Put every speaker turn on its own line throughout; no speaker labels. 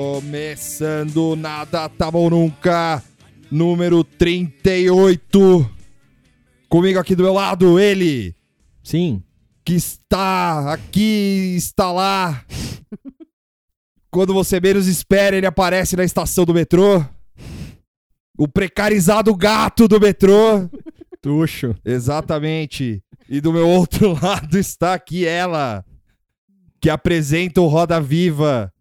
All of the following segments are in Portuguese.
Começando Nada Tá Bom Nunca, número 38. Comigo aqui do meu lado, ele
Sim.
que está aqui, está lá. Quando você menos espera, ele aparece na estação do metrô. O precarizado gato do metrô.
Tuxo.
Exatamente. E do meu outro lado está aqui ela, que apresenta o Roda Viva,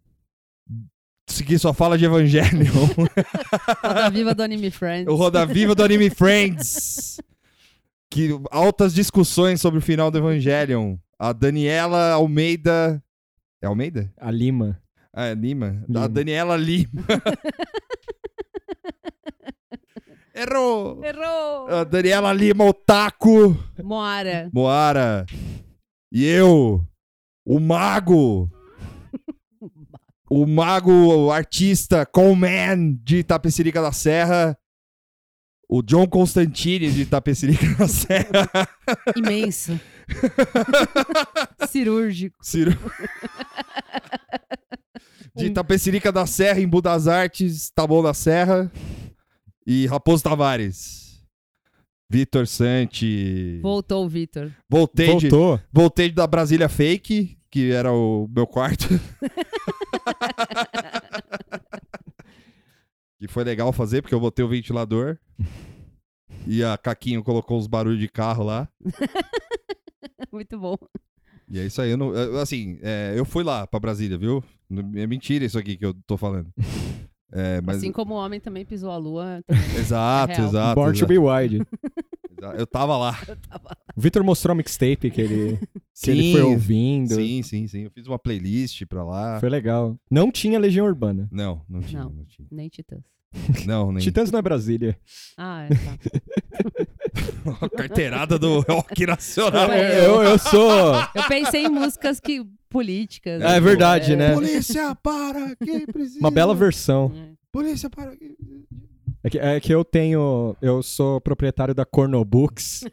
que só fala de Evangelho.
Roda Viva do Anime Friends.
o Roda Viva do Anime Friends. Que altas discussões sobre o final do Evangelion. A Daniela Almeida. É Almeida?
A Lima.
Ah, é Lima? A
Lima.
Daniela Lima. Errou!
Errou!
A Daniela Lima Otaku.
Moara.
Moara. E eu, o mago. O mago o artista Con Man de Itapecerica da Serra. O John Constantine de Itapecerica da Serra.
Imenso. Cirúrgico.
Ciro- De Itapecerica da Serra, Embu das Artes, Taboão da Serra. E Raposo Tavares. Vitor Santi.
Voltou o Vitor.
Voltei de
Voltou.
Voltei da Brasília Fake, que era o meu quarto. que foi legal fazer, porque eu botei o ventilador. E a Caquinho colocou os barulhos de carro lá.
Muito bom.
E é isso aí. Eu não- eu- assim, é, eu fui lá pra Brasília, viu? Não- É mentira isso aqui que eu tô falando. É, mas...
Assim como o homem também pisou a lua.
Exato,
É real.
exato.
Born to
exato,
be wild.
exato. Eu tava lá.
O Victor mostrou a mixtape que ele, que ele foi ouvindo.
sim, sim, sim. Eu fiz uma playlist pra lá.
Foi legal. Não tinha Legião Urbana.
Não, não tinha, não,
Não.
tinha.
Nem Titãs.
Não, nem.
Titãs não é Brasília.
Ah, é, tá.
A carteirada do rock nacional.
É,
eu, eu sou.
Eu pensei em músicas que políticas.
É verdade, né?
Polícia, para, que precisa.
Uma bela versão.
É.
Polícia, para. que-
É que, é que eu tenho. Eu sou proprietário da Corno Books.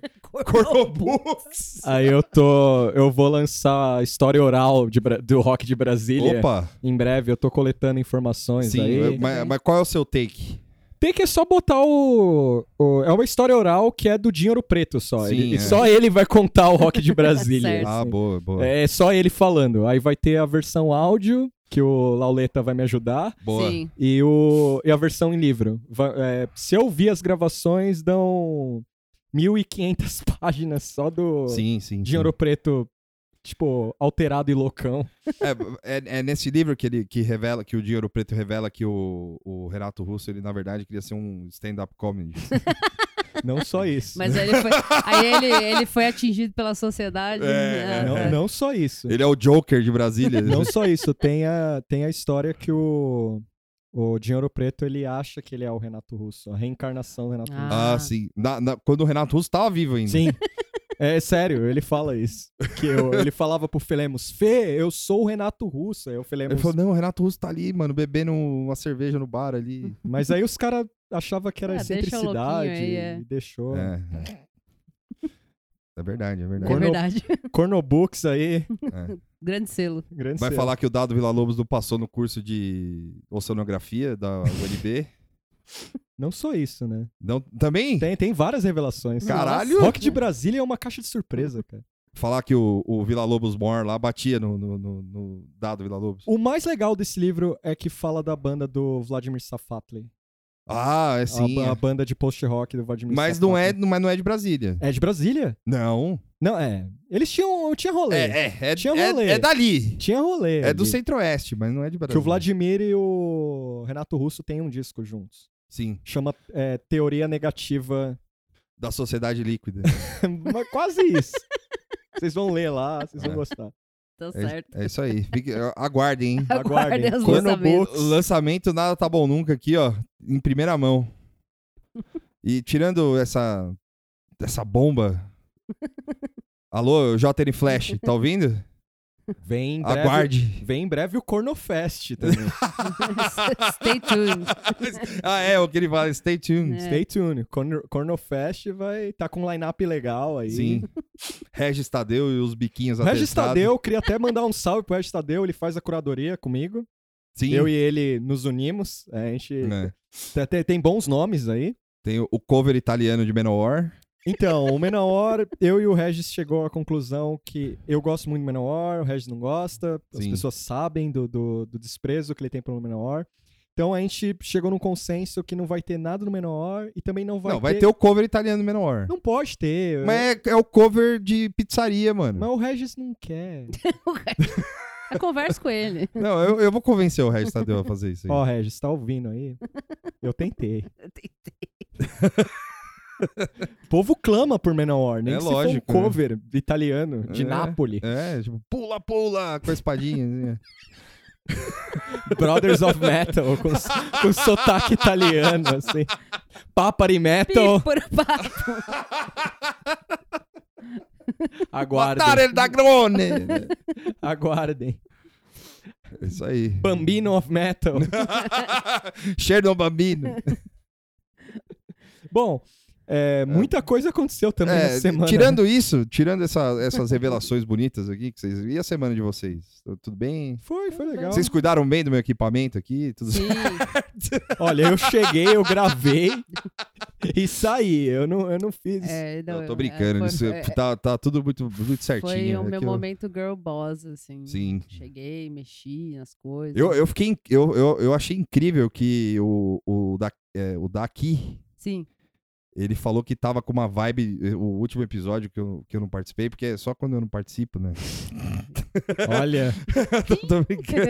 Corobux.
Aí eu tô. Eu vou lançar a história oral de Bra- do rock de Brasília.
Opa,
Em breve, eu tô coletando informações
sim,
é. aí.
eu- mas, mas qual é o seu take?
Tem que é só botar o, o- É uma história oral que é do Dinheiro Preto só.
Sim,
Ele-
é.
e Só ele vai contar o rock de Brasília.
Certo.
assim.
Ah, boa, boa.
é só ele falando. Aí vai ter a versão áudio, que o Lauleta vai me ajudar,
boa.
Sim.
e, o, e a versão em livro. Va- é, se eu vi as gravações, dão 1.500 páginas só do
Sim, sim. sim.
Dinheiro Preto, tipo, alterado e loucão.
É, é- é nesse livro que ele que revela que o Dinheiro Preto revela que o, o Renato Russo ele na verdade queria ser um stand-up comedy.
Não só isso.
Mas aí ele foi, aí ele, ele foi atingido pela sociedade.
É,
né?
não, não só isso.
Ele é o Joker de Brasília.
Não só isso, tem a, tem a história que o, o Dinheiro Preto ele acha que ele é o Renato Russo, a reencarnação do Renato Russo.
Ah, sim. Na- na- quando o Renato Russo tava vivo ainda.
Sim. É sério, ele fala isso. Que eu- ele falava pro Felemos, Fê, eu sou o Renato Russo. Aí o
Ele
Felemos,
falou: não, o Renato Russo tá ali, mano, bebendo uma cerveja no bar ali.
mas aí os caras achavam que era
Ah, deixa o
excentricidade
louquinho aí, é.
e deixou.
É. É verdade, é verdade.
É verdade.
Cornobooks aí,
Grande selo.
grande
Vai
cena.
falar que o Dado Vila Lobos não passou no curso de oceanografia da UNB?
Não só isso, né?
não, também?
Tem, tem várias revelações.
Caralho!
Rock de Brasília é uma caixa de surpresa, cara.
Falar que o, o Vila Lobos Mor lá batia no, no, no- no Dado Vila Lobos.
O mais legal desse livro é que fala da banda do Vladimir Safatli.
Ah, é sim.
a,
é.
a banda de post-rock do Vladimir
Mas
Safatli.
não é, mas não é de Brasília.
É de Brasília?
Não.
Não, é. Eles tinham. Tinha rolê.
É, é, é,
Tinha
é-
rolê.
é dali.
Tinha rolê.
É do
ali.
Centro-Oeste, mas não é de Brasília.
Que o Vladimir e o Renato Russo têm um disco juntos.
Sim,
Chama é, Teoria Negativa.
da Sociedade Líquida.
Mas quase isso. Vocês vão ler lá, vocês vão
É.
gostar.
Tá certo.
é, é isso aí. Fique- aguardem, hein?
Aguardem.
Aguardem os
Corno
lançamentos.
Books.
Lançamento nada tá bom nunca aqui, ó, em primeira mão. E tirando essa essa bomba. Alô, JN Flash, tá ouvindo?
Vem em breve,
Aguarde.
Vem em breve o Cornofest também.
Stay tuned.
ah, é, o que ele fala, stay tuned.
É.
Stay tuned. Corno- Cornofest vai estar com um line-up legal aí.
Sim. Regis Tadeu e os biquinhos
Regis
atestados.
Tadeu, queria até mandar um salve pro Regis Tadeu, ele faz a curadoria comigo.
Sim.
Eu e ele nos unimos. é, a gente
né?
tem- tem, tem bons nomes aí.
Tem o cover italiano de Menor.
Então, o Menor, eu e o Regis chegou à conclusão que eu gosto muito do Menor, o Regis não gosta, as
Sim.
pessoas sabem do, do, do desprezo que ele tem pelo Menor. Então a gente chegou num consenso que não vai ter nada no Menor e também não vai
não,
ter.
vai ter o cover italiano do Menor.
Não pode ter.
Mas é, é o cover de pizzaria, mano.
Mas o Regis não quer.
Eu converso com ele.
Não, eu, eu vou convencer o Regis Tadeu a fazer isso aí.
Ó, Regis, tá ouvindo aí? Eu tentei. O povo clama por Menor, nem
É
que se
lógico,
for um cover italiano de
É.
Nápoles.
É, tipo, pula, pula, com a espadinha. assim, ó.
Brothers of Metal, com, s- com sotaque italiano, assim. Papari Metal,
Por papo.
aguardem,
Matare il dagrone!
aguardem.
É Isso aí.
Bambino of Metal.
Sheldon Bambino.
Bom, é, muita coisa aconteceu também
É,
na semana. né?
Tirando isso, tirando essa- essas revelações bonitas aqui, que vocês. E a semana de vocês? Tá Tudo bem?
Foi, foi legal.
Vocês cuidaram bem do meu equipamento aqui? Tudo
Então- Sim.
Olha, eu cheguei, eu gravei e saí. Eu não, eu não fiz...
É, não,
Eu tô brincando,
foi-
isso
é,
tá, tá tudo muito, muito certinho.
Foi o
é
meu
que eu-
momento girl boss, assim.
Sim.
Cheguei, mexi nas coisas.
Eu, eu fiquei. in- Eu, eu, eu achei incrível que o, o, da, é, o daqui.
Sim.
Ele falou que tava com uma vibe. eh, O último episódio que eu, que eu não participei, porque é só quando eu não participo, né?
Olha,
Tô- tô brincando.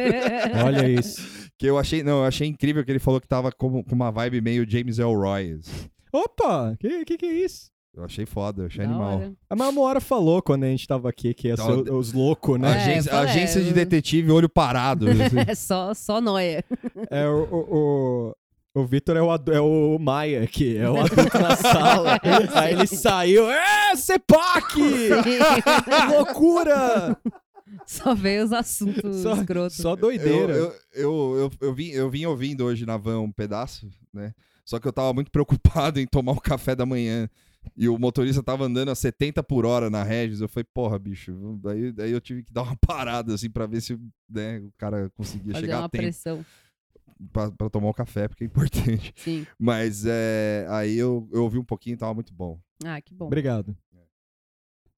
olha isso.
Que eu achei. Não, eu achei incrível que ele falou que tava com, com uma vibe meio James Elroy. assim.
Opa, que, que que é isso?
Eu achei foda, eu achei
Da
animal.
hora.
A Mamora falou quando a gente tava aqui que ia ser
Então,
os loucos, né?
É,
Agência,
eu falei,
agência de
eu-
detetive, olho parado. assim.
É só, só noia.
É o, o, o, o Vitor é o, adu- é o Maia aqui, é o adulto na sala. Aí ele saiu, é, CEPAC! Loucura!
Só veio os assuntos
Só-
escrotos.
Só
Eu,
doideira.
eu, eu, eu, eu vim, eu vim ouvindo hoje na van um pedaço, né? Só que eu tava muito preocupado em tomar o café da manhã. E o motorista tava andando a 70 por hora na Regis. Eu falei, porra, bicho. Daí, daí eu tive que dar uma parada, assim, pra ver se né, o cara conseguia
Fazer
chegar a
uma
tempo
pressão.
pra, pra tomar o café, porque é importante.
Sim.
Mas é, aí eu, eu ouvi um pouquinho e tava muito bom.
Ah, que bom.
Obrigado.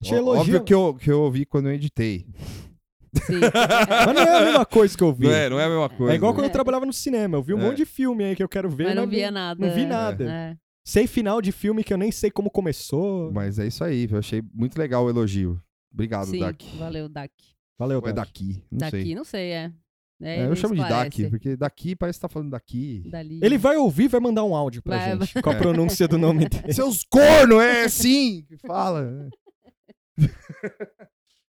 Te
Ó-
elogio.
Óbvio que eu, que eu ouvi quando eu editei.
Sim.
Mas não é a mesma coisa que eu vi.
Não
É,
é, não é a mesma coisa.
igual
né?
quando eu trabalhava no cinema. Eu vi um
É.
monte de filme aí que eu quero ver.
Mas não via nada.
Não vi nada.
É.
Sei final de filme que eu nem sei como começou.
Mas é isso aí, eu achei muito legal o elogio. Obrigado,
Sim,
Dak.
valeu, Dak.
Valeu,
Ou é
Daki.
daqui? Não
Daqui,
sei.
não sei, é. É,
É, eu
ele
chamo de
esclarece.
Daqui, porque daqui parece que tá falando daqui.
Dali.
Ele vai ouvir e vai mandar um áudio pra
Vai,
gente. Com a
É.
pronúncia do nome dele.
Seus corno, é assim que fala.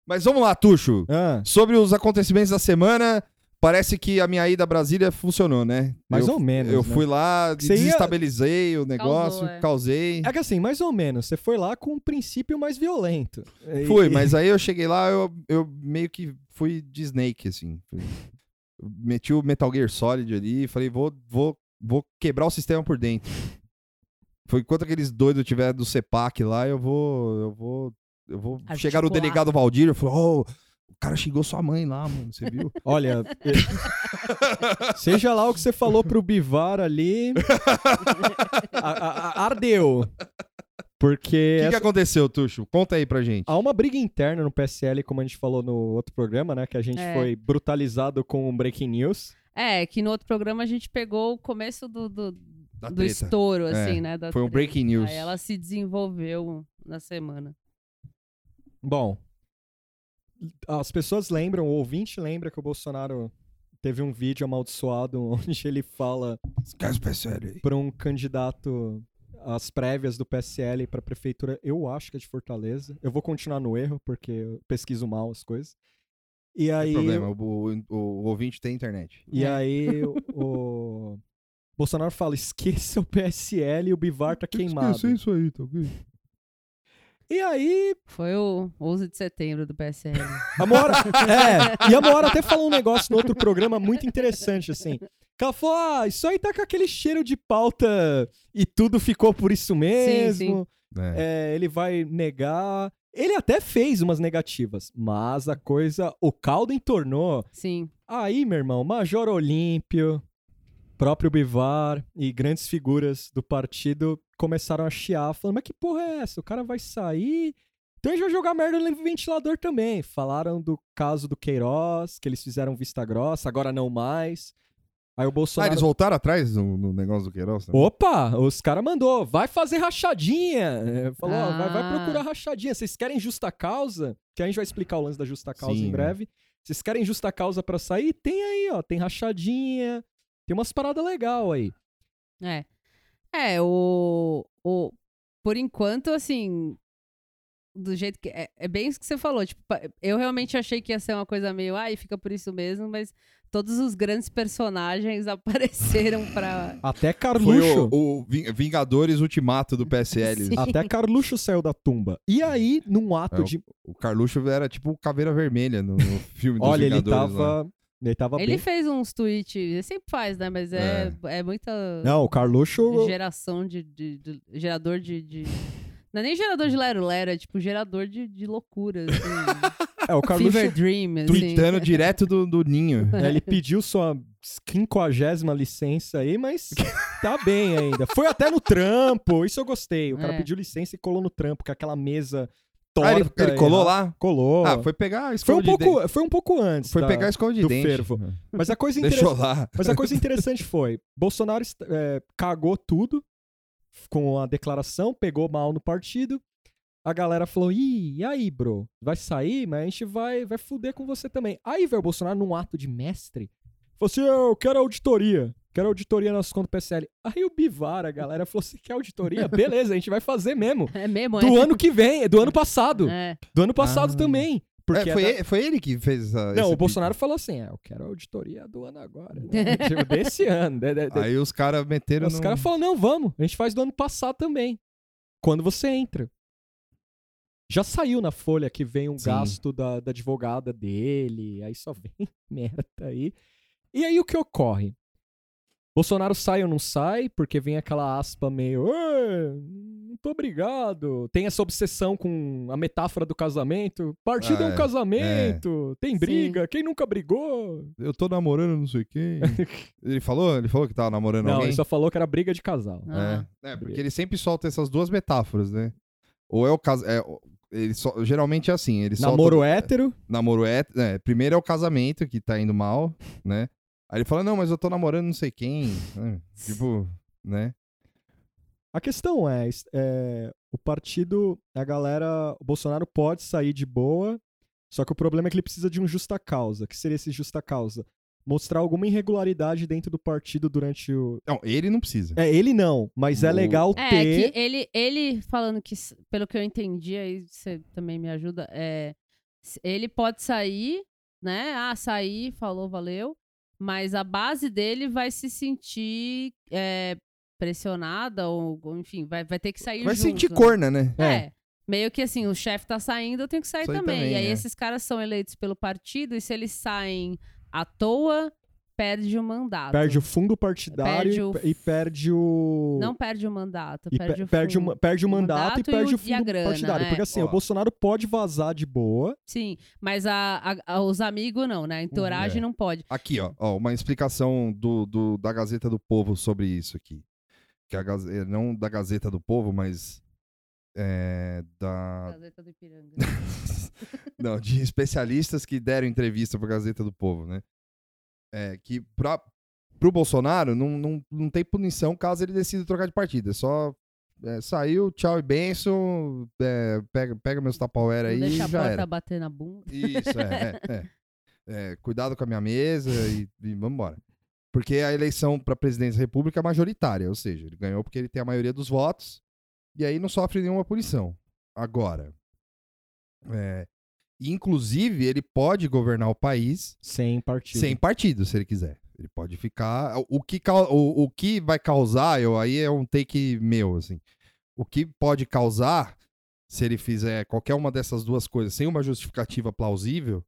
Mas vamos lá, Tuxo.
Ah,
Sobre os acontecimentos da semana, parece que a minha ida a Brasília funcionou, né?
mais
eu,
ou menos.
Eu
né?
fui lá,
Você ia-
desestabilizei o negócio,
Causou, é.
causei.
É que assim, mais ou menos, você foi lá com um princípio mais violento. E-
Fui, mas aí eu cheguei lá, eu, eu meio que fui de Snake, assim. Fui- Meti o Metal Gear Solid ali e falei, vou, vou, vou quebrar o sistema por dentro. Foi enquanto aqueles doidos tiver do CEPAC lá, eu vou. Eu vou. Eu vou
Articular.
chegar no delegado Valdir e falar, ô, o cara xingou sua mãe lá, mano, você viu?
Olha, eu- seja lá o que você falou pro Bivar ali, a- a- a- ardeu.
O que,
Porque
que
essa-
aconteceu, Tuxo? Conta aí pra gente.
há uma briga interna no PSL, como a gente falou no outro programa, né? Que a gente
É.
foi brutalizado com um breaking news.
É, que no outro programa a gente pegou o começo do, do,
Da
do
treta.
estouro, assim,
É,
né? da
Foi um
treta.
breaking news.
Aí ela se desenvolveu na semana.
Bom, as pessoas lembram, o ouvinte lembra que o Bolsonaro teve um vídeo amaldiçoado onde ele fala
Caso PSL aí.
para um candidato às prévias do PSL para prefeitura, eu acho que é de Fortaleza. Eu vou continuar no erro, porque eu pesquiso mal as coisas. E aí,
Não tem problema, o, o- o ouvinte tem internet.
E
É.
aí o- o Bolsonaro fala, esqueça o PSL e o Bivar tá queimado.
isso aí, tá ok?
E aí,
Foi o 11 de setembro do PSL.
a Moara. é, e a Moara até falou um negócio no outro programa muito interessante, assim. Que ela falou: ah, isso aí tá com aquele cheiro de pauta e tudo ficou por isso mesmo.
É.
É, ele vai negar. Ele até fez umas negativas, mas a coisa, o caldo entornou.
Sim.
Aí, meu irmão, Major Olímpio, próprio Bivar e grandes figuras do partido começaram a chiar, falando: Mas que porra é essa? O cara vai sair. Então a gente vai jogar merda no ventilador também. Falaram do caso do Queiroz, que eles fizeram vista grossa, agora não mais. Aí o
Ah,
Bolsonaro.
eles voltaram atrás no, no negócio do Queiroz? né?
Opa, os caras mandou, vai fazer rachadinha. É, Falou, ó, vai, vai
Ah.
procurar rachadinha. Vocês querem justa causa? Que a gente vai explicar o lance da justa causa
Sim,
em
né?
breve. Vocês querem justa causa pra sair? Tem aí, ó, tem rachadinha. Tem umas paradas legal aí.
É. É, o, o. Por enquanto, assim. Do jeito que. É, é bem isso que você falou. Tipo, pa- eu realmente achei que ia ser uma coisa meio. Ai, fica por isso mesmo, mas todos os grandes personagens apareceram pra.
Foi
Até Carluxo.
o, o Ving- Vingadores Ultimato do PSL.
Sim.
Até Carluxo saiu da tumba. E aí, num ato
É, o-
de.
O Carluxo era tipo o Caveira Vermelha no, no filme dos
Olha, ele
Vingadores. né? lá.
tava. Ele tava
Tá
Ele
bem.
fez uns tweets. Ele sempre faz, né? Mas é, é. muita
Não, o Carluxo.
geração de, de- de- Gerador de. de- Não é nem gerador de lero-lero, é tipo gerador de, de loucura. Assim,
É, o Carluxo.
Fever Dream, assim.
Tweetando direto do, do ninho.
É, ele pediu sua quinquagésima licença aí, mas tá bem ainda. Foi até no trampo, isso eu gostei. O cara
É.
pediu licença e colou no trampo, com aquela mesa
Ah,
torta.
ele, ele colou
errada.
lá?
Colou.
Ah, foi pegar a
Foi
escova
um,
de dente.
pouco, foi um pouco antes.
Foi
da-
pegar a escova de
do
dente.
fervo. Mas a coisa
Deixou
interessante.
lá. É,
Mas a coisa interessante foi: Bolsonaro est- é, cagou tudo com a declaração, pegou mal no partido. A galera falou: Ih, e aí, bro? Vai sair, mas a gente vai, vai fuder com você também. Aí veio o Bolsonaro num ato de mestre. Falou assim: Eu quero auditoria. Quero auditoria nas contas do PSL. Aí o Bivar, a galera falou: Você quer auditoria? Beleza, a gente vai fazer mesmo.
É mesmo,
Do
é.
ano que vem, do ano passado.
É.
Do ano passado
Ah.
também. Porque
É,
é
foi,
da-
ele, foi ele que fez essa. esse
Não, o
pedido.
Bolsonaro falou assim: "Ah, Eu quero auditoria do ano agora. né? Tipo, desse ano. de- de- de-
Aí os caras meteram.
os
no-
caras falam, não, vamos, a gente faz do ano passado também. Quando você entra. Já saiu na folha que vem um
Sim.
gasto da, da advogada dele, aí só vem merda aí. E aí o que ocorre? Bolsonaro sai ou não sai, porque vem aquela aspa meio. "Ê, Muito obrigado. Tem essa obsessão com a metáfora do casamento. Partido
Ah,
é um
é.
casamento, tem
Sim.
briga, quem nunca brigou?
Eu tô namorando não sei quem. ele falou? Ele falou que tava namorando
Não,
alguém?
ele só falou que era briga de casal.
Ah.
É, é, porque ele sempre solta essas duas metáforas, né? Ou é o caso. É, o- ele só- geralmente é assim, ele
Namoro
solta.
hétero,
Namoro é. é, Primeiro é o casamento, que tá indo mal, né? Aí ele fala, não, mas eu tô namorando não sei quem. né? tipo, né?
A questão é, es- é, o partido, a galera, o Bolsonaro pode sair de boa, só que o problema é que ele precisa de um justa causa. O que seria esse justa causa? Mostrar alguma irregularidade dentro do partido durante o.
Não, ele não precisa.
É, ele não, mas é
O-
legal
É,
ter.
que ele, ele falando que, s- pelo que eu entendi, aí você também me ajuda, é, s- ele pode sair, né? Ah, sair, falou, valeu. Mas a base dele vai se sentir é, pressionada, ou ou, enfim, vai, vai ter que sair
Vai
junto,
sentir
né?
corna, né?
É. Meio que assim, o chefe tá saindo, eu tenho que sair
Isso aí
também.
também,
E aí
é.
esses caras são eleitos pelo partido, e se eles saem à toa, perde o mandato.
Perde o fundo partidário
Perde o-
e perde o.
Não perde o mandato,
e
perde,
pe-
o
perde,
fundo.
o, perde o
o
mandato, e
mandato e
perde
o-
o
e a
fundo
grana,
partidário.
é.
Porque assim,
Ó.
o Bolsonaro pode vazar de boa.
Sim, mas a, a- a- os amigos não, né? A entourage
É.
não pode.
Aqui, ó, ó, uma explicação do, do- da Gazeta do Povo sobre isso aqui. Que a Gaz- é, Não da Gazeta do Povo, mas. É, da.
Gazeta do Ipiranga.
Não, de especialistas que deram entrevista pra Gazeta do Povo, né? É, que pra, pro Bolsonaro não, não, não tem punição caso ele decida trocar de partido. É só. é, saiu, tchau e benção. é, pega, pega meus tapauera
Não
aí e
deixa a
já
porta
era.
bater na bunda.
Isso, é, é, é. É, Cuidado com a minha mesa e, e vambora. Porque a eleição pra presidência da república é majoritária, ou seja, ele ganhou porque ele tem a maioria dos votos e aí não sofre nenhuma punição. Agora, é, inclusive, ele pode governar o país
Sem partido.
sem partido, se ele quiser. Ele pode ficar. o- O que, cau- o, o que vai causar, eu, aí é um take meu, assim. O que pode causar se ele fizer qualquer uma dessas duas coisas sem uma justificativa plausível,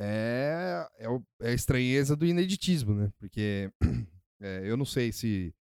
é, é, o- é a estranheza do ineditismo, né? Porque é, eu não sei se,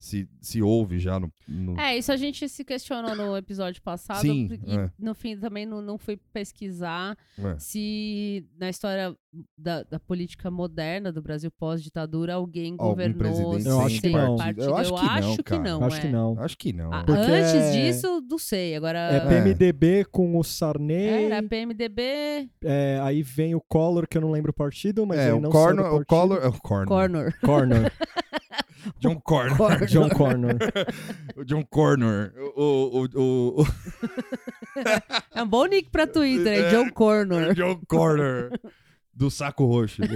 se, se houve já no. no-
É, isso a gente se questionou no episódio passado.
Hum. Sim,
e
é.
no fim também não, não fui pesquisar
é.
se na história da, da política moderna do Brasil pós-ditadura alguém
Algum
governou
presidente
sem
Eu acho que não.
partido.
Eu acho que não,
acho que
cara.
não.
Eu acho
é.
que não.
Acho que não.
A-
Porque
Antes
é-
disso, não sei. Agora.
É PMDB com o Sarney,
Era PMDB
é, aí vem o Collor, que eu não lembro o partido, mas
é,
ele
o,
não
Corno,
saiu do
o
partido.
Collor. É o Corno.
Cornor.
Cornor,
John Cornor.
John Cornor.
O John Cornor. O, o, o, o- o
É um bom nick pra Twitter, é
É.
John Cornor.
John Cornor. Do saco roxo. né?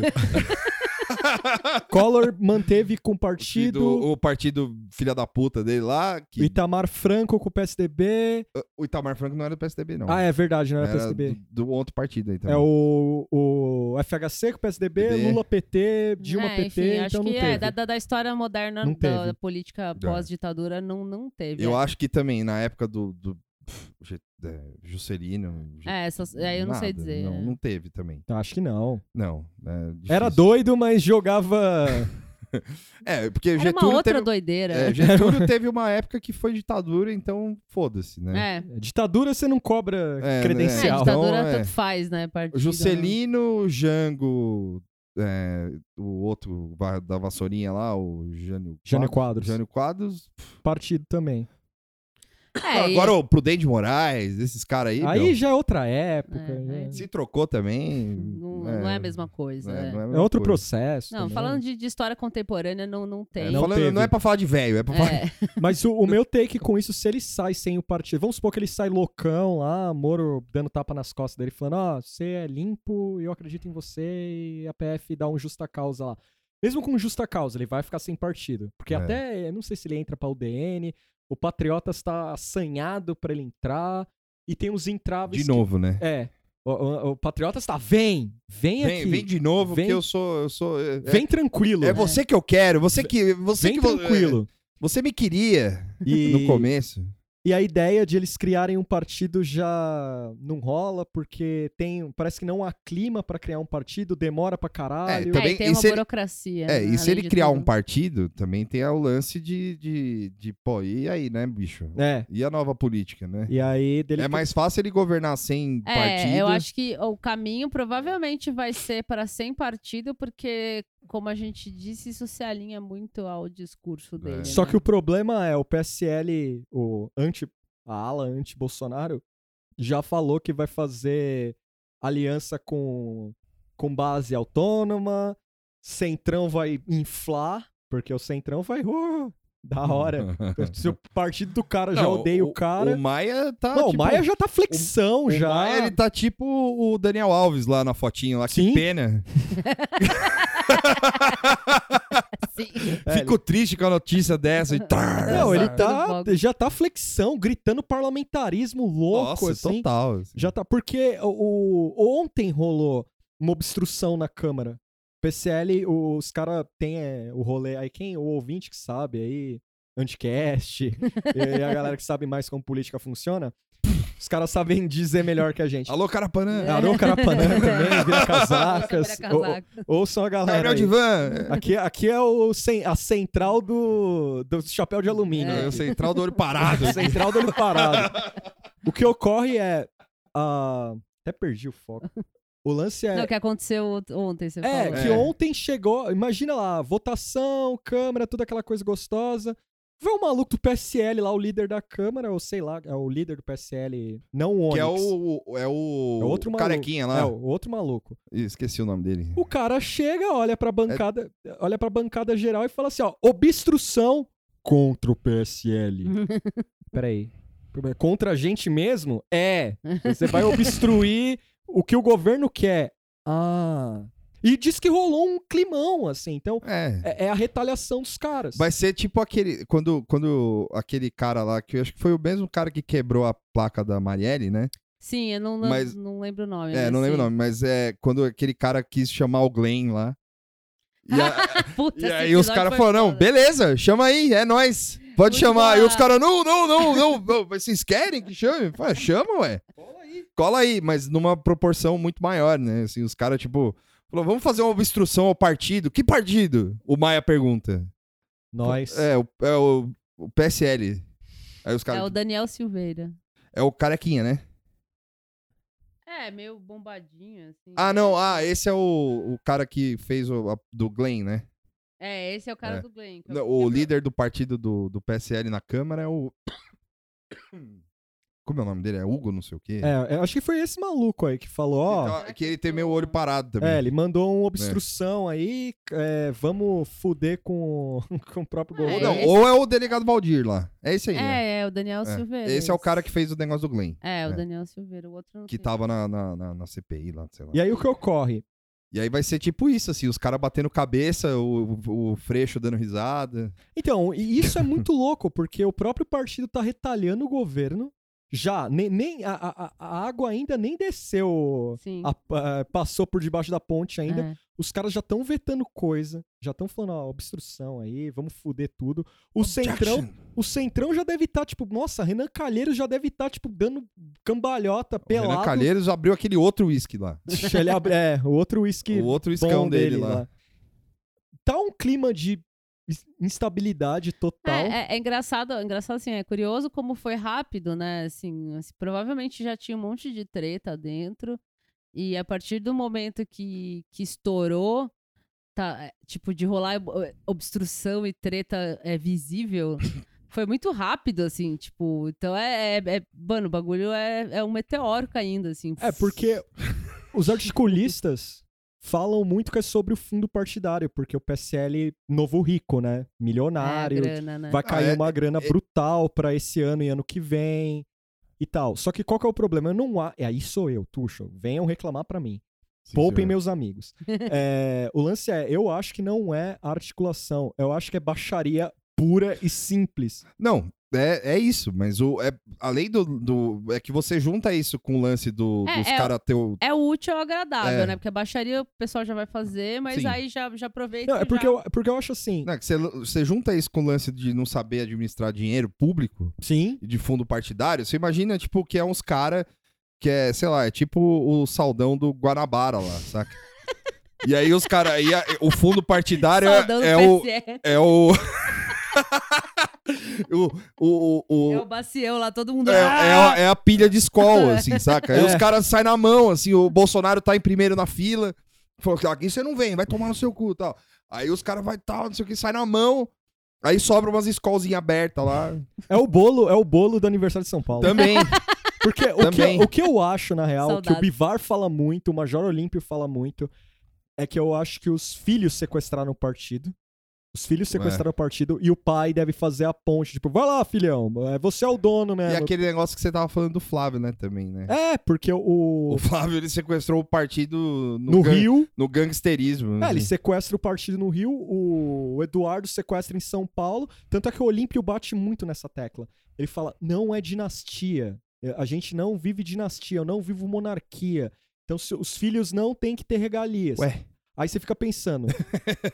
Collor manteve com o partido,
O partido filha da puta dele lá. Que,
o Itamar Franco com o PSDB.
O Itamar Franco não era do PSDB, não.
Ah, é verdade, não era, PSDB.
Então, Do, do outro partido aí também.
É o, o FHC com o PSDB,
PSDB.
Lula PT, Dilma
é,
PT,
enfim, acho
então não
que
teve.
é, da, da- da história moderna
Não
da,
teve.
política pós-ditadura não, não teve.
É. Eu
é.
acho que também, na época do. do pff, Ge- é, Juscelino. Ge-
É, essas, aí eu não sei
nada.
dizer.
Não,
é.
não teve também.
Tá, Acho que não.
Não. é difícil.
Era doido, mas jogava.
É, porque
Era uma
Getúlio
outra
teve.
doideira.
É, Getúlio teve uma época que foi ditadura, então foda-se, né?
É.
Ditadura você não cobra
É, né?
É,
credencial.
Então,
ditadura
é.
tanto faz, né? Partido,
Juscelino, Jango, é, o outro va- da vassourinha lá, o Jânio
Jânio Quadros.
Jânio Quadros.
Partido também.
É,
Agora o Prudente Moraes, esses caras aí,
Aí
meu,
já é outra época.
É,
já-
aí-
se trocou também.
não, não é a mesma coisa.
né,
é.
não a
É,
mesma
outro
coisa.
processo.
Não,
também.
falando de, de história contemporânea, não, não tem.
É,
não
falando-
teve.
não é pra falar de velho, é pra falar.
É.
Mas o, o meu take com isso, se ele sai sem o partido, vamos supor que ele sai loucão lá, Moro dando tapa nas costas dele, falando, ó, você é limpo, eu acredito em você, e a PF dá um justa causa lá. Mesmo com justa causa, ele vai ficar sem partido. Porque
É.
até, eu não sei se ele entra pra UDN, o Patriota está assanhado pra ele entrar, e tem uns entraves
De
que-
novo, né?
É, o, o, o Patriota está, vem, vem,
Vem,
aqui,
vem
vem,
de novo,
Vem-
que eu sou. Eu sou é,
tranquilo,
é você que eu quero, você que. Você
vem
que vo-
tranquilo.
é, Você me queria
E-
no começo.
E a ideia de eles criarem um partido já não rola, porque tem. Parece que não há clima pra criar um partido, demora pra caralho.
É,
É,
também-
e tem
e
uma
se ele-
burocracia.
É,
né,
e se
além
ele
de
criar
tudo.
um partido, também tem o lance de, de, de. Pô, e aí, né, bicho?
É,
E a nova política, né?
E aí dele.
É mais fácil ele governar sem
É,
partido.
eu acho que o caminho provavelmente vai ser para sem partido, porque, como a gente disse, isso se alinha muito ao discurso
É.
dele.
Só
né?
que o problema é, o PSL, o anti. A ala anti-Bolsonaro já falou que vai fazer aliança com, com base autônoma, Centrão vai inflar, porque o Centrão vai. "Uh, da hora. Se o partido do cara já
Uhum. Não,
odeia o, cara.
O Maia tá.
não,
tipo,
o Maia já tá flexão,
o
já.
Maia, ele tá tipo o Daniel Alves lá na fotinha lá.
Sim.
Que pena.
Sim.
É,
Fico triste com a notícia dessa. E...
Não, ele
Tudo
tá,
bom.
já tá flexão, gritando parlamentarismo louco,
Nossa,
assim.
total. assim.
Já tá, porque o, o- ontem rolou uma obstrução na Câmara. PCL, o- os caras têm é, o rolê, aí quem, o ouvinte que sabe aí, anticast, e a galera que sabe mais como política funciona, os caras sabem dizer melhor que a gente.
Alô, Carapanã.
É.
Arô Carapanã também, vira
Vira
casacas. ou-
casaca.
Ouçam a galera.
Gabriel
aí.
Divan.
Aqui, aqui é o, cen- a central do, do chapéu de alumínio.
É,
né?
o central do olho parado.
Central do olho parado. O que ocorre é. ah, até perdi o foco. O lance é.
Não, o que aconteceu ont- ontem, você
É,
falou.
que
É.
ontem chegou. Imagina lá, votação, câmara, toda aquela coisa gostosa. Vê o maluco do PSL lá, o líder da câmara, ou sei lá, é o líder do PSL, não o Onyx.
que é o. o- É o.
É outro
o
maluco.
carequinha lá.
É, o outro maluco.
Ih, Esqueci o nome dele.
O cara chega, olha
É
pra bancada, olha pra bancada geral e fala assim, ó, obstrução contra o PSL. Peraí. Contra a gente mesmo? É. Você vai obstruir o que o governo quer. Ah. E diz que rolou um climão, assim. Então,
É.
é, é a retaliação dos caras.
Vai ser tipo aquele. Quando, quando aquele cara lá, que eu acho que foi o mesmo cara que quebrou a placa da Marielle, né?
Sim, eu não, não,
Mas-
não lembro o nome.
É,
mas
não lembro o
sim.
nome, mas é quando aquele cara quis chamar o Glenn lá. E, a-
Puta,
e
esse
aí os
episódio
caras
foi
falaram, não,
foda. É,
beleza, chama aí, é nós. Pode
Muito
chamar.
boa.
E os caras, não, não, não, não, não, vocês querem que chame? Fala, chama, ué.
Cola aí.
Cola aí, mas numa proporção muito maior, né? Assim, os caras, tipo, falou, vamos fazer uma obstrução ao partido. Que partido? O Maia pergunta.
Nós.
É, o, é o, o PSL. Aí os
É o
caras,
Daniel Silveira.
é o carequinha, né?
É, meio bombadinho, assim.
Ah, não. Ah, esse é o, o cara que fez o a- do Glenn, né?
É, esse é o cara
É.
do Glenn. que é
Não,
que
o
quebrou.
líder do partido do, do PSL na Câmara é o. Como é o nome dele? É Hugo, não sei o quê.
É, eu acho que foi esse maluco aí que falou, ó.
Então, é que ele tem meu olho parado também.
É, ele mandou uma obstrução aí, é, vamos fuder com, com o próprio
Ah,
ou,
governo.
não,
esse-
ou é o delegado Valdir lá. É isso aí. né?
É, é o Daniel
É.
Silveira.
Esse é o cara que fez o negócio do Glenn,
É, o
É.
Daniel Silveira. O outro eu não
que tá
sei.
tava na, na, na- na CPI lá, sei lá.
E aí o que ocorre?
E aí vai ser tipo isso, assim, os caras batendo cabeça, o, o, o Freixo dando risada.
Então, e isso é muito louco, porque o próprio partido tá retalhando o governo. Já, nem, nem- a, a- a água ainda nem desceu,
Sim.
a- a- passou por debaixo da ponte ainda.
É.
Os caras já estão vetando coisa, já estão falando, ó, obstrução aí, vamos fuder tudo. O Centrão,
Objection.
o Centrão já deve estar, tipo, nossa, Renan Calheiros já deve estar, tipo, dando cambalhota,
O Renan
pelado.
Calheiros abriu aquele outro uísque lá.
Ele abre- é, o outro uísque
o outro
bom
iscão
dele,
dele, lá.
lá. Tá um clima de is- instabilidade total.
É, é, é engraçado, é engraçado assim, é curioso como foi rápido, né? Assim, assim, provavelmente já tinha um monte de treta dentro. E a partir do momento que, que estourou, tá, é, tipo, de rolar ob- obstrução e treta é, visível, foi muito rápido, assim, tipo. Então é. é, é- mano, o bagulho é, é um meteoro caindo, assim.
É, porque os articulistas falam muito que é sobre o fundo partidário, porque o PSL, novo rico, né?
É, a
Milionário,
grana, né?
vai cair
Ah, é-
uma grana
é-
brutal pra esse ano e ano que vem e tal. Só que qual que é o problema? Eu não há. É, aí sou eu, Tuxo. Venham reclamar pra mim.
Sim,
Poupem
senhor.
meus amigos. É, o lance é, eu acho que não é articulação. Eu acho que é baixaria pura e simples.
Não, é, é isso, mas o, é, além do, do. É que você junta isso com o lance do,
É,
dos
é,
caras teu.
É útil ou agradável,
É.
né? Porque a baixaria o pessoal já vai fazer, mas
Sim.
aí já, já aproveita.
Não, é
e
porque
já...
eu, porque eu acho assim.
Não, é que você, você junta isso com o lance de não saber administrar dinheiro público
Sim.
e de fundo partidário. Você imagina, tipo, que é uns caras que é, sei lá, é tipo o saldão do Guanabara lá, saca? e aí os caras. O fundo partidário é,
Saudando
é
o
o.
PSL.
É o. o, o, o, o-
É o bacião lá, todo mundo.
É, é
"Ah!"
a- é a pilha de escola, assim, saca? Aí os caras saem na mão, assim, o Bolsonaro tá em primeiro na fila. Falou, "Ah, aqui você não vem, vai tomar no seu cu tal. Aí os caras vai tal, não sei o que, sai na mão. Aí sobra umas escolzinhas abertas lá.
É o bolo, é o bolo do aniversário de São Paulo.
Também.
Porque o que,
Também.
eu- o que eu acho, na real,
Saudades.
que o Bivar fala muito, o Major Olímpio fala muito, é que eu acho que os filhos sequestraram o partido. Os filhos sequestraram o partido e o pai deve fazer a ponte, tipo, vai lá, filhão, é, você é o dono
e
mesmo.
aquele negócio que você tava falando do Flávio, né, também, né?
É, porque o.
O Flávio, ele sequestrou o partido no,
no
gan-
Rio.
no gangsterismo.
É, ele
assim.
sequestra o partido no Rio, o Eduardo sequestra em São Paulo. Tanto é que o Olímpio bate muito nessa tecla. Ele fala: não é dinastia. É, A gente não vive dinastia, eu não vivo monarquia. Então se- os filhos não têm que ter regalias.
Ué.
Aí você fica pensando: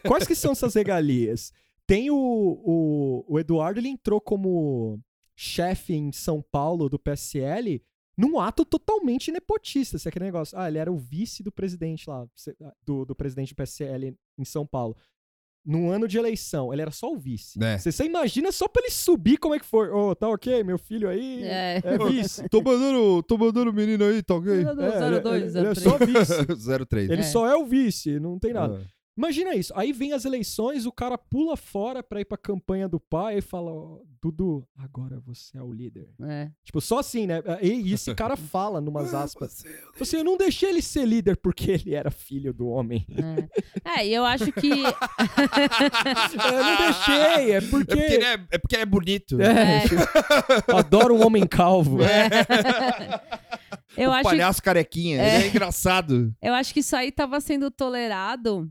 quais que são essas regalias? Tem o, o, o Eduardo, ele entrou como chefe em São Paulo do PSL num ato totalmente nepotista, esse aquele negócio. Ah, ele era o vice do presidente lá, se- ah, do, do presidente do PSL em São Paulo. Num ano de eleição, ele era só o vice.
É.
Você você imagina só pra ele subir como é que foi. Ô, tá ok, meu filho aí
É.
é vice.
Tô mandando, tô mandando o menino aí, tá ok?
Zero,
É,
zero,
ele-
dois,
ele-
zero,
ele é só
três.
vice.
03.
Ele
É.
só é o vice, não tem nada.
Ah.
Imagina isso. Aí vem as eleições, o cara pula fora pra ir pra campanha do pai e fala: ó, Dudu, agora você é o líder.
É.
Tipo, só assim, né? E esse cara fala numas aspas. Tipo assim, eu não deixei ele ser líder porque ele era filho do homem.
É. É, e eu acho que.
É, Eu não deixei, é porque.
Ah. É porque ele é, é porque ele é bonito.
É, adoro um homem calvo.
eu,
o
acho,
palhaço carequinha. Ele é engraçado.
eu acho que isso aí tava sendo tolerado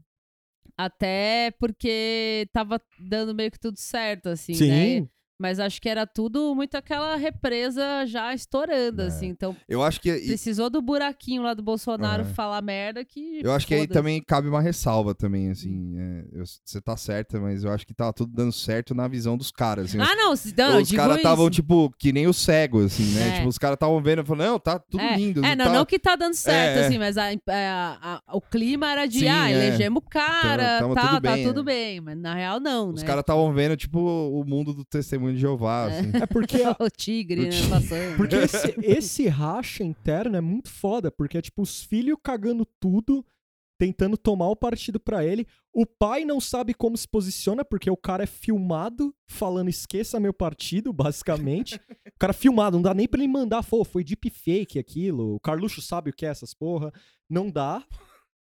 até porque tava dando meio que tudo certo, assim, né?
Sim.
Mas acho que era tudo muito aquela represa já estourando,
É.
assim. Então,
Eu acho que. e-
precisou do buraquinho lá do Bolsonaro
Aham.
falar merda que.
Eu acho que aí
foda-se.
também cabe uma ressalva também,
Hum.
assim. é, eu- Você tá certa, mas eu acho que tava tudo dando certo na visão dos caras. assim,
Ah, não, se- não, eu
os
digo
caras
isso.
estavam, tipo, que nem os cegos, assim, né?
É.
Tipo, os caras estavam vendo e falando, não, tá tudo lindo.
É, não,
tá-
não que tá dando certo,
É, é.
assim, mas a- é, a- a- o clima era de,
Sim,
ah,
é.
elegemos o cara,
Tamo- tamo
tal,
tudo
tá
bem,
tudo
é.
bem. Mas na real, não,
Os
né?
caras estavam vendo, tipo, o mundo do testemunho de Jeová, assim.
É porque, a-
o tigre,
O
né,
tigre.
passando.
porque esse, esse racha interno é muito foda, porque é tipo os filhos cagando tudo, tentando tomar o partido pra ele. O pai não sabe como se posiciona, porque o cara é filmado falando esqueça meu partido, basicamente. o cara é filmado, não dá nem pra ele mandar, pô, foi deepfake aquilo, o Carluxo sabe o que é essas porra. Não dá.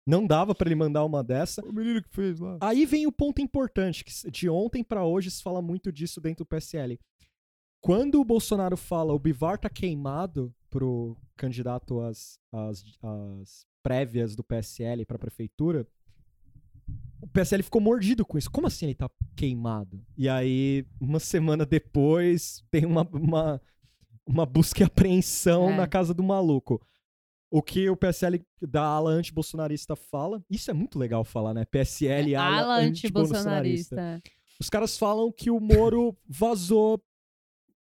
Não dava pra ele mandar uma dessa.
O menino que fez lá.
Aí vem o ponto importante, que se- de ontem pra hoje se fala muito disso dentro do PSL. Quando o Bolsonaro fala o Bivar tá queimado pro candidato às, às, às prévias do PSL pra prefeitura, o PSL ficou mordido com isso. Como assim ele tá queimado? E aí, uma semana depois, tem uma, uma, uma busca e apreensão
É.
na casa do maluco. O que o PSL da ala antibolsonarista fala, isso é muito legal falar, né? PSL, ala,
É, Ala
antibolsonarista.
antibolsonarista.
Os caras falam que o Moro vazou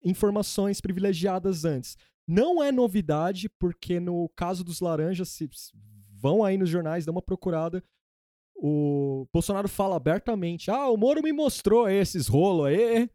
informações privilegiadas antes. Não é novidade, porque no caso dos laranjas, se, se vão aí nos jornais, dá uma procurada. O Bolsonaro fala abertamente: Ah, o Moro me mostrou esses rolos aí,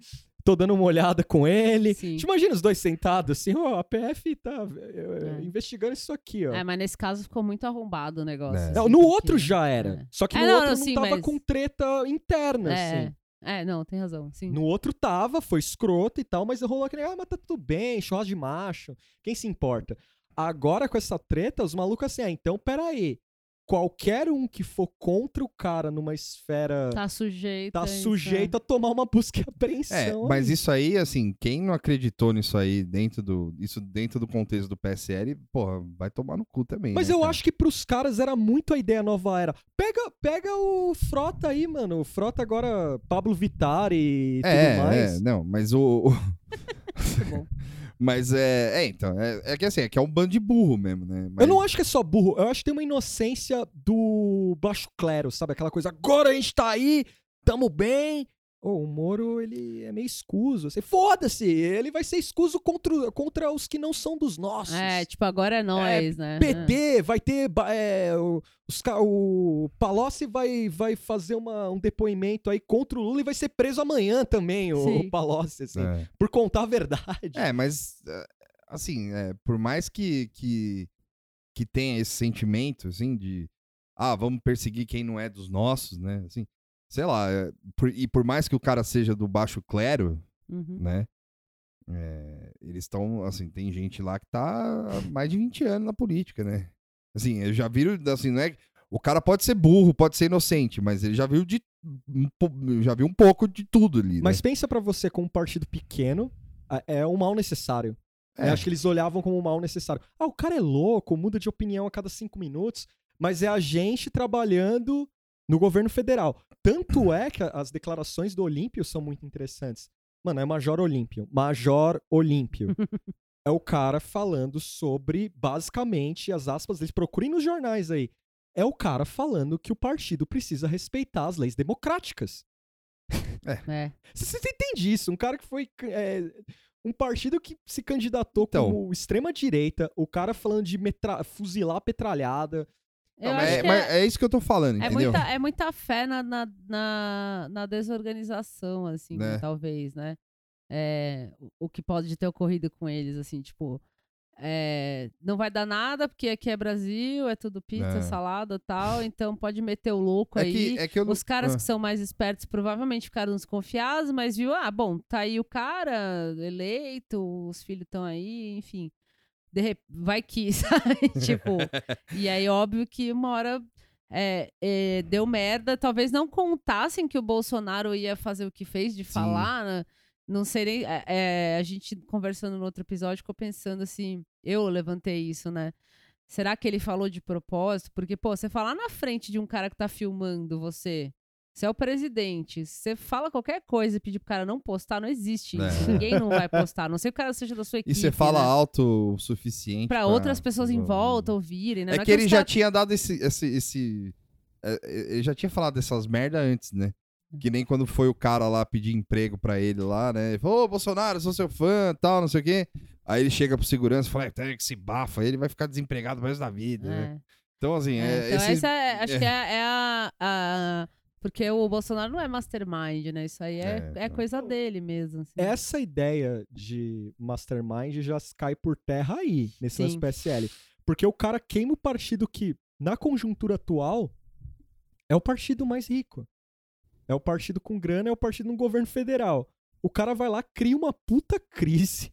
tô dando uma olhada com ele.
Sim.
Te imagina os dois sentados assim, ó, a PF tá eh,
É.
investigando isso aqui, ó.
É, mas nesse caso ficou muito arrombado o negócio.
É.
assim,
Não, no
porque-
outro já era.
É.
Só que
É,
no
não,
outro
não,
não,
sim,
tava
mas-
com treta
né,
interna, assim.
É, é, não, tem razão, sim.
No outro tava, foi escroto e tal, mas rolou aquele, ah, mas tá tudo bem, churrasco de macho, quem se importa? Agora com essa treta, os malucos assim, ah, então peraí, qualquer um que for contra o cara numa esfera tá,
Tá sujeito. a isso,
sujeito a tomar uma busca e apreensão.
É,
aí.
mas isso aí, assim, quem não acreditou nisso aí dentro do. Isso dentro do contexto do PSL, porra, vai tomar no cu também.
Mas
né,
eu
cara?
acho que pros caras era muito a ideia nova era. Pega, pega o Frota aí, mano. O Frota agora, Pablo Vittar e tudo mais.
É, é, não, mas o. o-
é. Tá bom.
Mas é. É, então. É, é que assim, é que é um bando de burro mesmo, né? Mas,
Eu não acho que é só burro, eu acho que tem uma inocência do baixo clero, sabe? Aquela coisa, agora a gente tá aí, tamo bem. Ô, o Moro, ele é meio escuso. Assim, Foda-se, ele vai ser escuso contra, o- contra os que não são dos nossos.
assim.
É, tipo, agora é nós, né?
PT, vai ter. ba- é, o- os, ca- o Palocci vai, vai fazer uma- um depoimento aí contra o Lula e vai ser preso amanhã também, o,
Sim.
o Palocci, assim,
É.
por contar a verdade.
É, mas é, assim, é, por mais que, que que tenha esse sentimento assim de ah, vamos perseguir quem não é dos nossos, né? Assim, sei lá, é, por- e por mais que o cara seja do baixo clero,
Uhum.
né? é, eles estão, assim, tem gente lá que tá há mais de 20 anos na política, né? Assim, eu já viram, assim, não é o cara pode ser burro, pode ser inocente, mas ele já viu de um po- já viu um pouco de tudo ali, né?
Mas pensa pra você como um partido pequeno, a- é um mal necessário.
É.
Eu acho que eles olhavam como um mal necessário. Ah, o cara é louco, muda de opinião a cada cinco minutos, mas é a gente trabalhando no governo federal. Tanto é que a- as declarações do Olímpio são muito interessantes. Mano, é Major Olímpio. Major Olímpio. é o cara falando sobre, basicamente, as aspas deles. Procurem nos jornais aí. É o cara falando que o partido precisa respeitar as leis democráticas.
É.
Você entende isso? Um cara que foi. é, um partido que se candidatou
Então.
como extrema-direita, o cara falando de metra- fuzilar petralhada.
Eu
Não, mas
acho
é,
que
mas
é-
é isso que eu tô falando,
É
entendeu?
muita, é muita fé na, na, na, na desorganização, assim,
Né?
talvez, né? É, o- o que pode ter ocorrido com eles, assim, tipo, é, não vai dar nada, porque aqui é Brasil, é tudo pizza,
É.
salada e tal, então pode meter o louco
É
aí.
que, é que eu não-
Os caras
Ah.
que são mais espertos provavelmente ficaram desconfiados, mas viu, ah, bom, tá aí o cara eleito, os filhos estão aí, enfim. De rep... Vai que, sabe? tipo, e aí óbvio que uma hora é, é, deu merda. Talvez não contassem que o Bolsonaro ia fazer o que fez de falar, né? Não sei nem. é, é, a gente conversando no outro episódio ficou pensando assim. Eu levantei isso, né? Será que ele falou de propósito? Porque, pô, você falar na frente de um cara que tá filmando você, Você é o presidente. Se você fala qualquer coisa e pedir pro cara não postar, não existe isso.
É.
Ninguém não vai postar. A não sei que o cara seja da sua equipe.
E você fala
né?
alto o suficiente.
Pra outras pessoas em
Não.
volta ouvirem, né?
É
Não
que ele
você
já
tá-
tinha dado esse. esse, esse é, é, ele já tinha falado dessas merda antes, né? Que nem quando foi o cara lá pedir emprego pra ele lá, né? Ele falou, ô Bolsonaro, sou seu fã tal, não sei o quê. Aí ele chega pro segurança e fala, "É, tem que se bafa, aí ele vai ficar desempregado pro resto da vida, né?
É.
Então, assim,
É,
é,
então
esse-
essa é, acho que é, é a, a- Porque o Bolsonaro não é mastermind, né? Isso aí é,
É,
é,
é.
coisa dele mesmo. assim.
Essa ideia de mastermind já cai por terra aí, nesse lance
Sim.
do PSL. Porque o cara queima o partido que, na conjuntura atual, é o partido mais rico. É o partido com grana, é o partido no governo federal. O cara vai lá, cria uma puta crise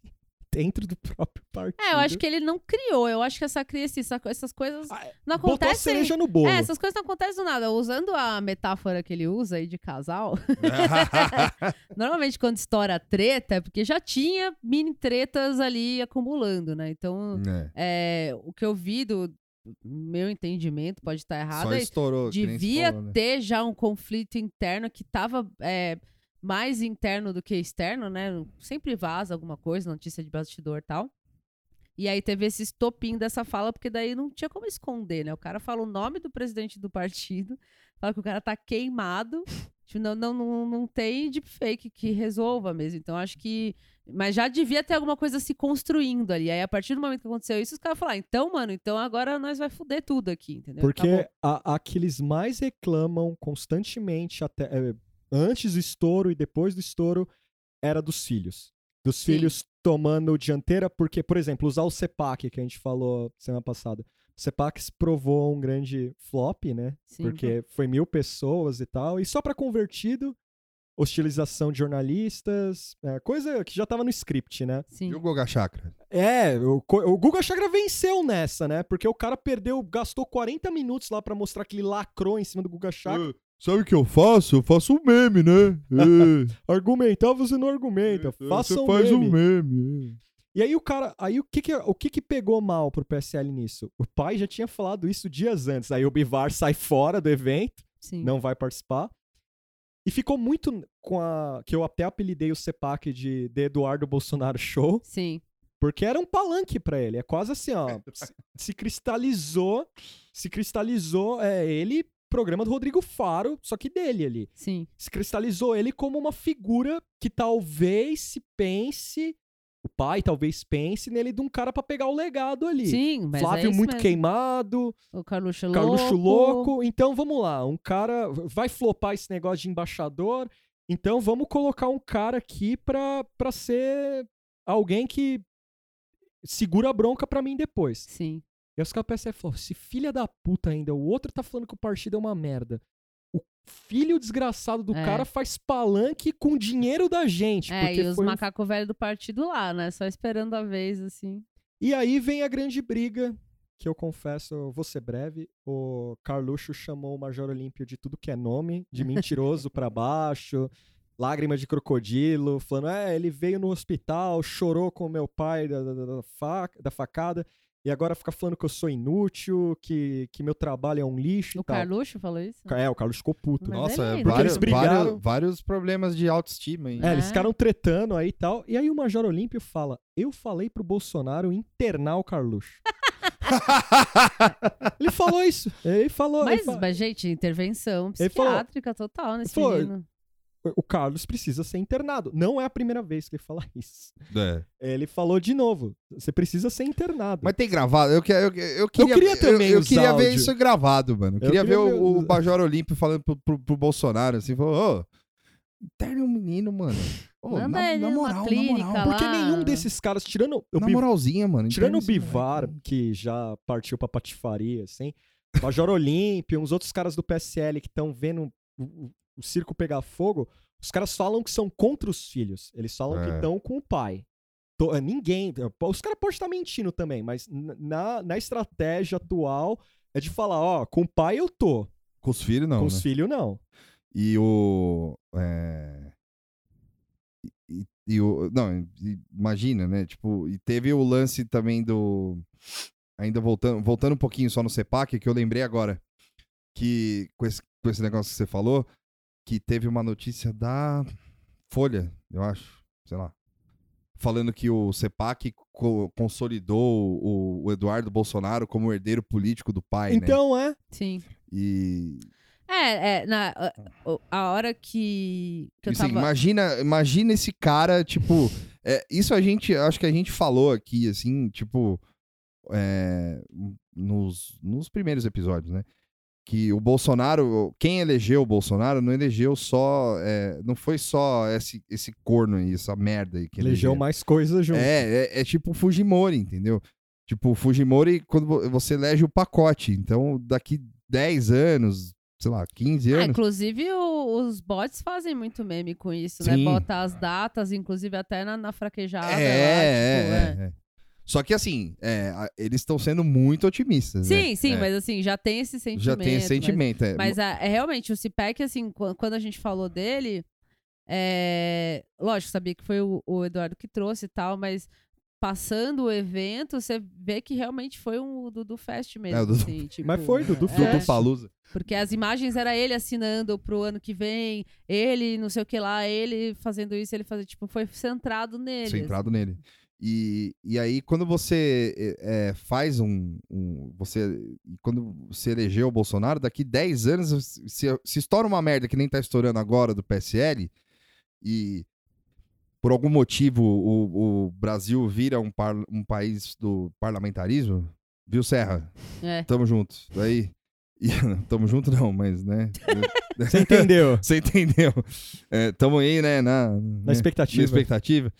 dentro do próprio partido.
É, eu acho que ele não criou. Eu acho que essa crise, essa- essas coisas
Uhum. Ah,
não
Botou a
acontecem.
cereja no bolo.
É, essas coisas não acontecem do nada. Usando a metáfora que ele usa aí de casal, normalmente quando estoura a treta é porque já tinha mini tretas ali acumulando, né?
Hum.
Então,
É,
é, o que eu vi do meu entendimento, pode estar errado,
Só
é
estourou. que nem você
devia
falou, né?
ter já um conflito interno que tava é, mais interno do que externo, né? Sempre vaza alguma coisa, notícia de bastidor e tal. E aí teve esse estopim dessa fala, porque daí não tinha como esconder, né? O cara fala o nome do presidente do partido, fala que o cara tá queimado. Tipo, não, não, não, não tem deepfake que resolva mesmo. Então, acho que. Mas já devia ter alguma coisa se construindo ali. Aí, a partir do momento que aconteceu isso, os caras falaram: "Ah, então, mano, então agora nós vai fuder tudo aqui, entendeu? Acabou."
Porque a, a que eles mais reclamam constantemente, até é, antes do estouro e depois do estouro, era dos filhos. Dos
Sim.
filhos tomando dianteira, porque, por exemplo, usar o CEPAC, que a gente falou semana passada. O CEPAC se provou um grande flop, né?
Sim.
Porque foi mil pessoas e tal. E só pra convertido, hostilização de jornalistas, é, coisa que já tava no script, né?
Sim.
E o Goga Chakra?
É, o, co- o Guga Chakra venceu nessa, né? Porque o cara perdeu, gastou 40 minutos lá pra mostrar que ele lacrou em cima do Guga Chakra.
É, Sabe o que eu faço? Eu faço um meme, né? É,
Argumentar você não argumenta, faça um meme.
meme. é.
E aí o cara, aí o que que, o que que pegou mal pro PSL nisso? O pai já tinha falado isso dias antes, aí o Bivar sai fora do evento,
Sim.
não vai participar. E ficou muito com a... que eu até apelidei o CEPAC de, de Eduardo Bolsonaro Show.
Sim.
Porque era um palanque pra ele. É quase assim, ó. se, se cristalizou. Se cristalizou é, ele, programa do Rodrigo Faro, só que dele ali.
Sim.
Se cristalizou ele como uma figura que talvez se pense. O pai talvez pense nele de um cara pra pegar o legado ali.
Sim, mas é
Flávio
isso
muito
mesmo.
queimado,
O Carluxo louco.
Carluxo louco. Então vamos lá, um cara vai flopar esse negócio de embaixador. Então vamos colocar um cara aqui pra, pra ser alguém que segura a bronca pra mim depois.
Sim.
E aí os caras pensam, falou, se filha da puta ainda, o outro tá falando que o partido é uma merda. O filho desgraçado do
É.
cara faz palanque com o dinheiro da gente.
é,
porque
e os
foi um
macacos velhos do partido lá, né? Só esperando a vez, assim.
E aí vem a grande briga, que eu confesso, eu vou ser breve. O Carluxo chamou o Major Olímpio de tudo que é nome, de mentiroso pra baixo, lágrima de crocodilo, falando: é, ele veio no hospital, chorou com o meu pai da, da, da- da faca- da facada, e agora fica falando que eu sou inútil, que, que meu trabalho é um lixo
O
e tal.
Carluxo falou isso?
É, o Carluxo ficou puto.
Mas
Nossa,
é lindo.
Porque
vários,
eles brigaram.
vários, vários problemas de autoestima, hein?
É, eles
Ah.
ficaram tretando aí e tal. E aí o Major Olímpio fala: Eu falei pro Bolsonaro internar o Carluxo. ele falou isso. Ele falou. ele
Mas,
fa-
mas, gente, intervenção
Ele falou-
psiquiátrica total nesse
Ele falou-
menino.
O Carlos precisa ser internado. Não é a primeira vez que ele fala isso.
É.
Ele falou de novo: Você precisa ser internado.
Mas tem gravado? Eu, que- eu, eu queria,
queria também
Eu,
os
queria ver
áudio.
isso gravado, mano. Eu queria,
queria
ver,
ver
o, o
os-
Major Olímpio falando pro, pro, pro Bolsonaro, assim, falou, ô, interna um menino, mano. Ô,
Manda
na,
ele
na
numa
moral,
é clínica
na moral.
lá.
Porque nenhum
Ah.
desses caras, tirando. o
Na
Bi-
moralzinha, mano.
Tirando o
interna esse
Bivar,
um moleque. né?
que já partiu pra patifaria, assim, Major Olímpio, uns outros caras do PSL que estão vendo o, o- o circo pegar fogo, os caras falam que são contra os filhos. Eles falam que
É.
estão com o pai. To- eh, ninguém. Os caras podem estar mentindo também, mas n- na, na estratégia atual é de falar: ó, com o pai eu tô,
Com os filhos, não,
com
né?
os filhos não.
E o... é, E, e- e o... Não, e- imagina, né? Tipo, e teve o lance também do... Ainda voltando, voltando um pouquinho só no CEPAC, que eu lembrei agora. Que com esse, com esse negócio que você falou, que teve uma notícia da Folha, eu acho, sei lá, falando que o CEPAC co- consolidou o, o Eduardo Bolsonaro como herdeiro político do pai, né?
Então é.
Sim.
E,
É, é na, a- o- a hora que, que eu
é
assim,
tava...
imagina, imagina esse cara, tipo, é, isso a gente, acho que a gente falou aqui, assim, tipo, é, nos, nos primeiros episódios, né? Que o Bolsonaro, quem elegeu o Bolsonaro não elegeu só, é, não foi só esse, esse corno aí, essa merda aí que
Legião
elegeu.
mais coisas junto.
É, é, é tipo o Fujimori, entendeu? Tipo, o Fujimori, quando vo- você elege o pacote. Então, daqui 10 anos, sei lá, 15
Ah,
anos.
inclusive, o- os bots fazem muito meme com isso, né?
Sim.
Bota as datas, inclusive até na, na fraquejada. lá,
é, é,
tipo,
é, é. Só que assim, é, a- eles estão sendo muito otimistas. né?
Sim, sim,
É,
mas assim, já tem esse sentimento.
Já tem esse
mas-
sentimento. é.
Mas, a- é, realmente, o Cipec, assim, qu- quando a gente falou dele, é, lógico, sabia que foi o, o Eduardo que trouxe e tal, mas passando o evento, você vê que realmente foi um Dudu Fest mesmo.
É, o Dudu-
assim, tipo,
Mas foi Dudu
Dudu
é.
Palusa.
Porque as imagens era ele assinando pro ano que vem, ele não sei o que lá, ele fazendo isso, ele fazendo, tipo, foi centrado nele.
centrado nele. E, e aí, quando você é, é, faz um, um- Você. Quando você elegeu o Bolsonaro, daqui 10 anos, se, se estoura uma merda que nem tá estourando agora do PSL, e por algum motivo o, o Brasil vira um, par- um país do parlamentarismo, viu, Serra?
assim. É.
Tamo junto. Aí. E, tamo junto, não, mas, né?
Você entendeu?
Você entendeu? É, tamo aí, né? Na,
Na
né?
expectativa.
minha expectativa.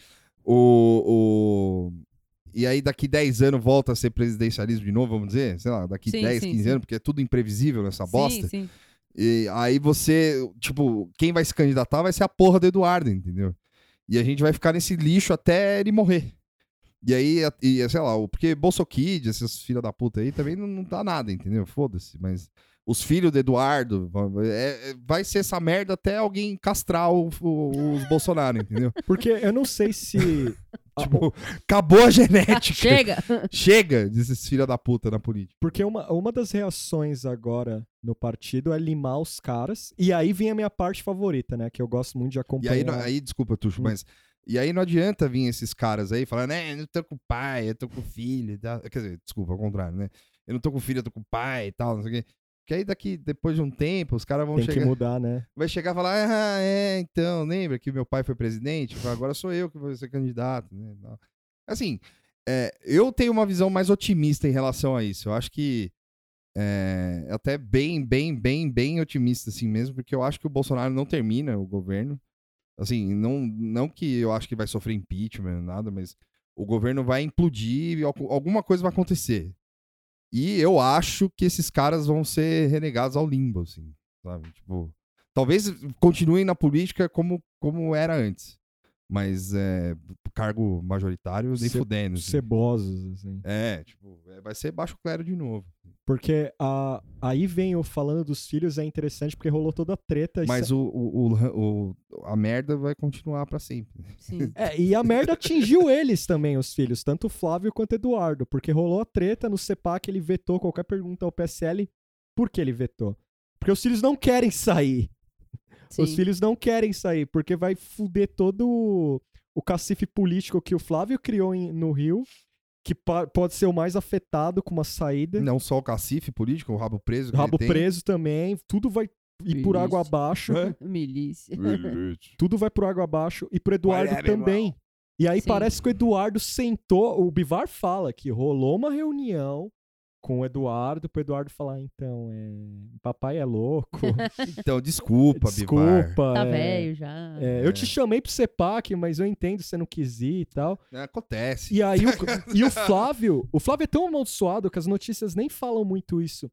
O, o... E aí, daqui 10 anos, volta a ser presidencialismo de novo, vamos dizer? Sei lá, daqui
Sim,
10,
sim,
15
sim.
anos, porque é tudo imprevisível nessa bosta.
Sim, sim.
E aí você, tipo, quem vai se candidatar vai ser a porra do Eduardo, entendeu? E a gente vai ficar nesse lixo até ele morrer. E aí, a- e, sei lá, o- porque Bolsokid, esses filha da puta aí, também não, não dá nada, entendeu? Foda-se, mas os filhos do Eduardo, é- é- vai ser essa merda até alguém castrar o- o- os Bolsonaro, entendeu?
Porque eu não sei se. Tá
Tipo, acabou a genética.
Chega!
Chega desses filha da puta na política.
Porque uma, uma das reações agora no partido é limar os caras. E aí vem a minha parte favorita, né? Que eu gosto muito de
E
acompanhar.
aí, não- aí desculpa, Tuxo,
Hum.
mas. E aí não adianta vir esses caras aí falando, né, eu não tô com o pai, eu tô com o filho. e tal." Quer dizer, desculpa, ao contrário, né? Eu não tô com o filho, eu tô com o pai e tal, não sei o quê. Porque aí daqui, depois de um tempo, os caras vão
Tem
chegar.
que mudar, né?
Vai chegar e falar, ah, é, então, lembra que meu pai foi presidente? Agora sou eu que vou ser candidato, né? Tal. Assim, é, eu tenho uma visão mais otimista em relação a isso. Eu acho que é, até bem, bem, bem, bem otimista assim mesmo, porque eu acho que o Bolsonaro não termina o governo. Assim, não, não que eu acho que vai sofrer impeachment, nada, mas o governo vai implodir, e algu- alguma coisa vai acontecer. E eu acho que esses caras vão ser renegados ao limbo, assim, sabe? Tipo, talvez continuem na política como, como era antes. Mas é, cargo majoritário, nem
Ce-
fudendo. assim.
Cebosos, assim.
É, tipo, é, vai ser baixo clero de novo.
Porque a, aí vem o falando dos filhos, é interessante porque rolou toda a treta. e
Mas o, o, o- o- a merda vai continuar pra sempre.
Sim.
É, e a merda atingiu eles também, os filhos, tanto o Flávio quanto o Eduardo, porque rolou a treta no CEPAC, ele vetou qualquer pergunta ao PSL. Por que ele vetou? Porque os filhos não querem sair.
sim.
Os filhos não querem sair, porque vai fuder todo o- o cacife político que o Flávio criou em- no Rio, que pa- pode ser o mais afetado com uma saída.
Não só o cacife político, o rabo preso. que
Rabo
ele tem.
preso também, tudo vai ir por
Isso.
água abaixo. É.
Milícia.
Tudo vai por água abaixo e pro Eduardo
Whatever,
também. E aí
Sim.
parece que o Eduardo sentou, o Bivar fala que rolou uma reunião com o Eduardo, pro Eduardo falar, então, é, papai é louco,
Então, desculpa, Bivar.
desculpa.
Tá
é,
velho já.
é, eu te chamei pro CEPAC, mas eu entendo que você não quis ir e tal.
É, Acontece.
E aí o, e o Flávio, o Flávio é tão amaldiçoado que as notícias nem falam muito isso,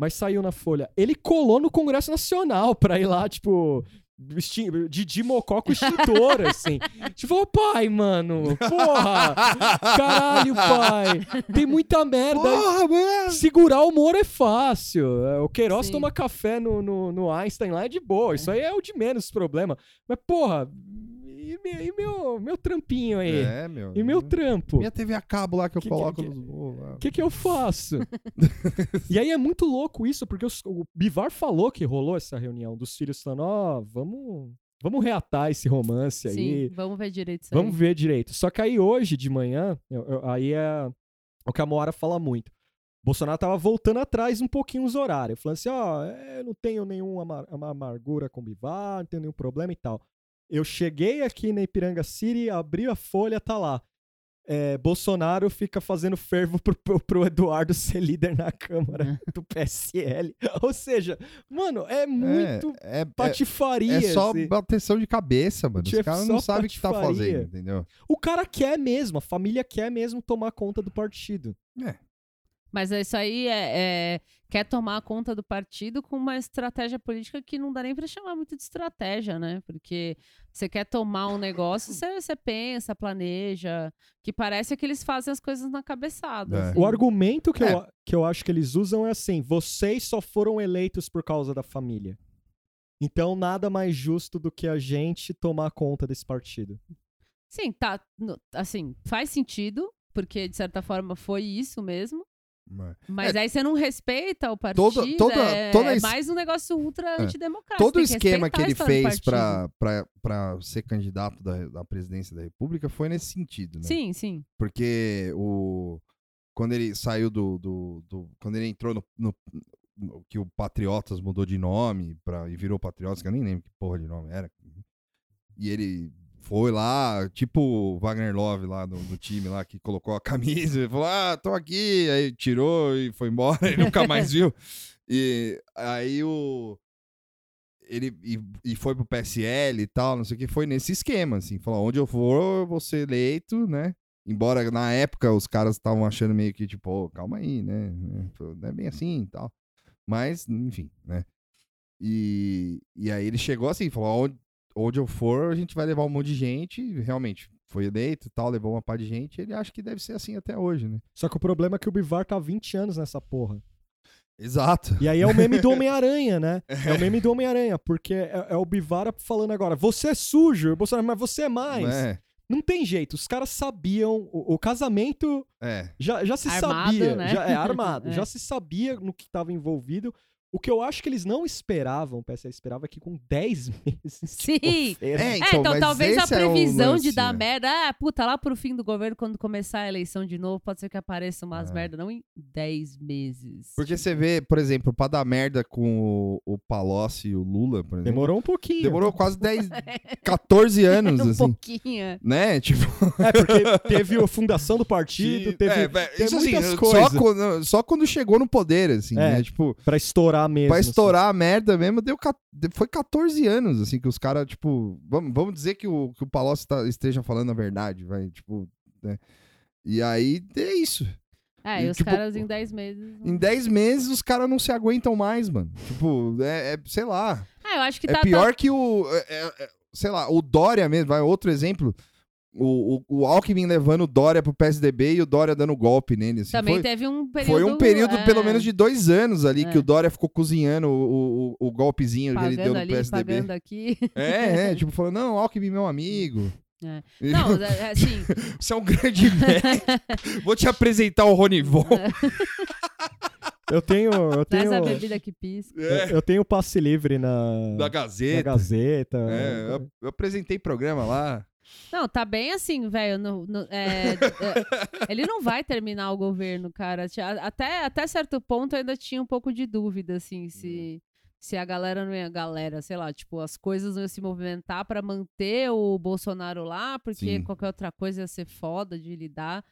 mas saiu na Folha. Ele colou no Congresso Nacional pra ir lá, tipo, esti- Didi Mocó com extintor, assim. Tipo, ô pai, mano, porra, caralho, pai, tem muita merda. aí.
Porra, mano!
Segurar o humor é fácil. É, O Queiroz
Sim.
toma café no, no, no Einstein lá é de boa. Isso aí é o de menos problema. Mas, porra, e, me- e meu, meu trampinho aí?
É, meu.
E meu trampo?
Minha TV a cabo lá que eu
Que- é?
coloco
que-
nos- não.
O que, que eu faço? e aí é muito louco isso, porque os- o Bivar falou que rolou essa reunião dos filhos falando, ó, vamos, vamos reatar esse romance aí.
Sim, vamos ver direito isso
Vamos
aí.
ver direito. Só que aí hoje de manhã, eu- eu- aí é o que a Moara fala muito. Bolsonaro tava voltando atrás um pouquinho os horários, falando assim, ó, é, eu não tenho nenhuma amar- ama- amargura com Bivar, não tenho nenhum problema e tal. Eu cheguei aqui na Ipiranga City, abri a folha, tá lá. É, Bolsonaro fica fazendo fervo pro, pro- pro Eduardo ser líder na Câmara do PSL. Ou seja, mano, é muito
É. é, é,
patifaria.
é só
assim.
bateção de cabeça, mano.
Tipo,
Os caras
só
não sabem o que tá
patifaria.
fazendo, entendeu?
O cara quer mesmo, a família quer mesmo tomar conta do partido.
Mas é isso aí é, é- quer tomar conta do partido com uma estratégia política que não dá nem pra chamar muito de estratégia, né? Porque você quer tomar um negócio, você, você pensa, planeja, que parece que eles fazem as coisas na cabeçada.
É.
assim.
O argumento que,
É.
eu, a- que eu acho que eles usam é assim: vocês só foram eleitos por causa da família. Então, nada mais justo do que a gente tomar conta desse partido.
Sim, tá. no- assim, faz sentido, porque de certa forma foi isso mesmo.
Mano.
Mas aí você não respeita o partido.
Todo- É. toda-
é,
toda
é
es-
mais um negócio ultra
É.
antidemocrático.
Todo o
tem
esquema que
respeitar a
ele
história do
fez
partido.
pra, pra, pra ser candidato da, da presidência da República foi nesse sentido, né?
Sim, sim.
Porque o. Quando ele saiu do. do, do- quando ele entrou no, no- no- Que o Patriotas mudou de nome pra, e virou Patriotas, que eu nem lembro que porra de nome era. E ele foi lá, tipo o Wagner Love lá no, no time lá, que colocou a camisa e falou: Ah, tô aqui. Aí tirou e foi embora e nunca mais viu. E aí o. Ele e, e foi pro PSL e tal, não sei o que, foi nesse esquema, assim, falou, onde eu for, eu vou ser eleito, né? Embora na época os caras estavam achando meio que, tipo, "Ô, calma aí, né? Não é bem assim e tal. Mas, enfim, né? E, e aí ele chegou assim, falou: onde, onde eu for, a gente vai levar um monte de gente. E Realmente, foi eleito e tal, levou uma par de gente. Ele acha que deve ser assim até hoje, né?
Só que o problema é que o Bivar tá há 20 anos nessa porra.
Exato.
E aí é o meme do Homem-Aranha, né? É o meme do Homem-Aranha, porque é, é o Bivar falando agora: você é sujo, e o Bolsonaro, mas você é mais.
É,
Não tem jeito, os caras sabiam. o- o casamento
é.
Já, já se
Armado,
sabia,
né?
já, é armado,
É.
já se sabia no que estava envolvido. O que eu acho que eles não esperavam, o PSL esperava é que com 10 meses. de
Sim.
governo-
É,
É, então
mas
talvez a
esse é o
previsão de
lance,
dar
né?
merda. Ah, puta, lá pro fim do governo, quando começar a eleição de novo, pode ser que apareça umas
É.
merda, não em 10 meses.
Porque você vê, por exemplo, pra dar merda com o, o Palocci e o Lula, por exemplo.
Demorou um pouquinho.
Demorou quase 10, 14 anos,
um
assim.
pouquinho. é.
Né? Tipo.
É, porque teve a fundação do partido,
Ti-
teve
é, vé-
tem
isso
muitas
assim,
coisas.
Só quando, só quando chegou no poder, assim,
É.
né? Tipo,
pra estourar mesmo.
pra
assim.
estourar a merda mesmo, deu, ca- de- foi 14 anos, assim, que os caras, tipo, vamos, vamos dizer que o, que o Palocci tá- esteja falando a verdade, vai, tipo, né? E aí é isso.
É,
E,
e os
tipo,
caras em 10 meses. não-
Em 10 meses os caras não se aguentam mais, mano. Tipo, é, é, sei lá.
Ah, eu acho que
É
tá.
pior que o. é- é- é- sei lá, o Dória mesmo, vai, outro exemplo. O, o, o Alckmin levando o Dória pro PSDB e o Dória dando golpe nele. Assim,
tá- também
foi,
teve um período.
Foi um período,
é,
pelo menos, de dois anos ali que
É.
o Dória ficou cozinhando o, o, o golpezinho que ele
Pagando
deu no
ali,
PSDB.
pagando aqui.
É, é, tipo, falando, não, Alckmin, meu amigo.
É.
E-
Não, é- é assim.
Você é um grande médico. Vou te apresentar o Ronivon.
Eu tenho. Eu
Traz
tenho,
um-
a bebida que pisca.
É,
eu, eu tenho passe livre na,
da
na
Gazeta.
Gazeta.
É, eu, eu apresentei programa lá.
Não, tá bem assim, velho. no- no- é, é, ele não vai terminar o governo, cara. Ti- a- Até, até certo ponto eu ainda tinha um pouco de dúvida, assim, se, se a galera não ia. Galera, sei lá, tipo, as coisas não iam se movimentar pra manter o Bolsonaro lá, porque
Sim.
qualquer outra coisa ia ser foda de lidar.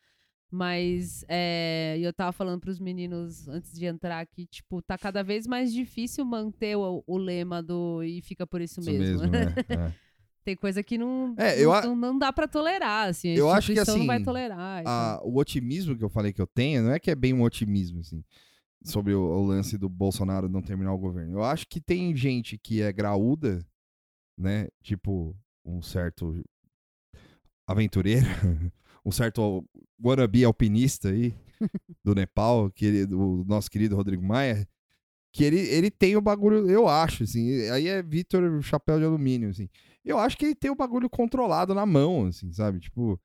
Mas é, eu tava falando pros meninos antes de entrar aqui, tipo, tá cada vez mais difícil manter o, o lema do e fica por isso,
Isso
mesmo.
mesmo, né? É.
Tem coisa que não,
É, eu
não,
a-
não- não dá pra tolerar, assim. A
Eu acho que,
instituição
assim,
não vai tolerar.
a-
então.
Ah, o otimismo que eu falei que eu tenho não é que é bem um otimismo, assim, sobre o, o lance do Bolsonaro não terminar o governo. Eu acho que tem gente que é graúda, né? Tipo, um certo aventureiro, um certo wannabe alpinista aí do Nepal, que ele- o nosso querido Rodrigo Maia, que ele, ele tem o bagulho, eu acho, assim, aí é Vitor Chapéu de Alumínio, assim. Eu acho que ele tem o bagulho controlado na mão, assim, sabe? Tipo,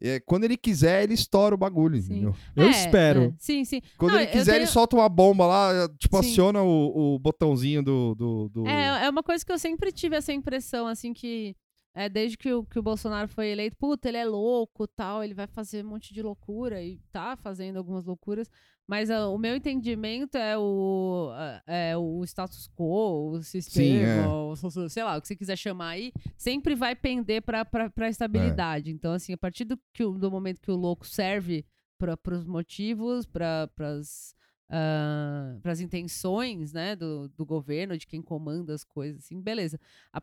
É, quando ele quiser, ele estoura o bagulho.
Sim.
entendeu?
Eu
É,
espero.
é. Sim, sim.
Quando
Não,
ele
eu
quiser,
tenho-
ele solta uma bomba lá, tipo,
Sim.
aciona o, o botãozinho do. do, do-
É, é uma coisa que eu sempre tive essa impressão, assim, que é, desde que o, que o Bolsonaro foi eleito, puta, ele é louco tal, ele vai fazer um monte de loucura e tá fazendo algumas loucuras. Mas ah, o meu entendimento é o, ah, é o status quo, o
é.
sistema, o so- so- sei lá, o que você quiser chamar aí, sempre vai pender pra, pra, pra estabilidade.
É.
Então, assim, a partir do, que, o- do momento que o louco serve pra, pros motivos, pra, pras ah, para as intenções né, do, do governo, de quem comanda as coisas, assim, beleza. A,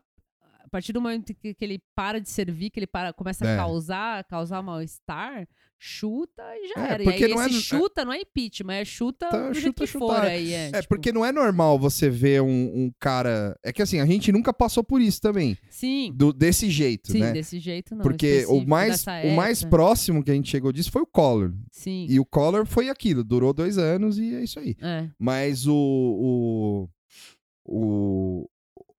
a partir do momento que, que ele para de servir, que ele para, começa
É.
a causar, causar mal-estar, chuta e já
É,
era. E
porque
aí
não é-
esse chuta não é impeachment, é chuta
Tá,
do jeito
chuta,
que
chutar.
for aí. É,
É,
tipo,
porque não é normal você ver um, um cara. É que assim, a gente nunca passou por isso também.
tipo, Sim,
do- desse jeito,
sim,
né?
desse jeito não.
Porque o
específico
mais,
dessa
o mais
época.
próximo que a gente chegou disso foi o Collor.
Sim,
E o Collor foi aquilo, durou dois anos e é isso aí.
é,
Mas o. o, o-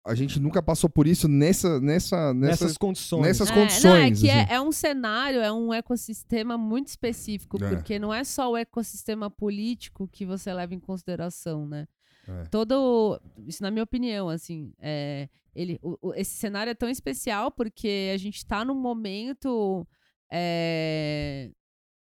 a gente nunca passou por isso nessa, nessa, nessa,
Nessas condições.
nessas- as
É,
condições,
Não, é que
assim.
é, é um cenário, é um ecossistema muito específico,
É.
porque não é só o ecossistema político que você leva em consideração, né?
É.
Todo. Isso na minha opinião, assim. É, ele, o- o- esse cenário é tão especial porque a gente está num momento. é,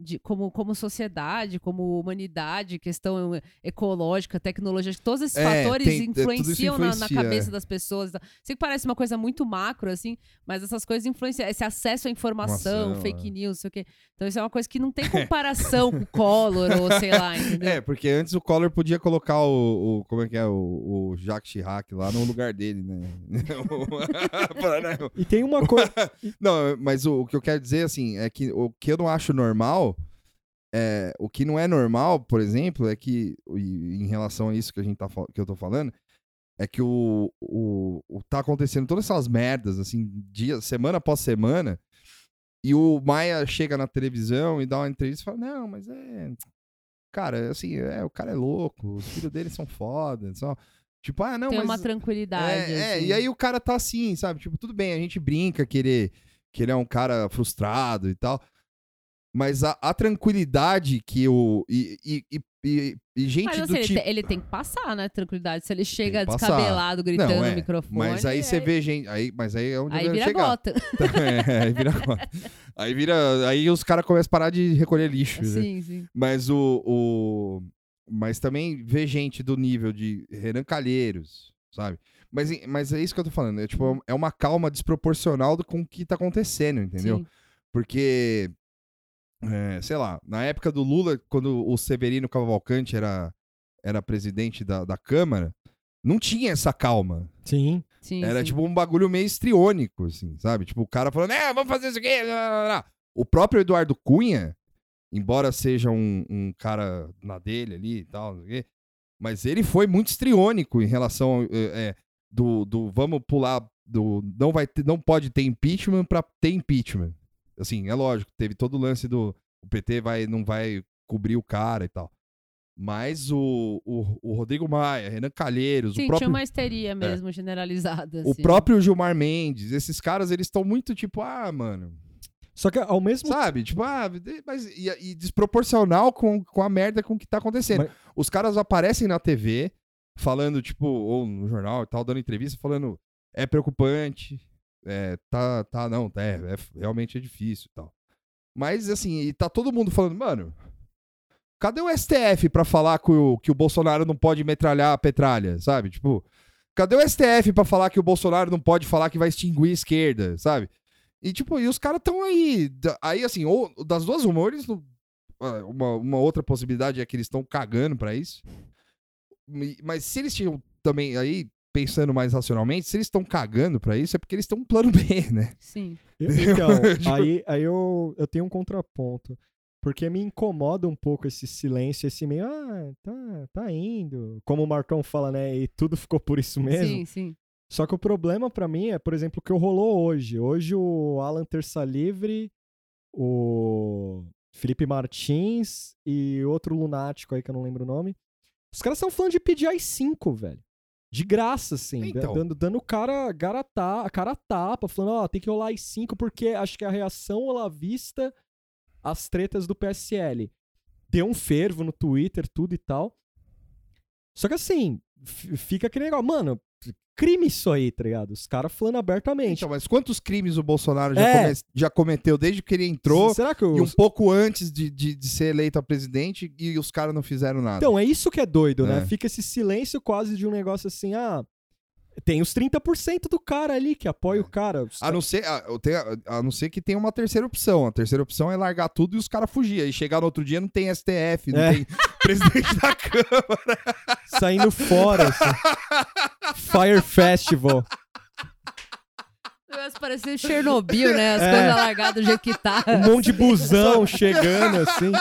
de, como, como sociedade, como humanidade, questão ecológica, tecnologia, acho que todos esses
É,
fatores
tem- é, tudo isso
influenciam na- na,
influencia, é.
cabeça das pessoas. Sei que parece uma coisa muito macro, assim, mas essas coisas influenciam. Esse acesso à informação,
Informação,
fake
é.
news, sei o quê. Então isso é uma coisa que não tem comparação com o Collor ou sei lá, entendeu?
É, porque antes o Collor podia colocar o, o- como é que é, o, o Jacques Chirac lá no lugar dele, né? Pra- né?
E tem uma coisa.
não, mas o, o que eu quero dizer, assim, é que o que eu não acho normal, é, o que não é normal, por exemplo, é que, e em relação a isso que, a gente tá, fal- que eu tô falando, é que o, o, o tá acontecendo todas essas merdas, assim, dia, semana após semana, e o Maia chega na televisão e dá uma entrevista e fala, não, mas é... Cara, assim, é, o cara é louco, os filhos dele são foda, só... Tipo, ah, não,
tem
mas...
uma
É,
tranquilidade.
é,
assim.
e aí o cara tá assim, sabe? Tipo, tudo bem, a gente brinca que ele, que ele é um cara frustrado e tal. Mas a, a tranquilidade que o. E, e, e, e- e gente
Mas assim,
do
ele,
tipo.
tem, ele tem que passar, né? Tranquilidade. Se ele chega
que passar.
descabelado, gritando
Não, é,
no microfone. é.
Mas aí você vê gente. Aí, mas aí é onde
Aí
eu ia
vira
chegar.
gota.
É, aí vira gota. Aí vira. Aí os caras começam a parar de recolher lixo. né?
Sim, sim.
Mas o, o- Mas também vê gente do nível de Renan Calheiros, sabe? Mas, e- mas é isso que eu tô falando. É, tipo, é uma calma desproporcional do, com o que tá acontecendo, entendeu?
sim.
Porque. é, sei lá, na época do Lula, quando o Severino Cavalcante era, era presidente da, da Câmara, não tinha essa calma.
Sim.
Sim,
Era
sim.
tipo um bagulho meio estriônico, assim, sabe? Tipo, o cara falando, é, vamos fazer isso aqui. lá, lá, lá." O próprio Eduardo Cunha, embora seja um, um cara na dele ali e tal, não sei o quê, mas ele foi muito estriônico em relação ao, é, é, do, do vamos pular do não vai ter, não pode ter impeachment pra ter impeachment. Assim, é lógico, teve todo o lance do o PT vai não vai cobrir o cara e tal. Mas o, o, o Rodrigo Maia, Renan Calheiros,
Sim,
o próprio É.
tinha uma histeria mesmo, generalizada.
o
assim.
próprio Gilmar Mendes, esses caras, eles estão muito tipo, ah, mano.
Só que ao mesmo
Sabe? Tipo, ah, de- mas. E, e desproporcional com, com a merda com o que tá acontecendo.
Mas-
Os caras aparecem na TV, falando, tipo, ou no jornal e tal, dando entrevista, falando, é preocupante, é, tá, tá, não, tá, é, é- realmente é difícil e tal. Mas, assim, e tá todo mundo falando, mano. Cadê o STF pra falar que o, que o Bolsonaro não pode metralhar a petralha, sabe? Tipo, cadê o STF pra falar que o Bolsonaro não pode falar que vai extinguir a esquerda, sabe? E tipo, e os caras estão aí. da- Aí, assim, ou das duas uma, ou eles não- ah, uma, uma outra possibilidade é que eles estão cagando pra isso. Mi- Mas se eles tinham também aí, pensando mais racionalmente, se eles estão cagando pra isso, é porque eles têm um plano B, né?
Sim.
Então, aí, aí eu, eu tenho um contraponto. Porque me incomoda um pouco esse silêncio, esse meio, ah, tá, tá indo. Como o Marcão fala, né? E tudo ficou por isso mesmo.
Sim, sim.
Só que o problema pra mim é, por exemplo, o que rolou hoje. Hoje o Alan Terça Livre, o Felipe Martins e outro lunático aí que eu não lembro o nome. Os caras estão falando de pedir AI-5, velho. De graça, assim. da-
Então.
Dando, dando cara, cara, ta, cara a tapa, falando, ó, tem que rolar AI-5 porque acho que a reação é olavista as tretas do PSL. Deu um fervo no Twitter, tudo e tal. Só que assim, f- fica aquele negócio, mano, crime isso aí, tá ligado? Os caras falando abertamente.
Então, mas quantos crimes o Bolsonaro já,
É.
come- já cometeu desde que ele entrou
Será que eu...
e um pouco antes de, de, de ser eleito a presidente e os caras não fizeram nada?
Então, é isso que é doido, né?
É.
Fica esse silêncio quase de um negócio assim, ah, tem os 30% do cara ali que apoia o cara. Os
a, É. Ah, não ser, a, eu tenho- a não ser que tenha uma terceira opção. A terceira opção é largar tudo e os caras fugir. Aí chegar no outro dia não tem STF, não
É.
tem presidente da Câmara.
saindo fora. Assim. Fire Festival.
Negócio parecia Chernobyl, né? As
É.
coisas largadas do jeito que tá.
Um monte de busão chegando, assim.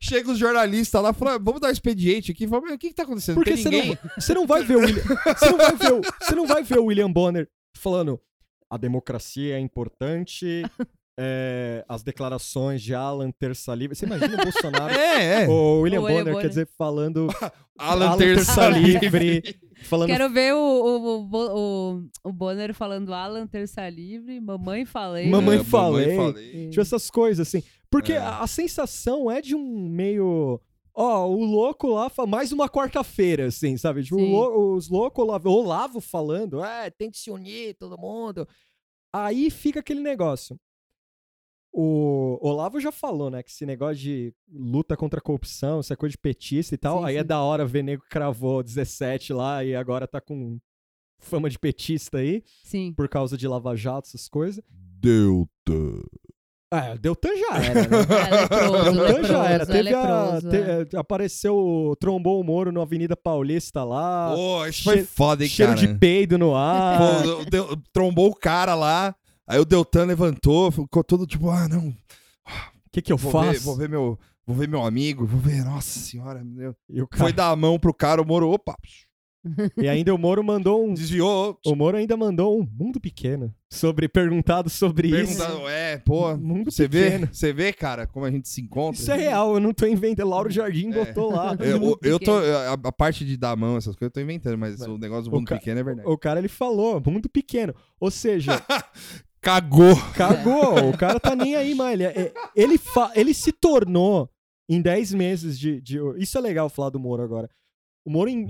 Chega os jornalistas lá e fala, vamos dar um expediente aqui. Fala, "Meu, o que que tá acontecendo?
Porque
tem
você
ninguém?
não, você não vai ver o William, você não vai ver o, você não vai ver o William Bonner falando a democracia é importante, é, as declarações de Alan Terça Livre. Você imagina o Bolsonaro
É, é.
ou o William
O William
Bonner, quer
Bonner.
dizer, falando
Alan, Terça Livre.
falando
Quero ver o, o, o, Bo- o, o Bonner falando Alan Terça Livre, mamãe falei.
Mamãe
É,
falei.
falei.
Tipo, essas coisas, assim. Porque
É.
a, a sensação é de um meio. Ó, o louco lá, fa- mais uma quarta-feira, assim, sabe? Tipo, o
Sim.
lou- os loucos lá, o Olavo falando, é, tem que se unir, todo mundo. Aí fica aquele negócio. O Olavo já falou, né, que esse negócio de luta contra a corrupção, essa coisa de petista e tal,
Sim,
aí é
sim.
da hora ver nego que cravou 17 lá e agora tá com fama de petista aí,
Sim.
por causa de Lava Jato, essas coisas.
Delta.
Ah, o Deltan já era, né?
É leproso,
Então
leproso,
já era.
é
Teve a,
leproso,
te-
é.
eh, apareceu o Trombou Moro na Avenida Paulista lá.
Pô, isso
Cheiro-
foi é foda, hein,
cheiro
cara.
de peido no ar.
Pô, o Del- trombou o cara lá. Aí o Deltan levantou, ficou todo tipo, ah, não,
O que, que eu
vou
faço?
ver, vou ver meu, vou ver meu amigo, vou ver, nossa senhora, meu Deus.
E, o cara-
Foi dar a mão pro cara, o Moro, opa,
e ainda o Moro mandou um.
desviou,
O Moro ainda mandou um mundo pequeno. Sobre, perguntado sobre isso.
perguntando, é, pô,
Mundo
você vê,
pequeno.
você vê, cara, como a gente se encontra.
Isso é real, é eu não tô inventando. Lauro Jardim botou lá.
É. Eu, eu tô, a, a parte de dar a mão, essas coisas, eu tô inventando, mas o negócio do
O
mundo
ca-
pequeno é verdade.
O cara ele falou, mundo pequeno. Ou seja,
Cagou.
Cagou, o cara tá nem aí, mas ele, é- ele, fa- ele se tornou em 10 meses de, de- Isso é legal falar do Moro agora. O Moro, em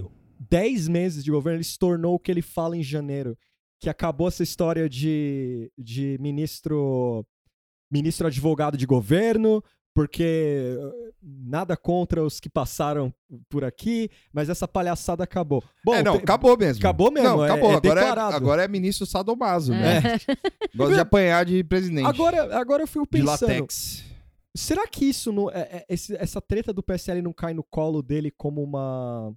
10 meses de governo, ele se tornou o que ele fala em janeiro. Que acabou essa história de, de ministro. Ministro advogado de governo, porque eh, nada contra os que passaram por aqui, mas essa palhaçada acabou. Bom,
é, não,
te-
acabou mesmo.
acabou mesmo,
Não,
é-
acabou.
é
agora, é,
declarado.
agora é ministro Sadomaso, né?
É.
Gosta de apanhar de presidente.
agora, agora eu fico
de
pensando.
latex.
Será que isso não. é- é- esse- essa treta do PSL não cai no colo dele como uma.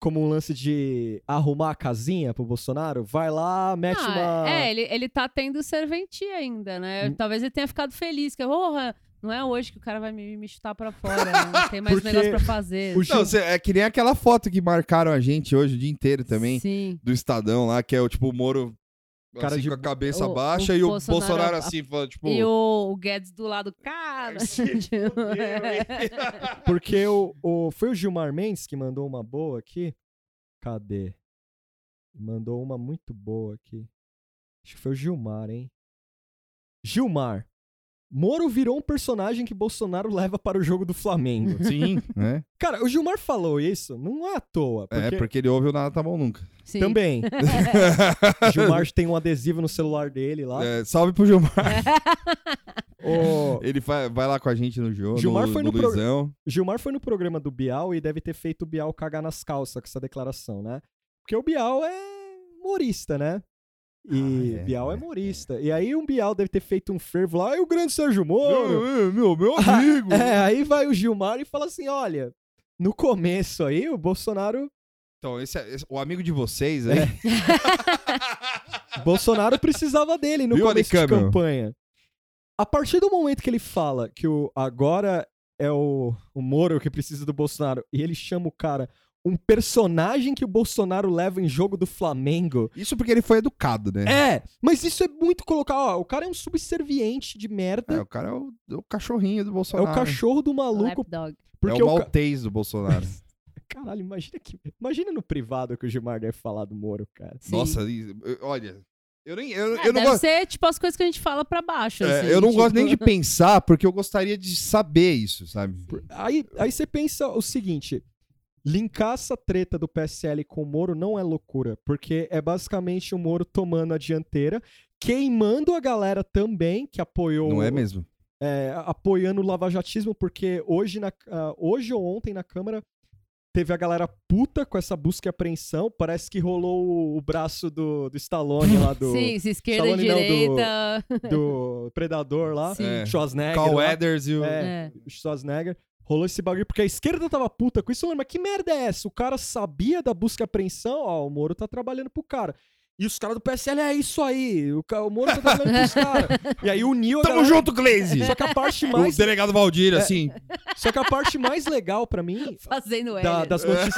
Como um lance de arrumar a casinha pro Bolsonaro? Vai lá, mete
Ah,
uma. Hum.
É, ele, ele tá tendo serventia ainda, né? Talvez ele tenha ficado feliz, que, porra, não é hoje que o cara vai me, me chutar pra fora, né? tem mais
Porque
negócio pra fazer.
o
Não, cê- é que nem aquela foto que marcaram a gente hoje o dia inteiro também,
Sim.
do Estadão lá, que é o tipo o Moro
Cara
assim,
de-
com a cabeça
o- o
baixa e o Bolsonaro,
Bolsonaro a-
assim, falando, tipo.
E o, o Guedes do lado, cara. Tipo, é.
Porque o, o- foi o Gilmar Mendes que mandou uma boa aqui. Cadê? Mandou uma muito boa aqui. Acho que foi o Gilmar, hein? Gilmar. Moro virou um personagem que Bolsonaro leva para o jogo do Flamengo.
Sim, né?
Cara, o Gilmar falou isso, não é à toa.
É,
porque-
porque ele ouve o nada tá bom nunca.
Sim.
Também. Gilmar tem um adesivo no celular dele lá.
É, salve pro Gilmar.
O
Ele fa- vai lá com a gente no jogo.
Gilmar
no,
foi
no,
no pro-
Luizão.
Gilmar foi no programa do Bial e deve ter feito o Bial cagar nas calças com essa declaração, né? Porque o Bial é humorista, né? E
Ah, é,
Bial é
é,
humorista. E aí o Bial deve ter feito um fervo lá, e o grande Sérgio Moro.
Meu, meu, meu amigo!
É, aí vai o Gilmar e fala assim: olha, no começo aí o Bolsonaro.
Então, esse, é- esse- o amigo de vocês né? aí.
Bolsonaro precisava dele no
Viu,
começo de
Alicâmbio?
campanha. A partir do momento que ele fala que o agora é o, o Moro que precisa do Bolsonaro e ele chama o cara um personagem que o Bolsonaro leva em jogo do Flamengo.
Isso porque ele foi educado, né?
É, mas isso é muito colocar, ó, o cara é um subserviente de merda.
o cara é o, é o cachorrinho do
É
Bolsonaro.
o cachorro do maluco,
Lapdog.
porque
é o
o, ca-
maltês do Bolsonaro.
Caralho, imagina que. Imagina no privado que o Gilmar deve falar do Moro, cara.
Sim.
Nossa, e- olha, Eu, nem, eu,
É,
eu não
deve
gosto.
ser tipo as coisas que a gente fala pra baixo.
é,
assim,
eu não
tipo-
gosto nem de pensar, porque eu gostaria de saber isso, sabe?
Aí, aí você pensa o seguinte: linkar essa treta do PSL com o Moro não é loucura, porque é basicamente o Moro tomando a dianteira, queimando a galera também que apoiou.
Não é mesmo?
é, apoiando o lavajatismo, porque hoje, na, ah, hoje ou ontem na Câmara teve a galera puta com essa busca e apreensão. Parece que rolou o- o braço do, do Stallone lá do,
Sim, se esquerda e
Stallone não, do-
direita.
do Predador lá.
Sim.
É.
Schwarzenegger.
Carl
lá.
Weathers e o.
É.
É.
Schwarzenegger. Rolou esse bagulho porque a esquerda tava puta com isso. Eu lembro, Mas que merda é essa? O cara sabia da busca e apreensão? Ó, o Moro tá trabalhando pro cara. E os caras do PSL, é isso aí. O, ca- o Moro tá trabalhando pros caras. E aí uniu a
Tamo
galera.
junto, Glaze!
Só que a parte
O
mais,
delegado Valdir, assim.
só que a parte mais legal pra mim
Fazendo
da-
L.
das notícias.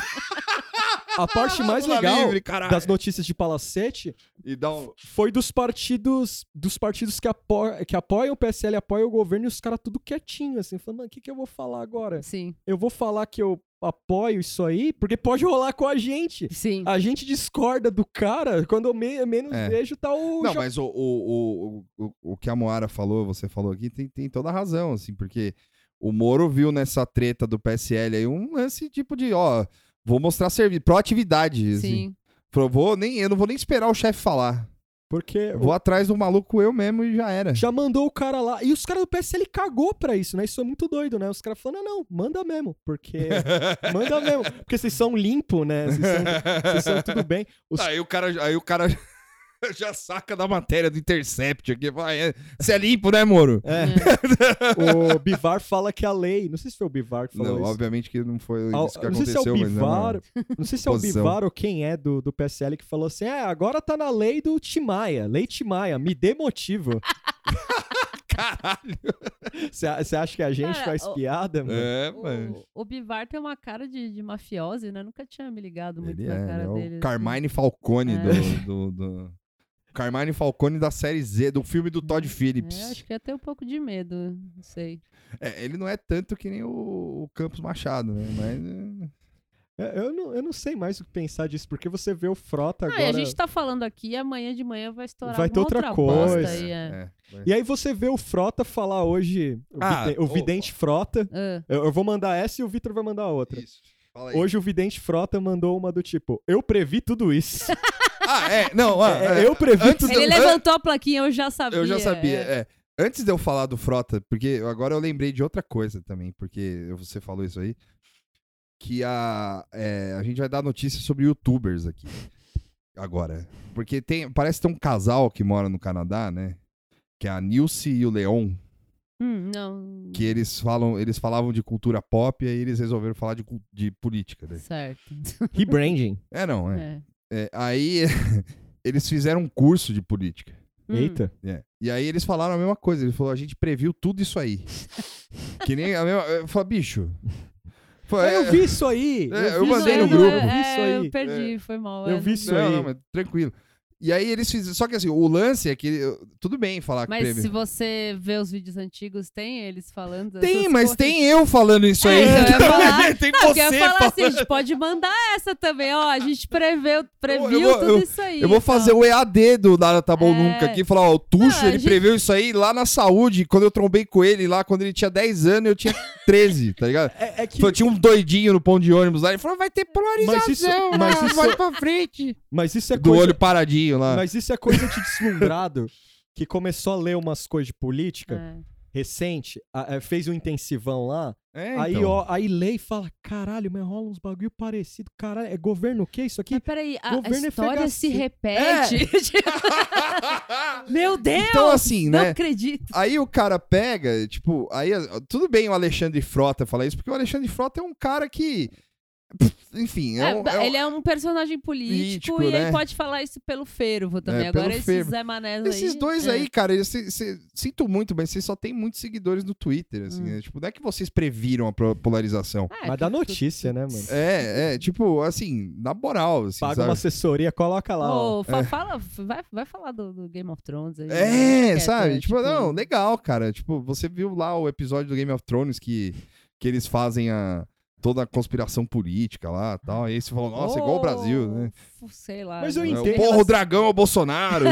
A parte mais
Lula
legal
É. livre, caralho.
das notícias de Palacete
E dá um.
foi dos partidos dos partidos que, apo- que apoiam o PSL, apoiam o governo e os caras tudo quietinho, assim, falando, mano, o que, que eu vou falar agora?
Sim,
Eu vou falar que eu apoio isso aí, porque pode rolar com a gente.
sim.
A gente discorda do cara, quando eu me- menos
É.
vejo, tá o.
Não,
Jo-
mas o, o, o, o, o que a Moara falou, você falou aqui, tem, tem toda a razão, assim, porque o Moro viu nessa treta do PSL aí um lance tipo de, ó, vou mostrar serviço, proatividade, assim.
Sim.
Falou, vou nem, eu não vou nem esperar o chefe falar.
Porque.
Eu vou atrás do maluco eu mesmo e já era.
É, Já mandou o cara lá. E os caras do PSL cagou pra isso, né? Isso é muito doido, né? Os caras falando, não, não, manda mesmo. Porque. manda mesmo. Porque vocês são limpo, né? Vocês são, vocês são tudo bem. Os-
Aí o cara, aí o cara já saca da matéria do Intercept aqui, fala, "É, você é limpo, né, Moro?
É, o Bivar fala que é a lei. Não sei se foi o Bivar que falou
Não,
isso.
obviamente que não foi
Ao-
isso que
não sei se
aconteceu,
é o
mas é uma-
Bivar, não sei se é o
posição.
Bivar ou quem é do, do PSL que falou assim: é, agora tá na lei do Timaya, lei Timaya, me dê motivo.
Caralho.
Você a- você acha que a gente
Cara,
faz
o-
piada, mano?
É, mano.
O, o Bivar tem uma cara de, de mafiose, né? Nunca tinha me ligado muito
Ele
na
é,
cara
ele é
dele.
o
assim.
Carmine Falcone
É.
do, do, do- Carmine Falcone da série Z, do filme do Todd Phillips.
É, acho que ia ter um pouco de medo, não sei.
É, ele não é tanto que nem o, o Campos Machado, né? Mas.
É, Eu, não, eu não sei mais o que pensar disso, porque você vê o Frota
Ah, e
agora.
a gente tá falando aqui e amanhã de manhã vai estourar
Vai ter
alguma
outra
bosta
coisa.
aí, é.
é.
E aí você vê o Frota falar hoje, o,
Ah,
vide- o
o-
Vidente Frota.
É.
Ah,
Eu, eu vou mandar essa e o Vitor vai mandar outra.
Isso. Fala aí.
Hoje o Vidente Frota mandou uma do tipo: Eu previ tudo isso.
Ah, é. Não, ah,
É,
é,
eu previ
antes
tudo
eu-
Ele levantou a plaquinha, eu já sabia.
Eu já sabia.
é.
é. Antes de eu falar do Frota, porque agora eu lembrei de outra coisa também, porque você falou isso aí. Que a, é, a gente vai dar notícias sobre youtubers aqui. Agora. Porque tem, parece que tem um casal que mora no Canadá, né? Que é a Nilce e o Leon.
Hum, não.
Que eles falam, eles falavam de cultura pop e aí eles resolveram falar de, cul- de política, né?
Certo.
Rebranding.
É, não, é.
É.
É, aí eles fizeram um curso de política.
Hum,
Eita.
É. E aí eles falaram a mesma coisa. Ele falou, a gente previu tudo isso aí. que nem a mesma. Eu falei, bicho. Foi,
Ah, Eu vi isso aí.
É,
vi
eu
isso
mandei
aí,
no
não,
grupo.
Eu vi
É, eu
isso aí.
perdi, foi mal.
Eu
é,
vi
não-
isso
não,
aí.
não, mas tranquilo. E aí eles fizeram. Só que assim, o lance é que. eu- Tudo bem falar que
Mas
previu.
se você vê os vídeos antigos, tem eles falando?
Tem,
essas
mas
coisas?
tem eu falando isso aí.
É, eu ia falar.
tem
Não, porque eu
você
ia falar
falando.
assim, a gente pode mandar essa também, ó. A gente preveu, previu
eu vou-
tudo isso aí. então.
Eu vou fazer o EAD do Nada Tá Bom
É.
Nunca aqui e falar, ó, o Tuxo,
Não, a
ele
gente-
previu isso aí lá na saúde, quando eu trombei com ele lá, quando ele tinha 10 anos, eu tinha 13, tá ligado?
É, é que,
Falou, tinha um doidinho no pão de ônibus lá, ele falou, vai ter polarização,
Mas isso- mas
né?
isso-
vai pra frente.
mas isso é
Do
coisa,
olho paradinho lá.
mas isso é coisa de deslumbrado que começou a ler umas coisas de política
É.
recente, a- é, fez um intensivão lá,
É,
aí
então.
ó, aí lê e fala, caralho, mas rola uns bagulho parecido, caralho, é governo o que isso aqui?
Mas peraí, a, a
Governo é
história se
FHC.
repete. Meu Deus!
Então assim,
não
né?
acredito.
Aí o cara pega, tipo, aí tudo bem o Alexandre Frota falar isso, porque o Alexandre Frota é um cara que pff, enfim, é,
É,
um, é um-
ele é um personagem político,
Político,
e
né?
ele pode falar isso pelo fervo também.
É,
Agora
pelo
esses
fervo.
Zé Manés aí.
Esses dois
é.
aí, cara, eu se- se- sinto muito, mas vocês só têm muitos seguidores no Twitter, assim,
Hum.
né? Tipo, não é que vocês previram a pro- polarização.
Ah,
Mas
que-
dá notícia, né, mano?
É, é, tipo, assim, na moral, assim,
Paga
sabe?
uma assessoria, coloca lá, ó.
Ô, fa- fala, vai, vai falar do, do Game of Thrones aí. né?
É,
Quieta,
sabe? Tipo, não, legal, cara. Tipo, você viu lá o episódio do Game of Thrones que, que eles fazem a... toda a conspiração política lá e tal. Aí você falou, nossa, é igual o
Oh,
Brasil, né?
Ou, Sei lá.
Mas eu
né?
É,
entendo.
o porra, o dragão é o Bolsonaro.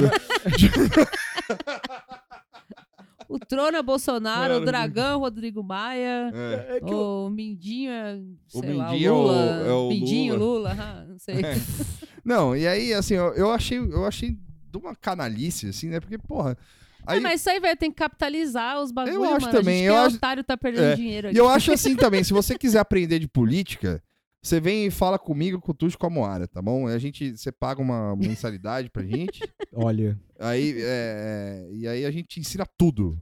O trono é Bolsonaro,
Não,
o dragão é Rodrigo Maia,
É.
É que eu-
o Mindinho é. Sei lá,
Mindinho é o-
Lula.
é o É,
Mindinho, Lula, ah, não sei.
Não, e aí, assim, eu, eu achei, eu achei de uma canalice, assim, né? Porque, porra.
Ah,
Aí,
mas isso aí, velho, tem que capitalizar os bagulhos,
Eu acho
mano.
também,
A gente
eu
que é
acho-
otário tá perdendo
É,
dinheiro
E
aqui.
eu acho assim também, se você quiser aprender de política, você vem e fala comigo, com o Tuxo, com a Moara, tá bom? A gente, você paga uma mensalidade pra gente,
Olha,
aí, é, é, e aí a gente te ensina tudo.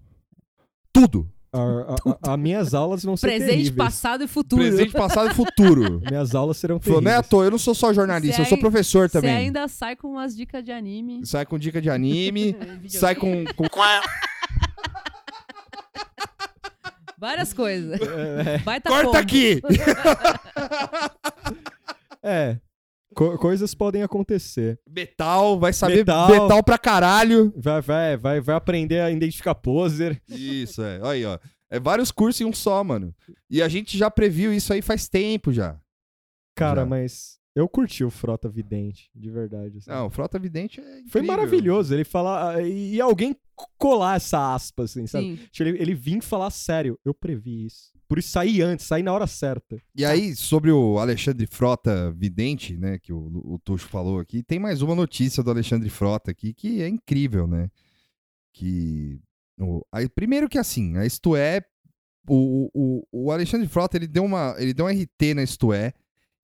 Tudo.
a- a- a- as minhas aulas vão ser
Presente,
terríveis.
passado e futuro.
Presente, passado e futuro.
Minhas aulas serão
Falou,
terríveis.
Neto, eu não sou só jornalista,
Você
eu sou
ai-
professor
Você
também.
ainda sai com umas dicas de anime. eh,
Sai com dica de anime, sai com, com
Várias coisas. Vai tá
Corta
como.
aqui!
É. Co- coisas podem acontecer.
metal, vai saber metal,
Metal.
pra caralho.
Vai, vai, vai, vai aprender a identificar poser.
Isso, é. Aí, ó. É vários cursos em um só, mano. E a gente já previu isso aí faz tempo já.
Cara,
Já.
mas eu curti o Frota Vidente, de verdade. assim.
Não, Frota Vidente é
Foi
incrível.
maravilhoso ele falar. ah, E e alguém colar essa aspa, assim, sabe?
Sim.
Tipo, Ele, ele vir falar sério. Eu previ isso. Por isso saí antes, saí na hora certa.
E aí, sobre o Alexandre Frota Vidente, né, que o, o Tuxo falou aqui, tem mais uma notícia do Alexandre Frota aqui que é incrível, né? Que. o- aí, primeiro que assim, a Isto É. O, o, o Alexandre Frota ele deu, uma, ele deu um RT na Isto É,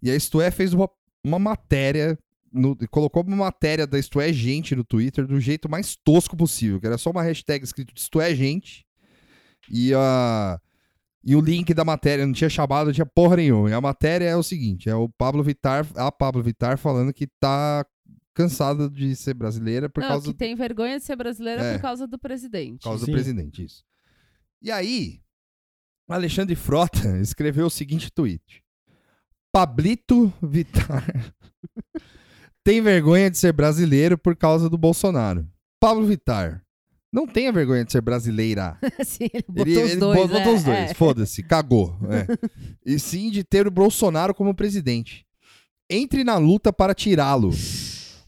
e a Isto É fez uma, uma matéria. no- colocou uma matéria da Isto É Gente no Twitter do jeito mais tosco possível, que era só uma hashtag escrito Isto É Gente. E a. E o link da matéria não tinha chamado, não tinha porra nenhuma. E a matéria é o seguinte: é o Pablo Vittar, a Pablo Vittar falando que tá cansada de ser brasileira por
Não,
causa,
que tem vergonha de ser brasileira
É.
por causa do presidente.
por causa do
Sim.
presidente, isso. E aí, Alexandre Frota escreveu o seguinte tweet: Pablito Vittar tem vergonha de ser brasileiro por causa do Bolsonaro. Pablo Vittar, não tenha vergonha de ser brasileira.
Sim, Assim, ele botou
Ele,
os
ele
dois.
botou
é,
os dois,
é.
foda-se, cagou. é. E sim de ter o Bolsonaro como presidente. Entre na luta para tirá-lo.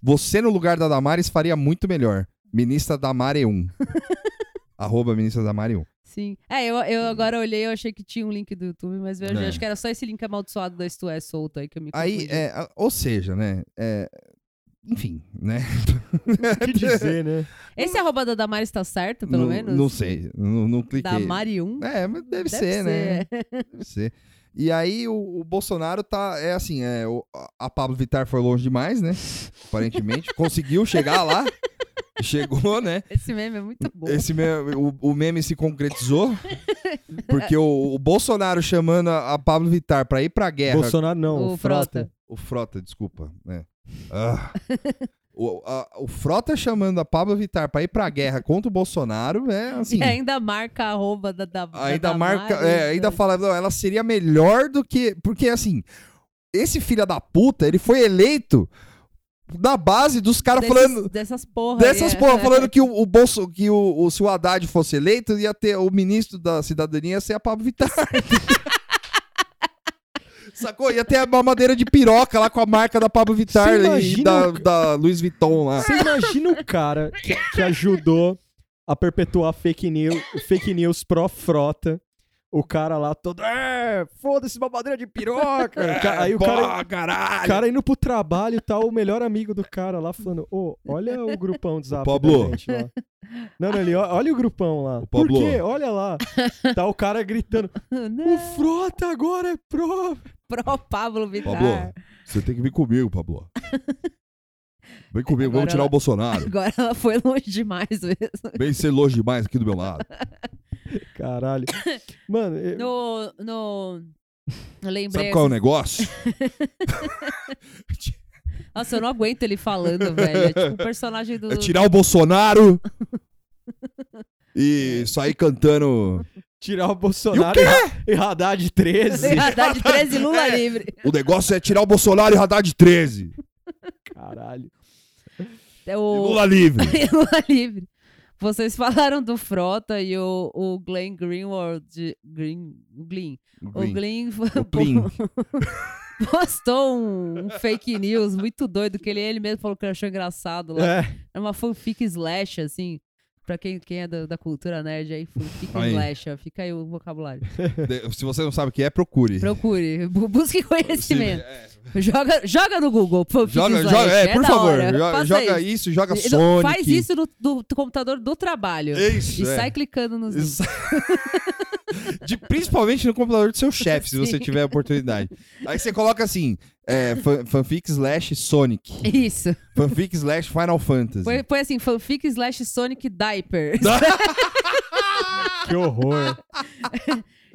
Você no lugar da Damares faria muito melhor. Ministra Damare 1. Arroba ministra Damare 1.
Sim. É, eu, eu agora olhei, eu achei que tinha um link do YouTube, mas eu
Uhum. É.
acho que era só esse link amaldiçoado da Isto É solto aí que eu me
Aí,
confundi.
é, a- ou seja, né? é, enfim, né?
O que dizer, né?
Esse arroba da Damaris tá certo, pelo
não,
menos?
Não sei, não, não cliquei.
Da Mari 1?
É, mas deve,
Deve
ser, né?
ser. é.
Deve ser. E aí o, o Bolsonaro tá. É assim, é, o- a- a Pablo Vittar foi longe demais, né? Aparentemente. Conseguiu chegar lá. Chegou, né?
Esse meme é muito bom.
Esse meme, o, o meme se concretizou. Porque o, o Bolsonaro chamando a, a Pablo Vittar pra ir pra guerra.
Bolsonaro não,
O
o Frota.
O Frota, desculpa, né? Ah. O, a- o Frota chamando a Pablo Vittar pra ir pra guerra contra o Bolsonaro é assim.
E ainda marca a arroba da, da, da
Ainda
Damares, né?
marca, é, ainda fala, não, ela seria melhor do que, porque assim, esse filho da puta, ele foi eleito na base dos caras
desses-
falando
Dessas porra.
dessas
aí,
porra,
é.
falando que o, o bolso, que o, o- se o Haddad fosse eleito, ia ter o ministro da cidadania ia ser a Pablo Vittar. Sacou? Ia ter a madeira de piroca lá com a marca da Pablo Vittar
Você
e
imagina
da,
o ca-
da Luiz Vuitton lá.
Você imagina o cara que, que ajudou a perpetuar fake news, fake news pró-frota. O cara lá todo. É, foda-se, babadeira de piroca.
É,
O ca- aí o cara,
Pô, caralho.
o cara indo pro trabalho e tal, o melhor amigo do cara lá falando: Ô, olha o grupão do zap.
Pablo.
da gente lá. Não, não, ele, ó- olha o grupão lá.
O
Por
Pablo.
quê? Olha lá. Tá o cara gritando:
Não,
O Frota agora é pró.
Né? Pro Pablo Vittar.
Pablo,
Ah.
você tem que vir comigo, Pablo. Vem comigo,
Agora
vamos tirar
ela-
o Bolsonaro.
Agora ela foi longe demais mesmo.
Vem ser longe demais aqui do meu lado.
Caralho. Mano, eu-
No. no... Eu
Sabe
lembrei. assim,
qual é o negócio?
Nossa, eu não aguento ele falando, velho. É tipo o personagem do.
né? É tirar o Bolsonaro
É.
e sair cantando.
tirar o Bolsonaro e Ra- e Haddad 13.
Haddad 13 Lula
É.
livre.
O negócio é tirar o Bolsonaro e Haddad 13.
Caralho.
É
E
o
É. Lula livre.
Lula livre. Vocês falaram do Frota e o, o Glenn Greenwald. Green, Glyn. O
Green.
Glyn
O Plin.
postou um, um fake news muito doido que ele, ele mesmo falou que achou engraçado lá.
É.
É uma fanfic slash, assim. Pra quem, quem é da, da cultura nerd aí, fanfic
Aí.
slash. ó, Fica aí o vocabulário.
De- Se você não sabe o que é, procure.
Procure, bu- busque
Se-
conhecimento.
é,
Joga, joga no Google. fanfic
Joga,
slash,
joga, é, por
da
favor.
hora,
jo-
faça
Joga
isso.
isso, joga
E-
Sonic.
Faz isso no do, do computador do trabalho.
Isso,
e
é.
sai clicando nos. links.
Isso. De- principalmente no computador do seu chefe, se você
Sim.
tiver a oportunidade. Aí você coloca assim: é, fan- fanfic slash Sonic.
Isso.
Fanfic slash Final Fantasy.
Põe, põe assim, fanfic slash Sonic Diaper.
Que horror.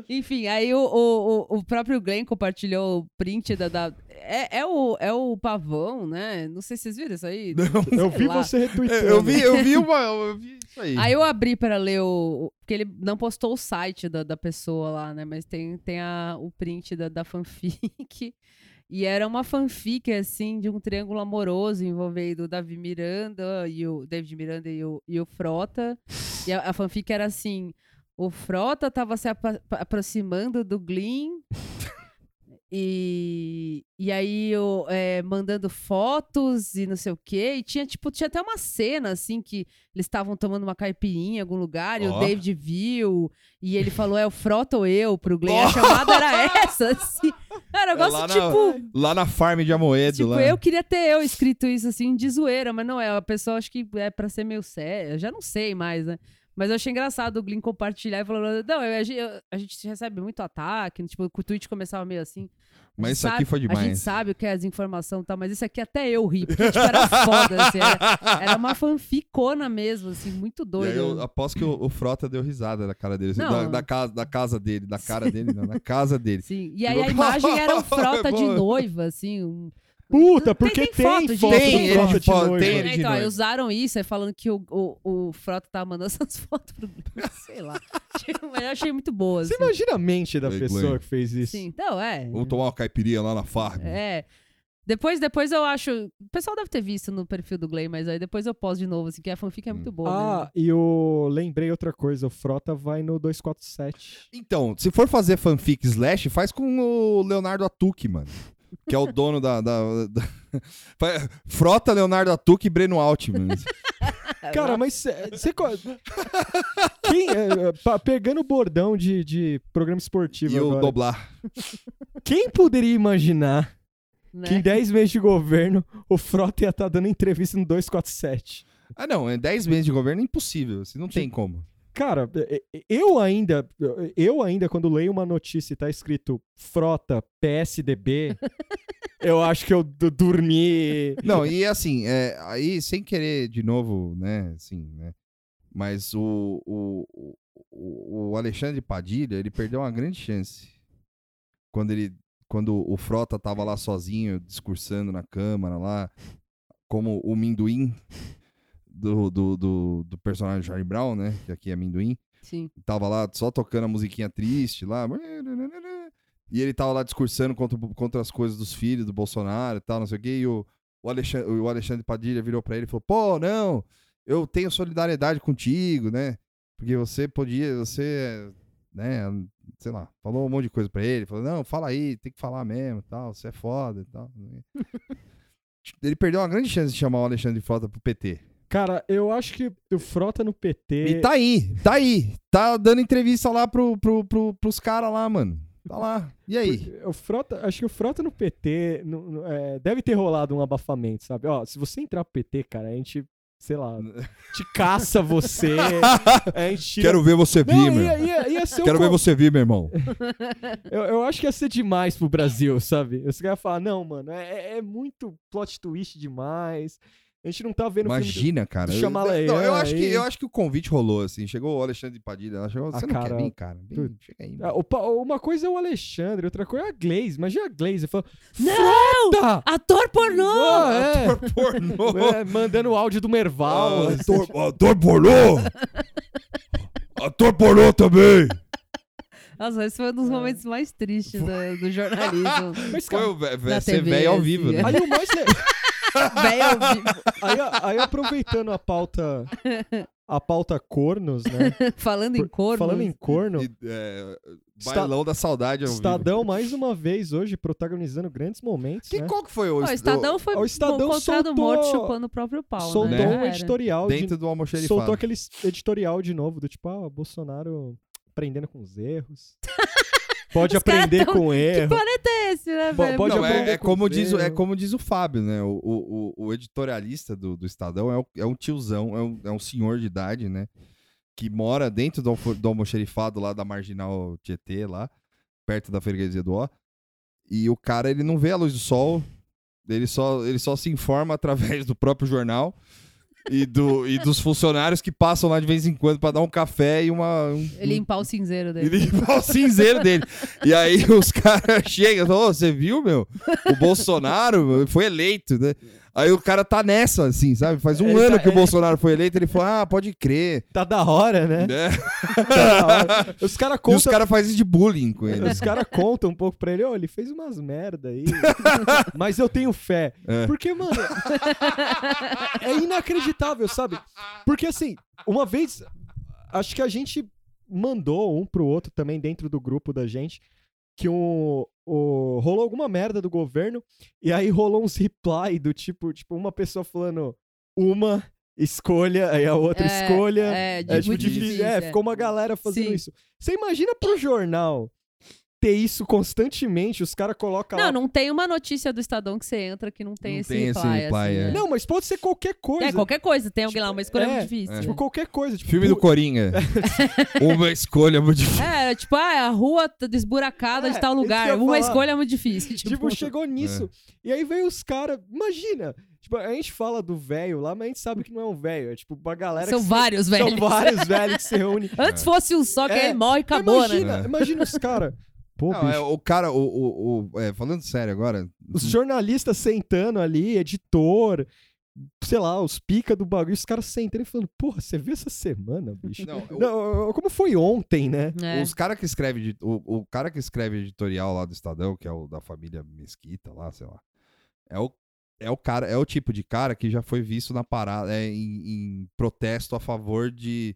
Enfim, aí o, o, o- o próprio Glenn compartilhou o print da. da- É, é o, é o pavão, né? Não sei se vocês viram isso aí.
Não.
Eu
Sei
vi
lá.
você retweetando.
Eu vi, eu vi uma. Eu vi isso aí.
Aí eu abri para ler o. o- Porque ele não postou o site da, da pessoa lá, né? Mas tem, tem a, o print da, da fanfic. E era uma fanfic, assim, de um triângulo amoroso envolvendo o Davi Miranda e o David Miranda e o, e o Frota. E a, a fanfic era assim: o Frota tava se apa- pa- aproximando do Glyn. E, e aí eu é, mandando fotos e não sei o quê. E tinha, tipo, tinha até uma cena assim que eles estavam tomando uma caipirinha em algum lugar e
Ó.
o David viu. E ele falou: é o Frota ou eu pro Glenn.
Ó.
A chamada era essa. Assim. Era
É,
um negócio
lá na-
tipo.
Lá na farm de Amoedo.
Tipo,
lá.
eu queria ter eu escrito isso assim de zoeira, mas não é. A pessoa acho que é pra ser meio séria. Eu já não sei mais, né? Mas eu achei engraçado o Glyn compartilhar e falando: não, eu- a, gente, eu- a gente recebe muito ataque. Tipo, o tweet começava meio assim. a
Mas
gente
isso aqui
sabe-
foi
A gente
demais.
sabe o que é as informações e tal, mas isso aqui até eu ri, porque tipo, era foda, assim, era, era uma fanficona mesmo, assim,
E
muito
aí
doida.
eu aposto que o, o Frota deu risada na cara dele. assim,
Não.
da, da casa, da casa dele, da cara dele, não, na casa dele.
Sim. E aí a imagem
É
era um frota de noiva, assim. um-
Puta,
Tem-
porque
tem
tem,
foto de-
foto
Tem,
do
ele
Frota de
fo-
noiva.
tem ele-
É, então,
de
aí
noiva.
usaram isso, aí falando que o, o, o Frota tava mandando essas fotos pro Glenn, sei lá. Mas eu achei muito boa, assim.
Você imagina a mente da
Ei, Glenn.
pessoa que fez isso?
Sim, então, é.
Vamos tomar uma caipirinha lá na farm.
É. Depois, depois eu acho... O pessoal deve ter visto no perfil do Glenn, mas aí depois eu posto de novo, assim, que a fanfic é muito boa
Ah, e eu lembrei outra coisa. O Frota vai no 247.
Então, se for fazer fanfic slash, faz com o Leonardo Atuque, mano. Que é o dono da. da- da- Fa- Frota Leonardo Atuque e Breno Altman.
mesmo.
Cara, mas você. Quem, é, é, pa- pegando o bordão de, de programa esportivo
e o
agora,
Doblar.
quem poderia imaginar
Né?
que em 10 meses de governo o Frota ia estar dando entrevista no 247?
Ah, não, é 10 meses de governo é impossível. Assim, não tem como.
Cara, e- e- eu ainda, eu ainda quando leio uma notícia e tá escrito Frota PSDB, eu acho que eu du- dormi.
Não, e assim, é, aí, sem querer de novo, né, assim, né? Mas o, o, o- o, o Alexandre Padilha, ele perdeu uma grande chance. Quando ele. Quando o Frota tava lá sozinho, discursando na Câmara lá, como o Minduim do, do, do, do personagem Charlie Brown, né? Que aqui é Minduim
Sim.
tava lá só tocando a musiquinha triste lá. E ele tava lá discursando contra, o- contra as coisas dos filhos do Bolsonaro e tal, não sei o quê. E o, o, Alexandre, o Alexandre Padilha virou pra ele e falou: pô, não, eu tenho solidariedade contigo, né? Porque você podia, você, né, sei lá, falou um monte de coisa pra ele. Falou: não, fala aí, tem que falar mesmo e tal, você é foda e tal. Ele perdeu uma grande chance de chamar o Alexandre Frota pro PT.
Cara, eu acho que o Frota no PT.
E tá aí, tá aí. Tá dando entrevista lá pro, pro, pro, pros caras lá, mano. Tá lá. E aí?
O Frota, acho que o Frota no PT no- no- é, deve ter rolado um abafamento, sabe? Ó, se você entrar pro PT, cara, a gente, sei lá, te caça você. a gente tira-
Quero ver você vir,
Não,
meu.
ia, ia, ia ser um
Quero
co-
ver você vir, meu irmão.
Eu, eu acho que ia ser demais pro Brasil, sabe? Os caras iam falar, não, mano, é, é- é muito plot twist demais. A gente não tá vendo o filme.
Imagina, cara.
do Shyamalan
Eu- não, eu,
aí.
acho que, eu acho que o convite rolou, assim. Chegou o Alexandre Padilha lá, chegou.
Ah,
Você não
cara,
quer vir, cara? Vem,
tu-
chega aí.
do- Ah,
mano."
o pa- Uma coisa é o Alexandre, outra coisa é a Glaze. Imagina a Glaze falando,
Não!
puta!
Ator pornô!
Ah, é.
Ator pornô!
É, mandando o áudio do Merval. assim,
Ah, ator, ator pornô! Ator pornô também!
Nossa, esse foi um
Ah.
dos momentos mais tristes do, do jornalismo.
Mas,
Foi
cara,
o vé-
Na
vé- ser
TV,
velho ao
assim,
vivo, né?
é.
aí o mais le-
Véi, eu vi-
aí, aí aproveitando a pauta a pauta cornos, né?
Falando em corno.
Falando em corno,
E, é,
Esta-
bailão da saudade. ao vivo.
Estadão mais uma vez hoje protagonizando grandes momentos,
Que,
né?
Qual que foi o,
Ó, o
est-
Estadão foi
Ó, o Estadão
encontrado
soltou-
morto chupando o próprio pau,
Soltou
né? Já
um
era.
o-
editorial de
dentro do almoxerifado?
soltou aquele s- editorial de novo, do tipo, ah, Bolsonaro aprendendo com os erros. Pode
Os caras
aprender
tão-
com
Que
erro.
planeta é esse, né,
Bo-
velho?
pode
Não,
aprender
é, é
com
como
o
diz, o- é
erro.
como diz o Fábio, né? O, o, o- o editorialista do, do Estadão é, o- é um tiozão, é um, é um senhor de idade, né? Que mora dentro do, alfo- do almoxerifado lá da Marginal Tietê, lá, perto da freguesia do Ó. E o cara, ele não vê a luz do sol, ele só, ele só se informa através do próprio jornal e, do, e dos funcionários que passam lá de vez em quando pra dar um café e uma, um-
Ele limpar o cinzeiro
e
dele.
limpar o cinzeiro dele. E aí os caras chegam e falam, "Ô, você viu, meu? O Bolsonaro meu, foi eleito, né? Aí o cara tá nessa, assim, sabe? Faz um
Ele
ano
tá-
que o
ele-
Bolsonaro foi eleito, ele falou, ah, pode crer.
Tá da hora, né?
Né?
Tá da hora. Os caras
E os
contam.
caras fazem isso de bullying com ele.
Os caras contam um pouco pra ele, ó, ele fez umas merda aí. Mas eu tenho fé.
É.
Porque, mano. é inacreditável, sabe? Porque, assim, uma vez. Acho que a gente mandou um pro outro também dentro do grupo da gente. Que um, o- rolou alguma merda do governo. E aí rolou uns reply do tipo, tipo, uma pessoa falando uma escolha, aí a outra
É,
escolha.
É,
É,
muito
tipo, difícil. É, ficou uma galera fazendo
Sim.
isso. Você imagina pro jornal ter isso constantemente, os caras colocam lá.
Não, não tem uma notícia do Estadão que você entra que não tem
Não
esse
tem esse
reply,
reply,
assim,
é.
né?
Não, mas pode ser qualquer coisa.
É, qualquer coisa, tem alguém lá, uma escolha
é,
muito difícil.
Tipo, qualquer coisa. Tipo,
Filme do
pu-
Coringa. Uma escolha muito difícil.
É, tipo, ah, a rua tá desburacada
É,
de tal
isso que eu
lugar.
ia
Uma
falar.
escolha é muito difícil. Tipo,
Tipo, chegou nisso.
É.
E aí veio os caras. Imagina! Tipo, a gente fala do velho lá, mas a gente sabe que não é um velho. É tipo, uma galera
são
que se-
vários, velho.
São vários velhos que se reúnem.
Antes fosse um só, que
É,
aí ele morre e acabou, né?
imagina,
É.
imagina os caras. Pô,
Não,
bicho.
é, o cara, o, o, o- é, falando sério agora,
Os jornalistas sentando ali, editor, sei lá, os pica do bagulho, os caras sentando e falando, porra, você viu essa semana, bicho?
não, o-
Não, como foi ontem, né?
É.
Os cara que escreve edi- o, o cara que escreve editorial lá do Estadão, que é o da família Mesquita lá, sei lá. É o é o cara, é o tipo de cara que já foi visto na parada é, em, em protesto a favor de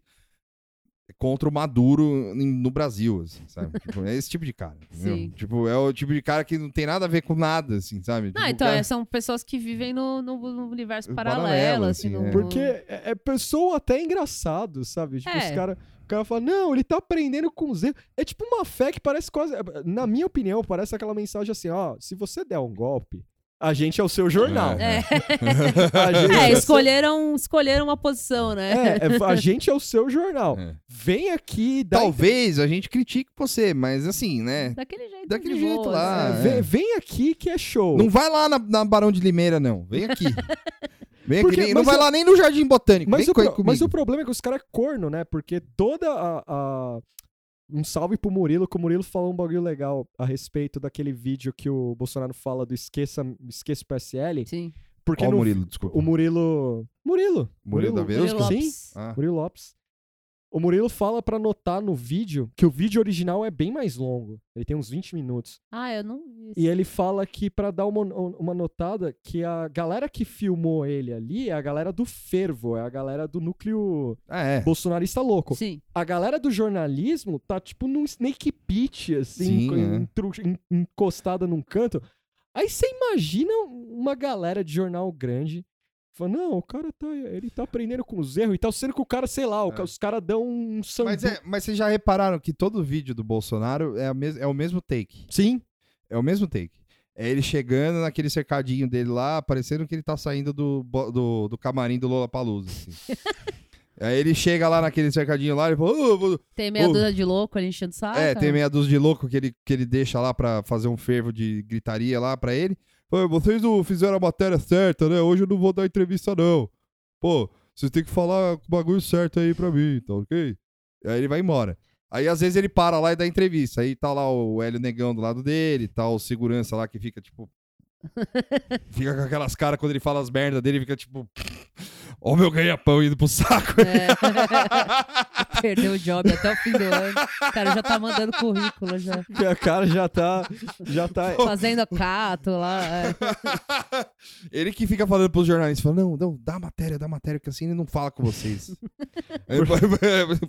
contra o Maduro em- no Brasil, assim, sabe? Tipo, é esse tipo de cara, entendeu?
Sim.
Tipo, é o tipo de cara que não tem nada a ver com nada, assim, sabe? Tipo,
Ah,
o
então,
cara-
é, são pessoas que vivem no, no- no universo
No
paralelo,
paralelo,
assim.
assim,
no-
é.
Porque é, é pessoa até engraçado, sabe? Tipo,
É.
os cara, o cara fala, não, ele tá aprendendo com os erros. É tipo uma fé que parece quase, na minha opinião, parece aquela mensagem assim, ó, se você der um golpe, a gente é o seu jornal.
É.
A gente
É,
o seu-
escolheram, escolheram uma posição, né?
É, é, a gente é o seu jornal.
É.
Vem aqui, dá
Talvez a gente critique você, mas assim,
É.
né?
Daquele jeito.
Daquele
de
jeito
boa,
lá,
assim.
é.
um Vem, vem aqui que é show.
Não vai lá na, na Barão de Limeira, não. Vem aqui. Vem
Porque-
aqui. nem- Não
mas
vai
o-
lá nem no Jardim Botânico.
Mas,
Vem
o,
co-
pro-
comigo.
mas o problema é que os caras é corno, né? Porque toda a, a- Um salve pro Murilo, que o Murilo falou um bagulho legal a respeito daquele vídeo que o Bolsonaro fala do Esqueça, esqueça o
é.
PSL.
Sim.
Porque
Qual
no-
Murilo, desculpa.
o Murilo. Murilo.
Murilo da Verusca?
Murilo
Sim,
Lopes.
Ah,
Murilo Lopes. O Murilo fala pra notar no vídeo que o vídeo original é bem mais longo. Ele tem uns 20 minutos.
Ah, eu não vi.
E ele fala que, pra dar uma, uma notada, que a galera que filmou ele ali é a galera do fervo, é a galera do núcleo
ah, é.
bolsonarista louco.
Sim.
A galera do jornalismo tá tipo num snake pit, assim,
Sim,
co-
é.
entru- en- encostada num canto. Aí você imagina uma galera de jornal grande. Falando, não, o cara tá. Ele tá aprendendo com os erros e tal, sendo que o cara, sei lá, o
É.
ca- os caras dão um sandu...
Mas, é, mas vocês já repararam que todo vídeo do Bolsonaro é, a mes- é o mesmo take.
Sim.
É o mesmo take. É ele chegando naquele cercadinho dele lá, parecendo que ele tá saindo do, bo- do, do camarim do Lollapalooza, assim. Aí ele chega lá naquele cercadinho lá e fala... "Ô, vou-
Tem meia
Ô.
dúzia de louco ali enchendo o saco.
É, tem
né?
meia dúzia de louco que ele, que ele deixa lá pra fazer um fervo de gritaria lá pra ele. Pô, vocês não fizeram a matéria certa, né? Hoje eu não vou dar entrevista, não. Pô, vocês têm que falar o bagulho certo aí pra mim, tá ok? Aí ele vai embora. Aí às vezes ele para lá e dá entrevista. Aí tá lá o Hélio Negão do lado dele, tá o segurança lá que fica tipo. fica com aquelas caras quando ele fala as merdas dele, fica tipo. Ó, meu ganha-pão indo pro saco.
É. Perdeu o job até o fim do ano. O cara já tá mandando currículo, já.
Minha cara já tá. Já tá.
Fazendo cato lá. é.
Ele que fica falando pros jornalistas, fala, não, não, dá a matéria, dá a matéria, que assim ele não fala com vocês.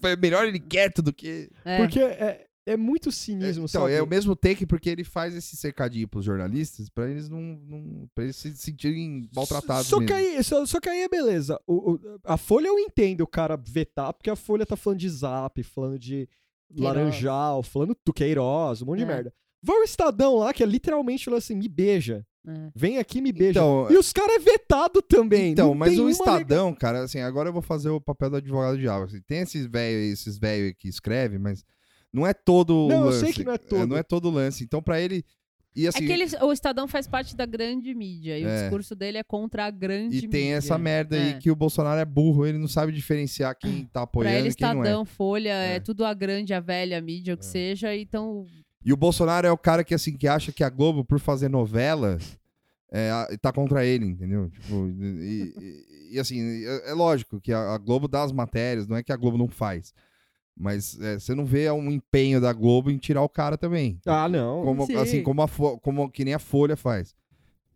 é melhor ele quieto do que...
É.
Porque é, é muito cinismo,
Então,
sabe?
é o mesmo take porque ele faz esse cercadinho pros jornalistas pra eles não, não pra eles se sentirem maltratados
Só que,
mesmo.
aí, só, só que aí é beleza. O- o- a Folha eu entendo o cara vetar, porque a Folha tá falando de Zap, falando de
Queiroz.
Laranjal, falando do Queiroz, um monte de
É.
merda. Vai o Estadão lá, que é literalmente falando assim, me beija.
É.
Vem aqui, me beija.
Então,
e os caras é vetado também.
então
não
mas
tem
o
uma
Estadão, cara, assim, agora eu vou fazer o papel do advogado de diabo. Assim, tem esses velhos esses velho que escreve, mas não é todo
Não,
o
eu
lance.
sei que não é todo.
não é todo o lance. Então, pra ele... E assim,
É que ele- o Estadão faz parte da grande mídia e o
É.
discurso dele é contra a grande
E
mídia.
tem essa merda
É.
aí que o Bolsonaro é burro, ele não sabe diferenciar quem tá
Pra
apoiando
ele,
e quem não é.
Estadão, Folha, é.
É.
tudo a grande, a velha mídia, o que seja. Então,
E o Bolsonaro é o cara que, assim, que acha que a Globo, por fazer novela, é, a- tá contra ele, entendeu? Tipo, e, e- e, assim, é, é lógico que a, a Globo dá as matérias, não é que a Globo não faz. Mas é, você não vê um empenho da Globo em tirar o cara também.
Ah, não.
Como,
Sim.
assim, como, a Fo- como que nem a Folha faz.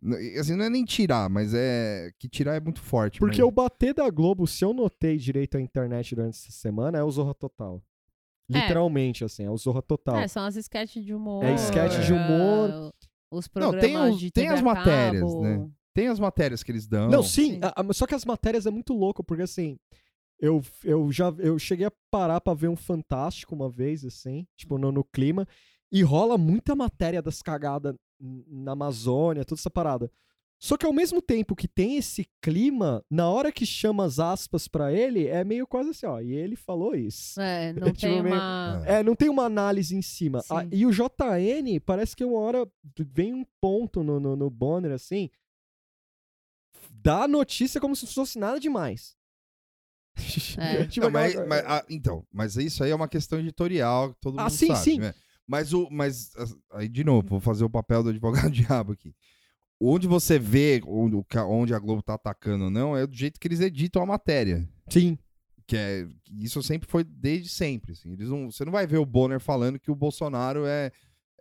N- e, Assim, não é nem tirar, mas é. Que tirar é muito forte.
Porque
mas-
o bater da Globo, se eu notei direito a internet durante essa semana, é o Zorra Total.
É.
Literalmente, assim, é o Zorra Total.
é, são as sketches de humor.
É
esquete
de humor.
ah, Os
Não,
programas
tem os-
de
tem
TV
as
a
matérias,
cabo.
né? Tem as matérias que eles dão. É.
Não, sim.
Sim.
a- a- só que as matérias é muito louco, porque assim, eu, eu já eu cheguei a parar pra ver um Fantástico uma vez, assim, tipo, no, no clima, e rola muita matéria das cagadas n- na Amazônia, toda essa parada. Só que ao mesmo tempo que tem esse clima, na hora que chama as aspas pra ele, é meio quase assim, ó, e ele falou isso.
É, não
Tipo,
tem
meio-
uma...
É, não tem uma análise em cima. A-
Sim.
e o JN, parece que uma hora vem um ponto no, no, no Bonner, assim, dá a notícia como se não fosse nada demais.
É.
Tipo,
Não, mas,
aquela-
mas, ah, então, mas isso aí é uma questão editorial, que todo
Ah,
mundo
sim,
sabe.
sim.
né? Mas o. Mas, ah, aí, de novo, vou fazer o papel do advogado diabo aqui. Onde você vê onde, o ca- onde a Globo tá atacando ou não, é do jeito que eles editam a matéria.
Sim.
Que é, isso sempre foi desde sempre. assim. Eles não, você não vai ver o Bonner falando que o Bolsonaro é,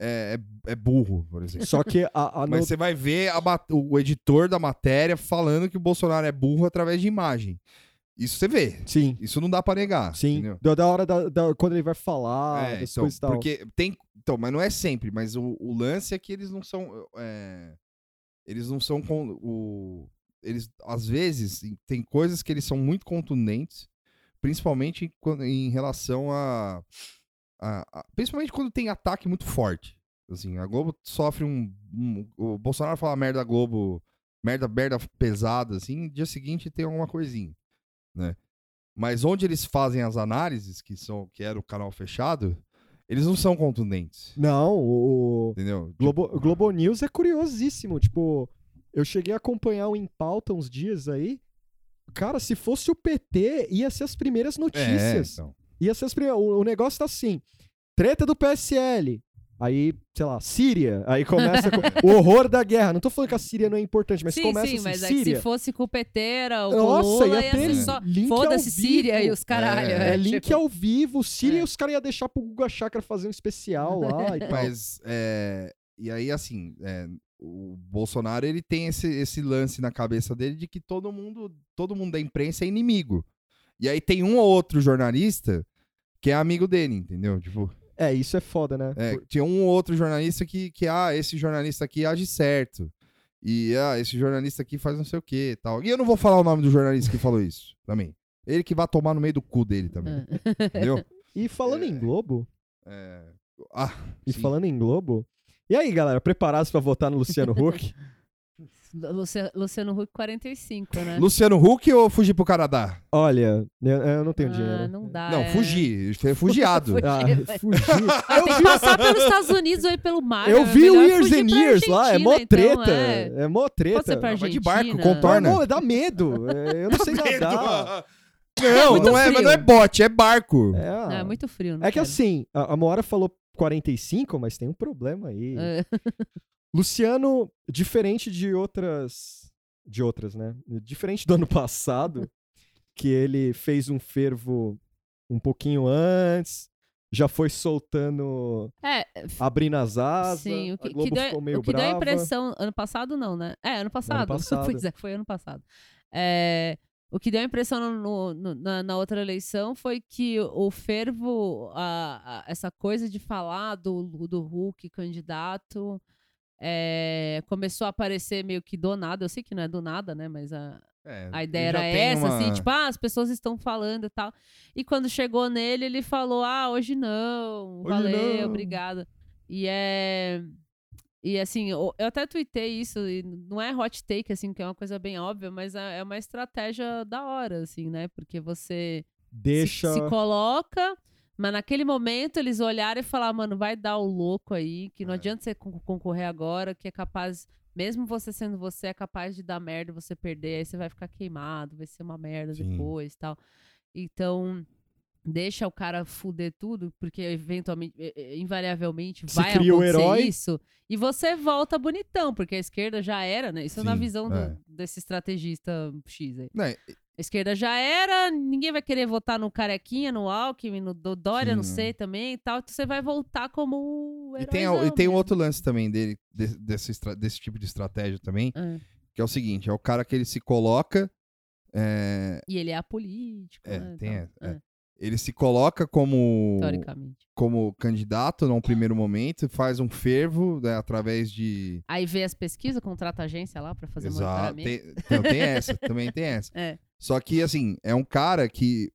é, é- é burro, por exemplo.
Só que a, a
Mas
no-
você vai ver a ma- o editor da matéria falando que o Bolsonaro é burro através de imagem. Isso você vê.
Sim,
Isso não dá pra negar. entendeu?
sim. Da, da hora da, da- quando ele vai falar,
É,
das
então,
coisas e tal.
porque tem. Então, mas não é sempre, mas o, o lance é que eles não são. é, eles não são com o. Eles, às vezes, em- tem coisas que eles são muito contundentes, principalmente quando- em relação a, a- a- Principalmente quando tem ataque muito forte. Assim, a Globo sofre um. um- o Bolsonaro fala merda Globo, merda, merda pesada, assim, dia seguinte tem alguma coisinha. né? Mas onde eles fazem as análises, que são que era o canal fechado, eles não são contundentes.
Não, o,
Entendeu? Tipo,
Globo, Globo News é curiosíssimo. Tipo, eu cheguei a acompanhar o Em Pauta uns dias aí. Cara, se fosse o PT, ia ser as primeiras notícias.
É, então.
Ia ser as primeiras. O, o negócio tá assim: treta do PSL. Aí, sei lá, Síria. Aí começa com- o horror da guerra. Não tô falando que a Síria não é importante, mas
sim,
começa
sim,
assim,
mas aí
Síria.
se fosse com o Peteira, o
Nossa,
Lula,
ia ter
ser só...
link ao
Foda-se
vivo.
Síria e os caralho.
É,
É, link
tipo,
ao vivo. Síria
É.
os caras iam deixar pro Guga Chakra fazer um especial lá e tal.
Mas, é, e aí, assim, é, o Bolsonaro, ele tem esse, esse lance na cabeça dele de que todo mundo, todo mundo da imprensa é inimigo. E aí tem um ou outro jornalista que é amigo dele, entendeu? Tipo,
É, isso é foda, né?
É,
Por-
tinha um ou outro jornalista que, que, ah, esse jornalista aqui age certo. E, ah, esse jornalista aqui faz não sei o que e tal. E eu não vou falar o nome do jornalista que falou isso também. Ele que vai tomar no meio do cu dele também.
Ah.
Entendeu?
E falando em Globo,
É, Ah,
E
sim.
falando em Globo. E aí, galera, preparados pra votar no Luciano Huck?
Luciano, Luciano Huck, 45, né?
Luciano Huck ou fugir pro Canadá?
Olha, eu, eu não tenho
Ah,
dinheiro.
não dá.
não,
é.
fugir. Ele é fugiado.
Fugiu.
Ah,
Fugiu.
fugi.
Ah, tem que passar pelos Estados Unidos ou ir pelo mar.
Eu
é
vi o
melhor
Years
fugir
and
pra
Years lá, é mó
Argentina, então,
treta.
é.
É mó
Pode ser pra
treta.
Vai de
Argentina.
barco, contorna.
Não, dá medo. é, Eu não sei nadar.
Não,
muito
não é, mas
frio.
não é bote, é barco.
É,
Não, é muito frio. não
é que
quero.
assim, a, a Moara falou 45, mas tem um problema aí.
É.
Luciano, diferente de outras. De outras, né? Diferente do ano passado, que ele fez um fervo um pouquinho antes, já foi soltando,
É,
abrindo as asas,
Sim, o que,
a Globo
que deu,
ficou meio
o que deu a
brava.
impressão. Ano passado, não, né? É, ano passado.
passado.
pois é, foi ano passado. É, o que deu a impressão no- no- na, na outra eleição foi que o fervo, a- a- essa coisa de falar do, do Hulk candidato, é, começou a aparecer meio que do nada. Eu sei que não é do nada, né? Mas a,
É,
a
ele
ideia
já
era
tem
essa,
uma-
assim, tipo, ah, as pessoas estão falando e tal. E quando chegou nele, ele falou, ah, hoje não,
Hoje
valeu,
não.
obrigado. E é... E assim, eu eu até tuitei isso, e não é hot take, assim, que é uma coisa bem óbvia, mas é é uma estratégia da hora, assim, né? Porque você se-
Deixa.
se, coloca, mas naquele momento eles olharam e falaram, mano, vai dar o louco aí, que não
É.
adianta você con- concorrer agora, que é capaz, mesmo você sendo você, é capaz de dar merda, você perder, aí você vai ficar queimado, vai ser uma merda
Sim.
depois e tal. Então, deixa o cara fuder tudo, porque eventualmente, eh, eh, invariavelmente,
Se
vai
cria o
acontecer
herói.
isso. E você volta bonitão, porque a esquerda já era, né? Isso na
Sim,
visão do-
é.
desse estrategista X aí.
Não,
A esquerda já era, ninguém vai querer votar no Carequinha, no Alckmin, no Do- Dória, não
Sim, é.
sei também e tal. Então você vai voltar como o né?
E tem,
heróizão
e tem um
mesmo.
outro lance também dele, desse, desse estra- desse tipo de estratégia também,
É.
que é o seguinte: é o cara que ele se coloca. é,
E ele é apolítico,
É,
né,
tem
tal.
essa, é. ele se coloca como,
Teoricamente.
como candidato num primeiro momento, faz um fervo né, através de.
Aí vê as pesquisas, contrata agência lá pra fazer
Exato.
monitoramento.
Tem, não, tem essa, também tem essa.
É.
Só que, assim, é um cara que,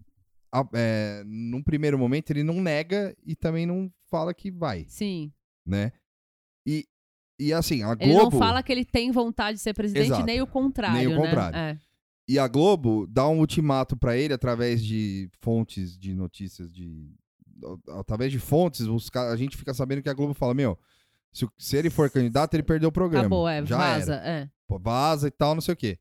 a- é, num primeiro momento, ele não nega e também não fala que vai,
Sim.
né? E, e assim, a
Ele
Globo.
não fala que ele tem vontade de ser presidente,
Exato.
nem o contrário.
Nem o
né?
contrário.
É.
E a Globo dá um ultimato pra ele através de fontes de notícias de através de fontes, os ca- a gente fica sabendo que a Globo fala, meu, se, o- se ele for candidato, ele perdeu o programa.
Acabou, é.
Já
vaza.
Era.
É.
Pô, Vaza e tal, não sei o quê.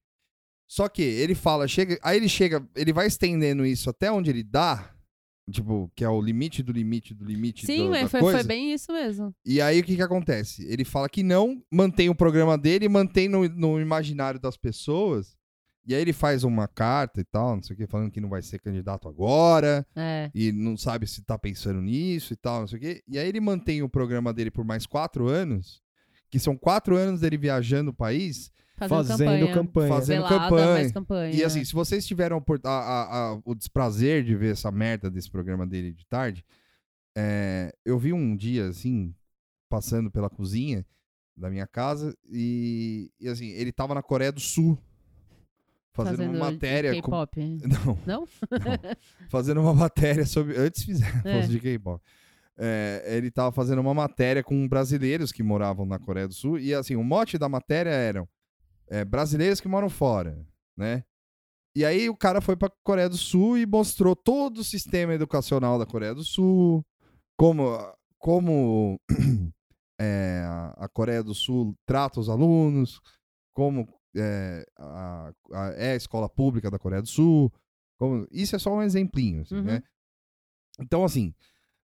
Só que ele fala, chega, aí ele chega, ele vai estendendo isso até onde ele dá, tipo, que é o limite do limite do limite
Sim,
do,
mas
da
foi,
coisa.
foi bem isso mesmo.
E aí o que que acontece? Ele fala que não, mantém o programa dele, mantém no, no imaginário das pessoas. E aí ele faz uma carta e tal, não sei o que, falando que não vai ser candidato agora,
É.
e não sabe se tá pensando nisso e tal, não sei o que. E aí ele mantém o programa dele por mais quatro anos, que são quatro anos dele viajando o país,
Fazendo,
Fazendo
campanha.
campanha.
Fazendo
Velada,
campanha.
mas campanha.
E assim, se vocês tiveram a opor- a- a- a- o desprazer de ver essa merda desse programa dele de tarde, é, eu vi um dia, assim, passando pela cozinha da minha casa e, e, assim, ele tava na Coreia do Sul fazendo, uma matéria. Com...
K-pop.
Não,
Não?
fazendo uma matéria sobre. Antes fizeram,
É.
fosse de K-pop. É, ele tava fazendo uma matéria com brasileiros que moravam na Coreia do Sul. E assim, o mote da matéria eram é, brasileiros que moram fora, né? E aí o cara foi pra Coreia do Sul e mostrou todo o sistema educacional da Coreia do Sul, como, como é, a- a Coreia do Sul trata os alunos, como é a, a- é a escola pública da Coreia do Sul. como- isso é só um exemplinho, assim,
Uhum.
né? Então, assim,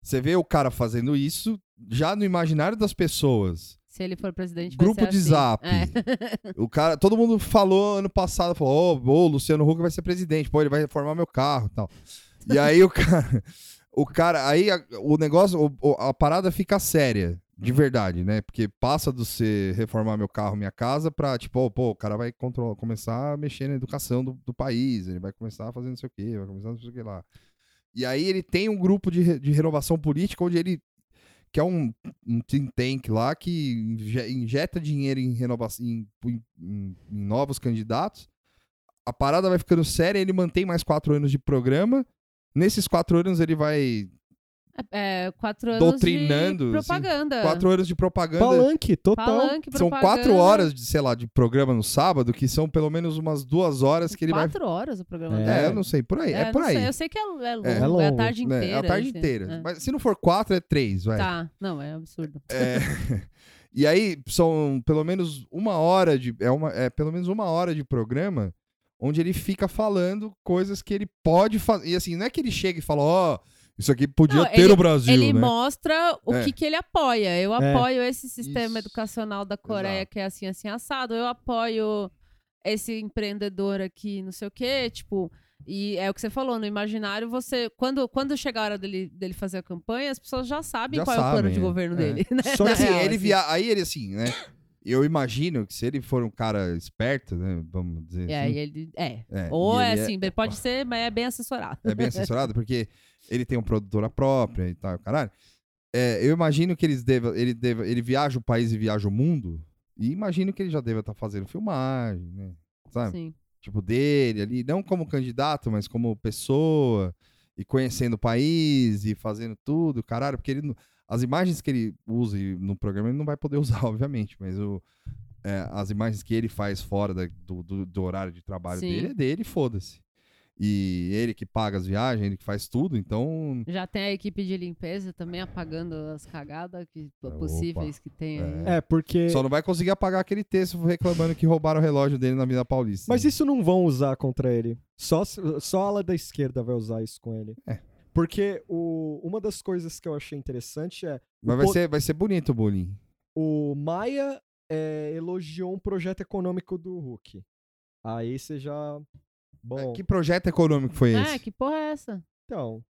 você vê o cara fazendo isso já no imaginário das pessoas.
Se ele for presidente, vai
Grupo
ser
de
assim.
zap.
É.
O cara, todo mundo falou ano passado, falou, ô, ô, Luciano Huck vai ser presidente, pô, ele vai reformar meu carro e tal. E aí o cara, o cara, aí a- o negócio, o- o- a parada fica séria, de verdade, né? Porque passa do ser reformar meu carro, minha casa, pra tipo, ô, pô, o cara vai controlar, começar a mexer na educação do, do país, ele vai começar a fazer não sei o quê, vai começar não sei o que lá. E aí ele tem um grupo de, re- de renovação política onde ele que é um, um think tank lá que inje- injeta dinheiro em renovação em, em- em- em novos candidatos. A parada vai ficando séria, ele mantém mais quatro anos de programa. Nesses quatro anos ele vai.
É, quatro anos
Doutrinando, assim,
de propaganda.
Quatro anos de propaganda.
Palanque, total.
Palanque,
São
propaganda.
quatro horas de, sei lá, de programa no sábado, que são pelo menos umas duas horas que ele
Quatro horas o programa.
vai.
É.
É, eu não sei, por aí. É,
não
por aí.
sei, eu sei que é, é longo, é,
É
a
longo,
tarde
né?
inteira.
É a tarde
assim,
inteira.
é.
Mas se não for quatro, é três, vai.
Tá, não, é absurdo.
É, e aí são pelo menos uma hora de é, uma, é pelo menos uma hora de programa onde ele fica falando coisas que ele pode fazer e assim não é que ele chega e fala ó isso aqui podia
Não,
ter
ele-
no Brasil
ele
né
mostra o
É.
que, que ele apoia. Eu
É.
apoio esse sistema
Isso.
educacional da Coreia
Exato.
que é assim, assim, assado. Eu apoio esse empreendedor aqui, não sei o quê. Tipo, E é o que você falou, no imaginário, você. Quando, quando chegar a hora dele, dele fazer a campanha, as pessoas já sabem
Já
qual é o plano
sabem,
de
é.
governo
É.
dele. Né?
Só
Na
que assim,
real,
ele
assim.
via... aí ele assim, né? Eu imagino que se ele for um cara esperto, né? Vamos dizer
É,
assim.
e ele, é.
É,
Ou
e
é
ele
assim, be- pode ser, mas é bem assessorado.
É, bem assessorado, porque ele tem uma produtora própria e tal, caralho. É, eu imagino que eles deva, ele, deva, ele viaja o país e viaja o mundo, e imagino que ele já deva estar fazendo filmagem, né? Sabe?
Sim.
Tipo, dele ali, não como candidato, mas como pessoa, e conhecendo o país, e fazendo tudo, caralho, porque ele, não- as imagens que ele usa e no programa ele não vai poder usar, obviamente, mas o, é, as imagens que ele faz fora da- do, do- do horário de trabalho
Sim.
dele é dele, foda-se. E ele que paga as viagens, ele que faz tudo, então.
Já tem a equipe de limpeza também apagando as cagadas que,
Opa.
possíveis que tem aí.
É, porque.
Só não vai conseguir apagar aquele texto reclamando que roubaram o relógio dele na Avenida Paulista.
Mas isso não vão usar contra ele. Só, se- só a ala da esquerda vai usar isso com ele.
É.
Porque o, uma das coisas que eu achei interessante é
Mas vai
o-
ser, vai ser bonito o bullying.
o Maia é, elogiou um projeto econômico do Hulk. Aí você já. Bom,
É Que projeto econômico foi esse?
Ah, que porra é essa?
então.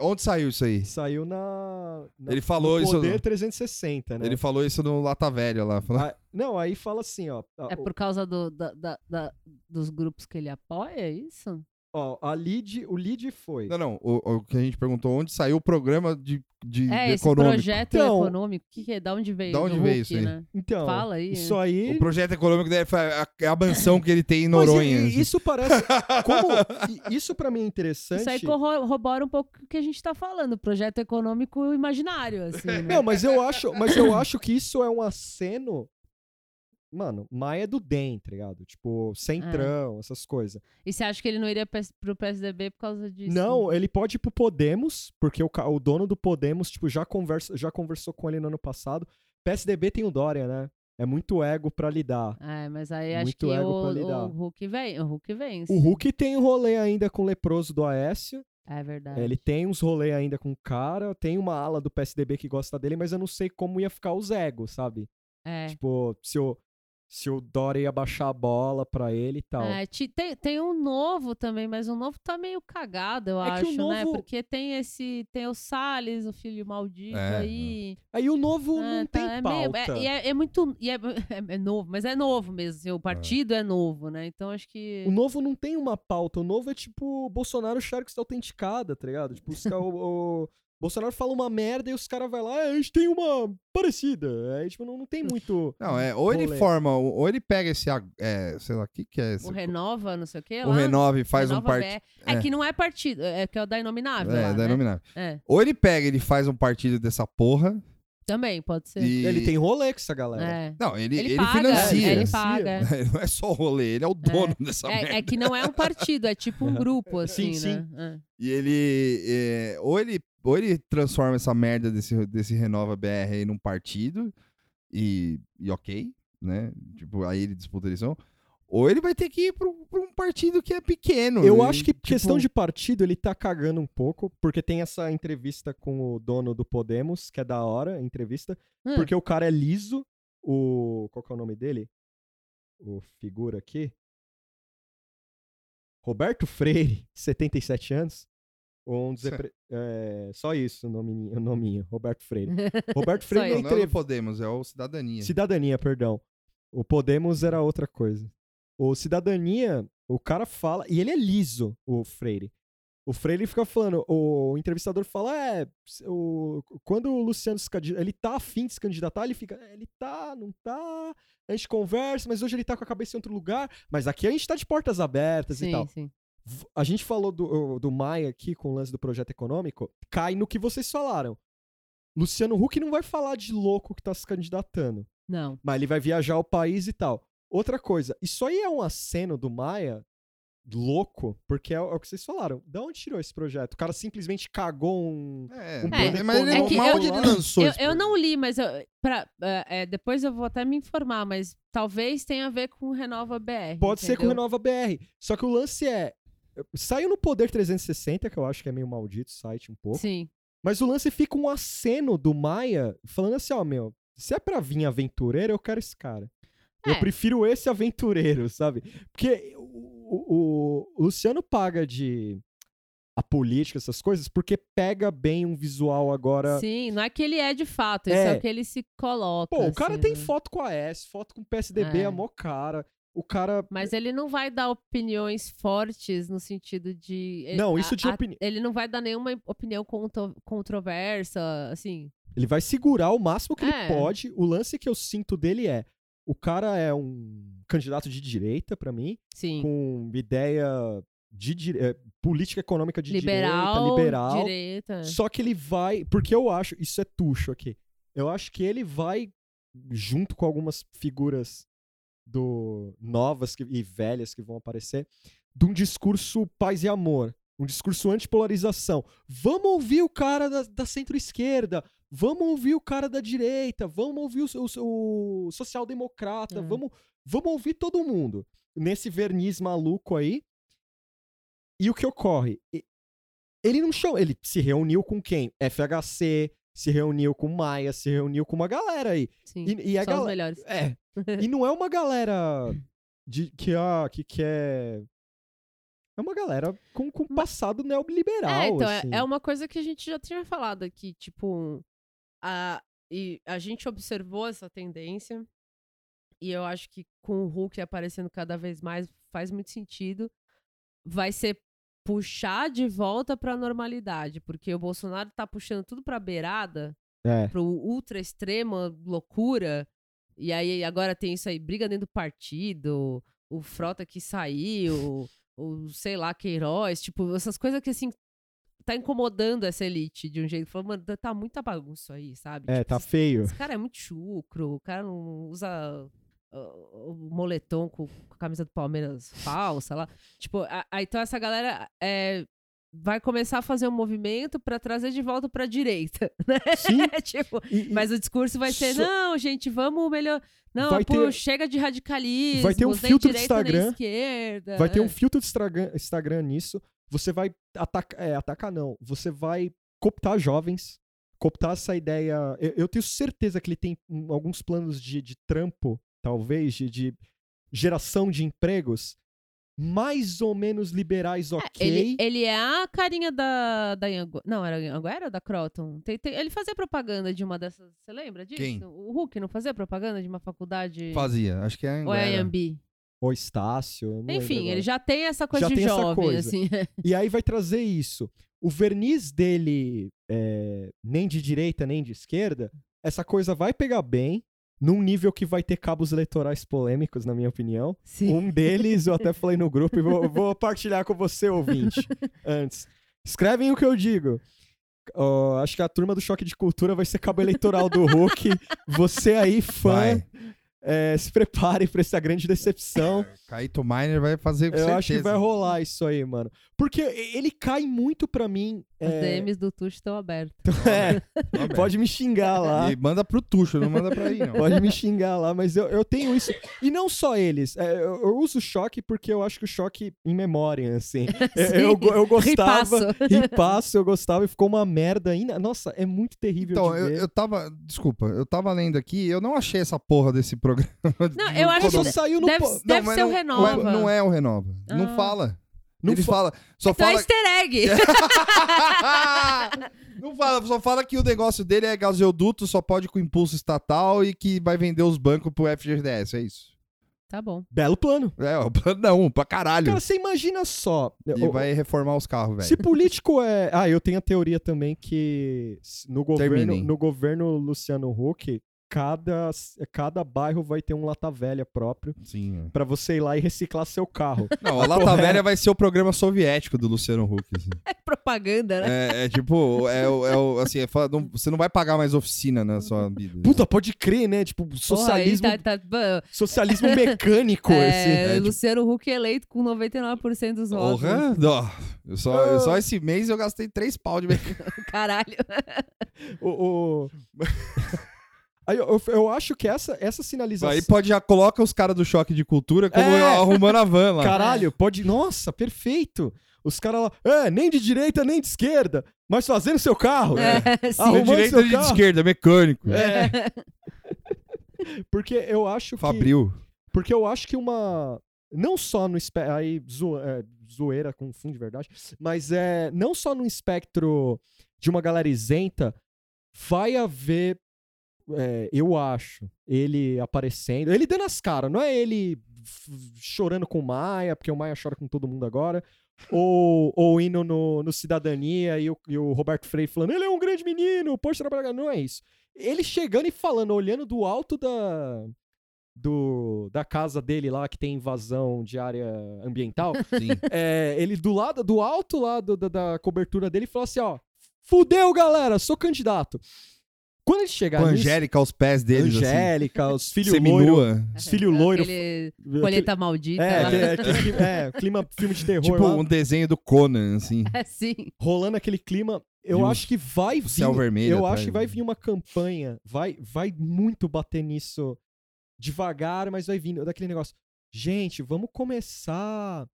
Onde saiu isso aí?
Saiu na. na-
Ele falou
no
isso-
Poder 360, né?
Ele falou isso no Lata Velha lá. falou-
Ah, não, aí fala assim, ó. a-
É por causa do, da- da- da- dos grupos que ele apoia, é isso?
ó, a lead, o lead foi.
Não, não. O, o que a gente perguntou, onde saiu o programa de, de
É,
de
esse
econômico?
projeto
Então-
econômico, que, que é? Da onde veio?
Da onde
Do
veio
Hulk,
isso aí?
Né?
Então,
Fala aí.
isso
O
aí.
projeto econômico dele foi a, é a mansão que ele tem em
Mas
Noronha.
i- isso parece. Como, i- isso pra mim é interessante.
Isso aí corrobora um pouco o que a gente tá falando, projeto econômico imaginário, assim, né?
Não, mas eu acho, mas eu acho que isso é um aceno. Mano, Maia é do DEM, tá ligado? Tipo, centrão,
Ah.
essas coisas.
E você acha que ele não iria pes- pro PSDB por causa disso? né?
Não, ele pode ir pro Podemos, porque o, ca- o dono do Podemos, tipo, já, conversa, já conversou com ele no ano passado. PSDB tem o Dória, né? É muito ego pra lidar.
É, mas aí acho
Muito
que
ego
o,
pra lidar.
o Hulk vem, o Hulk vence.
O Hulk tem um rolê ainda com o leproso do Aécio.
É verdade.
Ele tem uns rolê ainda com o cara. Tem uma ala do PSDB que gosta dele, mas eu não sei como ia ficar os egos, sabe?
É.
Tipo, se o, se o Dória ia baixar a bola pra ele e tal.
É, ti- tem, tem um novo também, mas o novo tá meio cagado, eu
É que
acho,
o
né?
novo-
Porque tem esse. Tem o Salles, o filho maldito
É,
aí.
Aí o novo
Ah,
não
tá,
tem
é meio-
pauta.
é- e é, é muito. E é, é- é novo, mas é novo mesmo. assim, o partido é. novo, né? Então acho que.
O novo não tem uma pauta. O novo é tipo Bolsonaro achar que está autenticada, tá ligado? Tipo, os ca- o, o Bolsonaro fala uma merda e os caras vão lá, "Ah, a gente tem uma parecida. Aí, tipo, não, não tem muito.
Não, é, ou ele
Rolê.
forma, ou ou ele pega esse, ag- é, sei lá, o que que é esse?
O Renova, não sei o quê.
O
lá,
Renove faz um
Renova
partido.
BR. É,
é.
que não é partido, é que é o da Inominável.
É,
lá,
da
né?
inominável.
É,
Ou ele pega, ele faz um partido dessa porra
também, pode ser.
e...
Ele tem rolê com essa galera.
É.
Não, ele,
Ele,
ele
paga,
financia.
é, ele
Financia.
paga. é.
Não é só o rolê, ele é o dono dessa merda.
É, é que não é um partido, é tipo um grupo, assim,
sim.
né?
E ele, é, ou ele. Ou ele transforma essa merda desse, desse Renova BR aí num partido e, e ok, né? Tipo, aí ele disputa a eleição. Ou ele vai ter que ir pra um, pra um partido que é pequeno.
Eu
né?
acho que
Tipo,
questão de partido ele tá cagando um pouco, porque tem essa entrevista com o dono do Podemos, que é da hora, a entrevista,
É.
porque o cara é liso, o qual que é o nome dele? O figura aqui. Roberto Freire, 77 anos. Um dos
Certo.
repre- é, só isso, o nominho, o nominho, Roberto Freire. Roberto
Só
Freire
Não, não é
na
isso.
o
entrevista.
Podemos, é o Cidadania.
Cidadania, perdão. O Podemos era outra coisa. O Cidadania, o cara fala. E ele é liso, o Freire. O Freire fica falando, o entrevistador fala, é, o, quando o Luciano se candidata, ele tá afim de se candidatar, ele fica, "É, ele tá, não tá, a gente conversa, mas hoje ele tá com a cabeça em outro lugar, mas aqui a gente tá de portas abertas e
Sim,
tal.
sim.
V- A gente falou do, do Maia aqui com o lance do projeto econômico. Cai no que vocês falaram. Luciano Huck não vai falar de louco que tá se candidatando.
Não.
Mas ele vai viajar o país e tal. Outra coisa, isso aí é um aceno do Maia louco, porque é, o é o que vocês falaram. Da onde tirou esse projeto? O cara simplesmente cagou um.
É,
Um
mas-
poder
mas ele,
econômico. É que
mal
eu-
ele lançou tipo,
Eu,
esse
eu
programa.
não li, mas eu- pra- é, é, depois eu vou até me informar, mas talvez tenha a ver com o Renova BR.
Pode ser com o
entendeu?
Renova BR. Só que o lance é. Saiu no Poder 360, que eu acho que é meio maldito o site um pouco.
Sim.
Mas o lance fica um aceno do Maia falando assim: ó, meu, se é pra vir aventureiro, eu quero esse cara.
É.
Eu prefiro esse aventureiro, sabe? Porque o o, o Luciano paga de a política, essas coisas, porque pega bem um visual agora.
Sim, não é que ele é de fato, isso é,
É.
o que ele se coloca.
Pô, o cara
assim,
tem
né?
foto com a S, foto com o PSDB,
É.
é mó cara. O cara.
Mas ele não vai dar opiniões fortes no sentido de. ele-
Não, isso de
a- a-
opini-
Ele não vai dar nenhuma opinião contro- controversa, assim.
Ele vai segurar o máximo que
É.
ele pode. O lance que eu sinto dele é: o cara é um candidato de direita, pra mim,
Sim.
com ideia de dire- eh, política econômica de
liberal,
direita, liberal.
direita.
Só que ele vai. Porque eu acho. Isso é tucho aqui. Eu acho que ele vai, junto com algumas figuras do novas que- e velhas que vão aparecer, de um discurso paz e amor. Um discurso antipolarização. Vamos ouvir o cara da, da centro-esquerda. Vamos ouvir o cara da direita. Vamos ouvir o, o- o social-democrata.
É.
Vamos, vamos ouvir todo mundo. Nesse verniz maluco aí. E o que ocorre? E- Ele não chama. Ele se reuniu com quem? FHC, se reuniu com Maia, se reuniu com uma galera aí.
Sim.
E, e a
Só os
galera.
melhores.
É. E não é uma galera de, que, ah, que quer. É uma galera com, com passado neoliberal.
É, então, é-
assim.
é, uma coisa que a gente já tinha falado aqui, tipo, a, e a gente observou essa tendência, e eu acho que com o Hulk aparecendo cada vez mais, faz muito sentido, vai ser puxar de volta pra normalidade, porque o Bolsonaro tá puxando tudo pra beirada,
É.
pro ultra extrema loucura, e aí agora tem isso aí, briga dentro do partido, o Frota que saiu, o sei lá, Queiroz, tipo, essas coisas que assim tá incomodando essa elite de um jeito. Falou, mano, tá muita bagunça isso aí, sabe?
É,
Tipo,
tá
esse,
feio.
esse cara é muito chucro, o cara não usa ah, o moletom com, com a camisa do Palmeiras falsa lá. Tipo, a- a- então essa galera é, vai começar a fazer um movimento pra trazer de volta pra direita, né?
Sim.
tipo,
E- e-
mas o discurso vai ser,
Só-
não, gente, vamos melhor. Não,
Vai
pô,
ter-
chega de radicalismo.
vai ter um
nem
filtro do
direita, nem
Instagram,
esquerda.
Vai ter
é.
um filtro de Instagram, Instagram nisso. Você vai atacar. É, atacar não. Você vai cooptar jovens. Cooptar essa ideia. Eu, eu tenho certeza que ele tem hum, alguns planos de, de trampo, talvez, de, de geração de empregos. Mais ou menos liberais, ok.
Ele, ele é a carinha da, da Angu... Não, era Anguera ou da Croton? Tem- tem- ele fazia propaganda de uma dessas. Você lembra disso?
Quem?
O Hulk não fazia propaganda de uma faculdade.
Fazia, acho que é
Ou é a
Anguera.
Anhembi?
Ou Estácio. eu não lembro
Enfim,
agora.
ele já tem essa coisa
Já
de
tem essa
jovem,
coisa.
assim.
E aí vai trazer isso. O verniz dele, é, nem de direita, nem de esquerda, essa coisa vai pegar bem, num nível que vai ter cabos eleitorais polêmicos, na minha opinião.
Sim.
Um deles, eu até falei no grupo e vou, vou partilhar com você, ouvinte, antes. Escrevem o que eu digo. Ó, acho que a turma do Choque de Cultura vai ser cabo eleitoral do Hulk. Você aí, fã,
Vai.
é, se prepare para essa grande decepção.
Caíto Miner vai fazer com
Eu
certeza.
acho que vai rolar isso aí, mano. Porque e- ele cai muito pra mim.
Os
é,
DMs do Tuxo estão abertos.
é,
Tá bem.
pode me xingar lá.
E manda pro Tuxo, não manda pra mim, não.
Pode me xingar lá, mas eu, eu tenho isso. E não só eles. É, eu, eu uso o choque porque eu acho que o choque em memória, assim. Eu, eu, go- eu gostava.
Ripasso.
Ripasso, eu gostava e ficou uma merda ainda. Nossa, é muito terrível.
Então,
de
eu,
ver.
eu tava. Desculpa, eu tava lendo aqui, eu não achei essa porra desse programa.
Não, eu acho
só
que-
saiu no.
deve-
po-
Não,
deve
mas
ser o
não-
Renova.
mas Não é o Renova.
Ah.
Não fala.
Não
Ele
fa-
fala. Só
Então é
fala.
easter egg.
não fala, só fala que o negócio dele é gasoduto, só pode com impulso estatal e que vai vender os bancos pro FGTS, é isso.
tá bom.
Belo plano.
É, o plano não, pra caralho.
Cara, você imagina só.
E
o-
vai reformar os carros, velho.
Se político é. Ah, eu tenho a teoria também que s- no governo,
Terminem.
no governo Luciano Huck, cada, s- cada bairro vai ter um lata velha próprio
Sim. é.
pra você ir lá e reciclar seu carro.
Não, a Lata
é.
Velha vai ser o programa soviético do Luciano Huck. assim.
É propaganda, né?
É, é tipo, é, o- é o- assim, é fala- não- você não vai pagar mais oficina na sua vida.
Puta, pode crer, né? Tipo,
Porra, ele
socialismo,
tá- tá-
socialismo mecânico
É,
esse.
Luciano Huck eleito com 99% dos votos.
Porra, dó. Eu só, eu só esse mês eu gastei três pau de mercado.
Caralho.
É.
O, o- Aí, eu, eu- eu acho que essa, essa sinalização.
Aí pode já coloca os caras do choque de cultura como
É.
arrumando a van lá.
É.
Caralho, pode. Nossa, perfeito! Os caras lá. É, nem de direita, nem de esquerda, mas fazendo seu carro.
É, sim.
de
arrumando
direita
seu
e de
carro.
esquerda, mecânico.
É. Porque eu acho que.
Fabril.
Porque eu acho que uma. não só no espectro. Aí, zo- é, zoeira com fundo de verdade. Mas é, não só no espectro de uma galera isenta, vai haver, é, eu acho, ele aparecendo. Ele dando as caras, não é ele f- chorando com o Maia, porque o Maia chora com todo mundo agora. Ou, ou indo no, no Cidadania e o, e o Roberto Freire falando: ele é um grande menino, pode trabalhar. Não é isso. Ele chegando e falando, olhando do alto da, do, da casa dele lá, que tem invasão de área ambiental,
Sim.
é, ele do lado, do alto lá do- da, da cobertura dele, falou assim, ó, fudeu, galera, sou candidato. Quando ele chegar
Com a
nisso,
Angélica aos pés deles,
Angélica, os
assim.
filhos loiros,
Seminua.
os filhos loiros,
Aquele
aquele-
colheita maldita. né?
é,
lá.
aquele, aquele clima- é, clima, filme de terror
Tipo
lá,
um desenho do Conan, assim.
Assim.
rolando aquele clima,
E
eu
os-
acho que vai
O céu
vir
vermelho.
Eu
atrás.
acho que vai vir uma campanha, vai, vai muito bater nisso devagar, mas vai vindo daquele negócio. Gente, vamos começar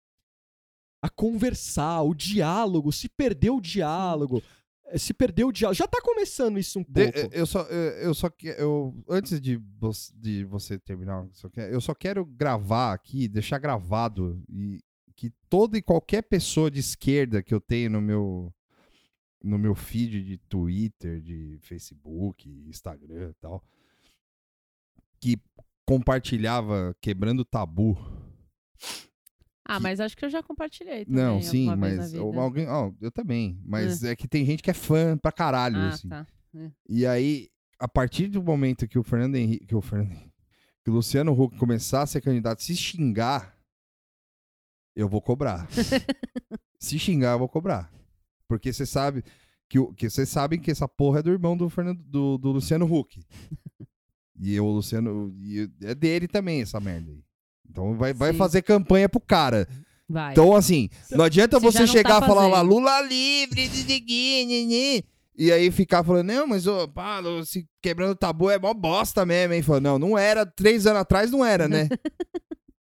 a conversar, o diálogo, se perdeu o diálogo, eh, se perdeu o diálogo. Já tá começando isso um
De- eh,
pouco.
eu só, eu, eu só que eu antes de, vo- de você terminar, só que- eu só quero gravar aqui, deixar gravado e que toda e qualquer pessoa de esquerda que eu tenho no meu no meu feed de Twitter, de Facebook, Instagram e tal, que compartilhava quebrando tabu.
Ah,
Que-
mas acho que eu já compartilhei também.
Não, sim,
alguma vez
mas
na
ou
vida.
alguém, ó, eu também, mas é. que tem gente que é fã pra caralho
Ah,
assim.
tá.
E aí, a partir do momento que o Fernando Henrique, que o Fernando Henrique, que o Luciano Huck começar a ser candidato, se xingar, eu vou cobrar. se xingar, eu vou cobrar. Porque você sabe que o- que vocês sabem que essa porra é do irmão do Fernando do, do Luciano Huck. e eu, o Luciano, e eu- é dele também essa merda aí. Então vai, vai
Sim.
fazer campanha pro cara.
Vai.
Então, assim, não adianta
Se já
você
não tá
chegar e falar
fazendo.
lá, Lula livre, zizigui, nini", e aí ficar falando, não, mas ô, pá, se quebrando tabu é mó bosta mesmo, hein? Falando, não, não era, três anos atrás não era, né?